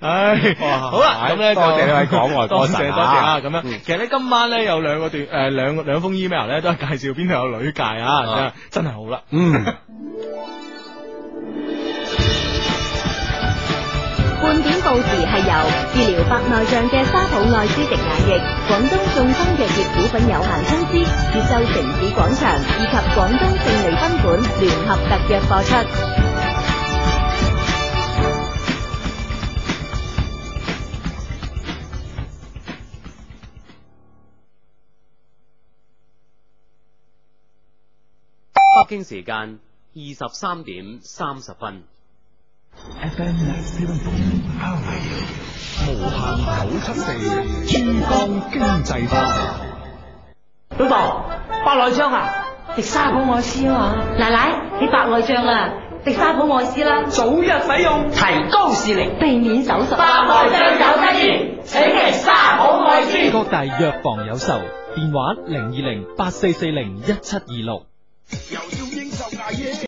Speaker 2: 唉，好啦，咁咧就
Speaker 1: 多謝呢位港外歌神
Speaker 2: 多謝
Speaker 1: 啊
Speaker 2: 多謝啊，咁樣
Speaker 1: 嗯
Speaker 2: 其實咧今晚咧有兩個段誒兩個兩封 email 咧都係介紹邊度有女界啊
Speaker 1: 啊，
Speaker 2: 真係好啦。
Speaker 1: 嗯。
Speaker 20: 半點報時係由治療白內障嘅沙普愛斯迪眼液、廣東眾生藥業股份有限公司、越秀城市廣場以及廣東勝利賓館聯合特約播出。
Speaker 31: 北京時間二十三點三十分。
Speaker 44: FM 974無限九七四珠江經濟台。
Speaker 30: 老豆，白內障啊，食沙普愛斯啊嘛。奶奶，你白內障啦，食沙普愛斯啦，早日使用，提高視力，避免手術。
Speaker 4: 白內障有得醫請食沙普愛斯
Speaker 45: 各大藥房有售，電話零二零八四四零一七二六。
Speaker 4: 又要應酬捱夜。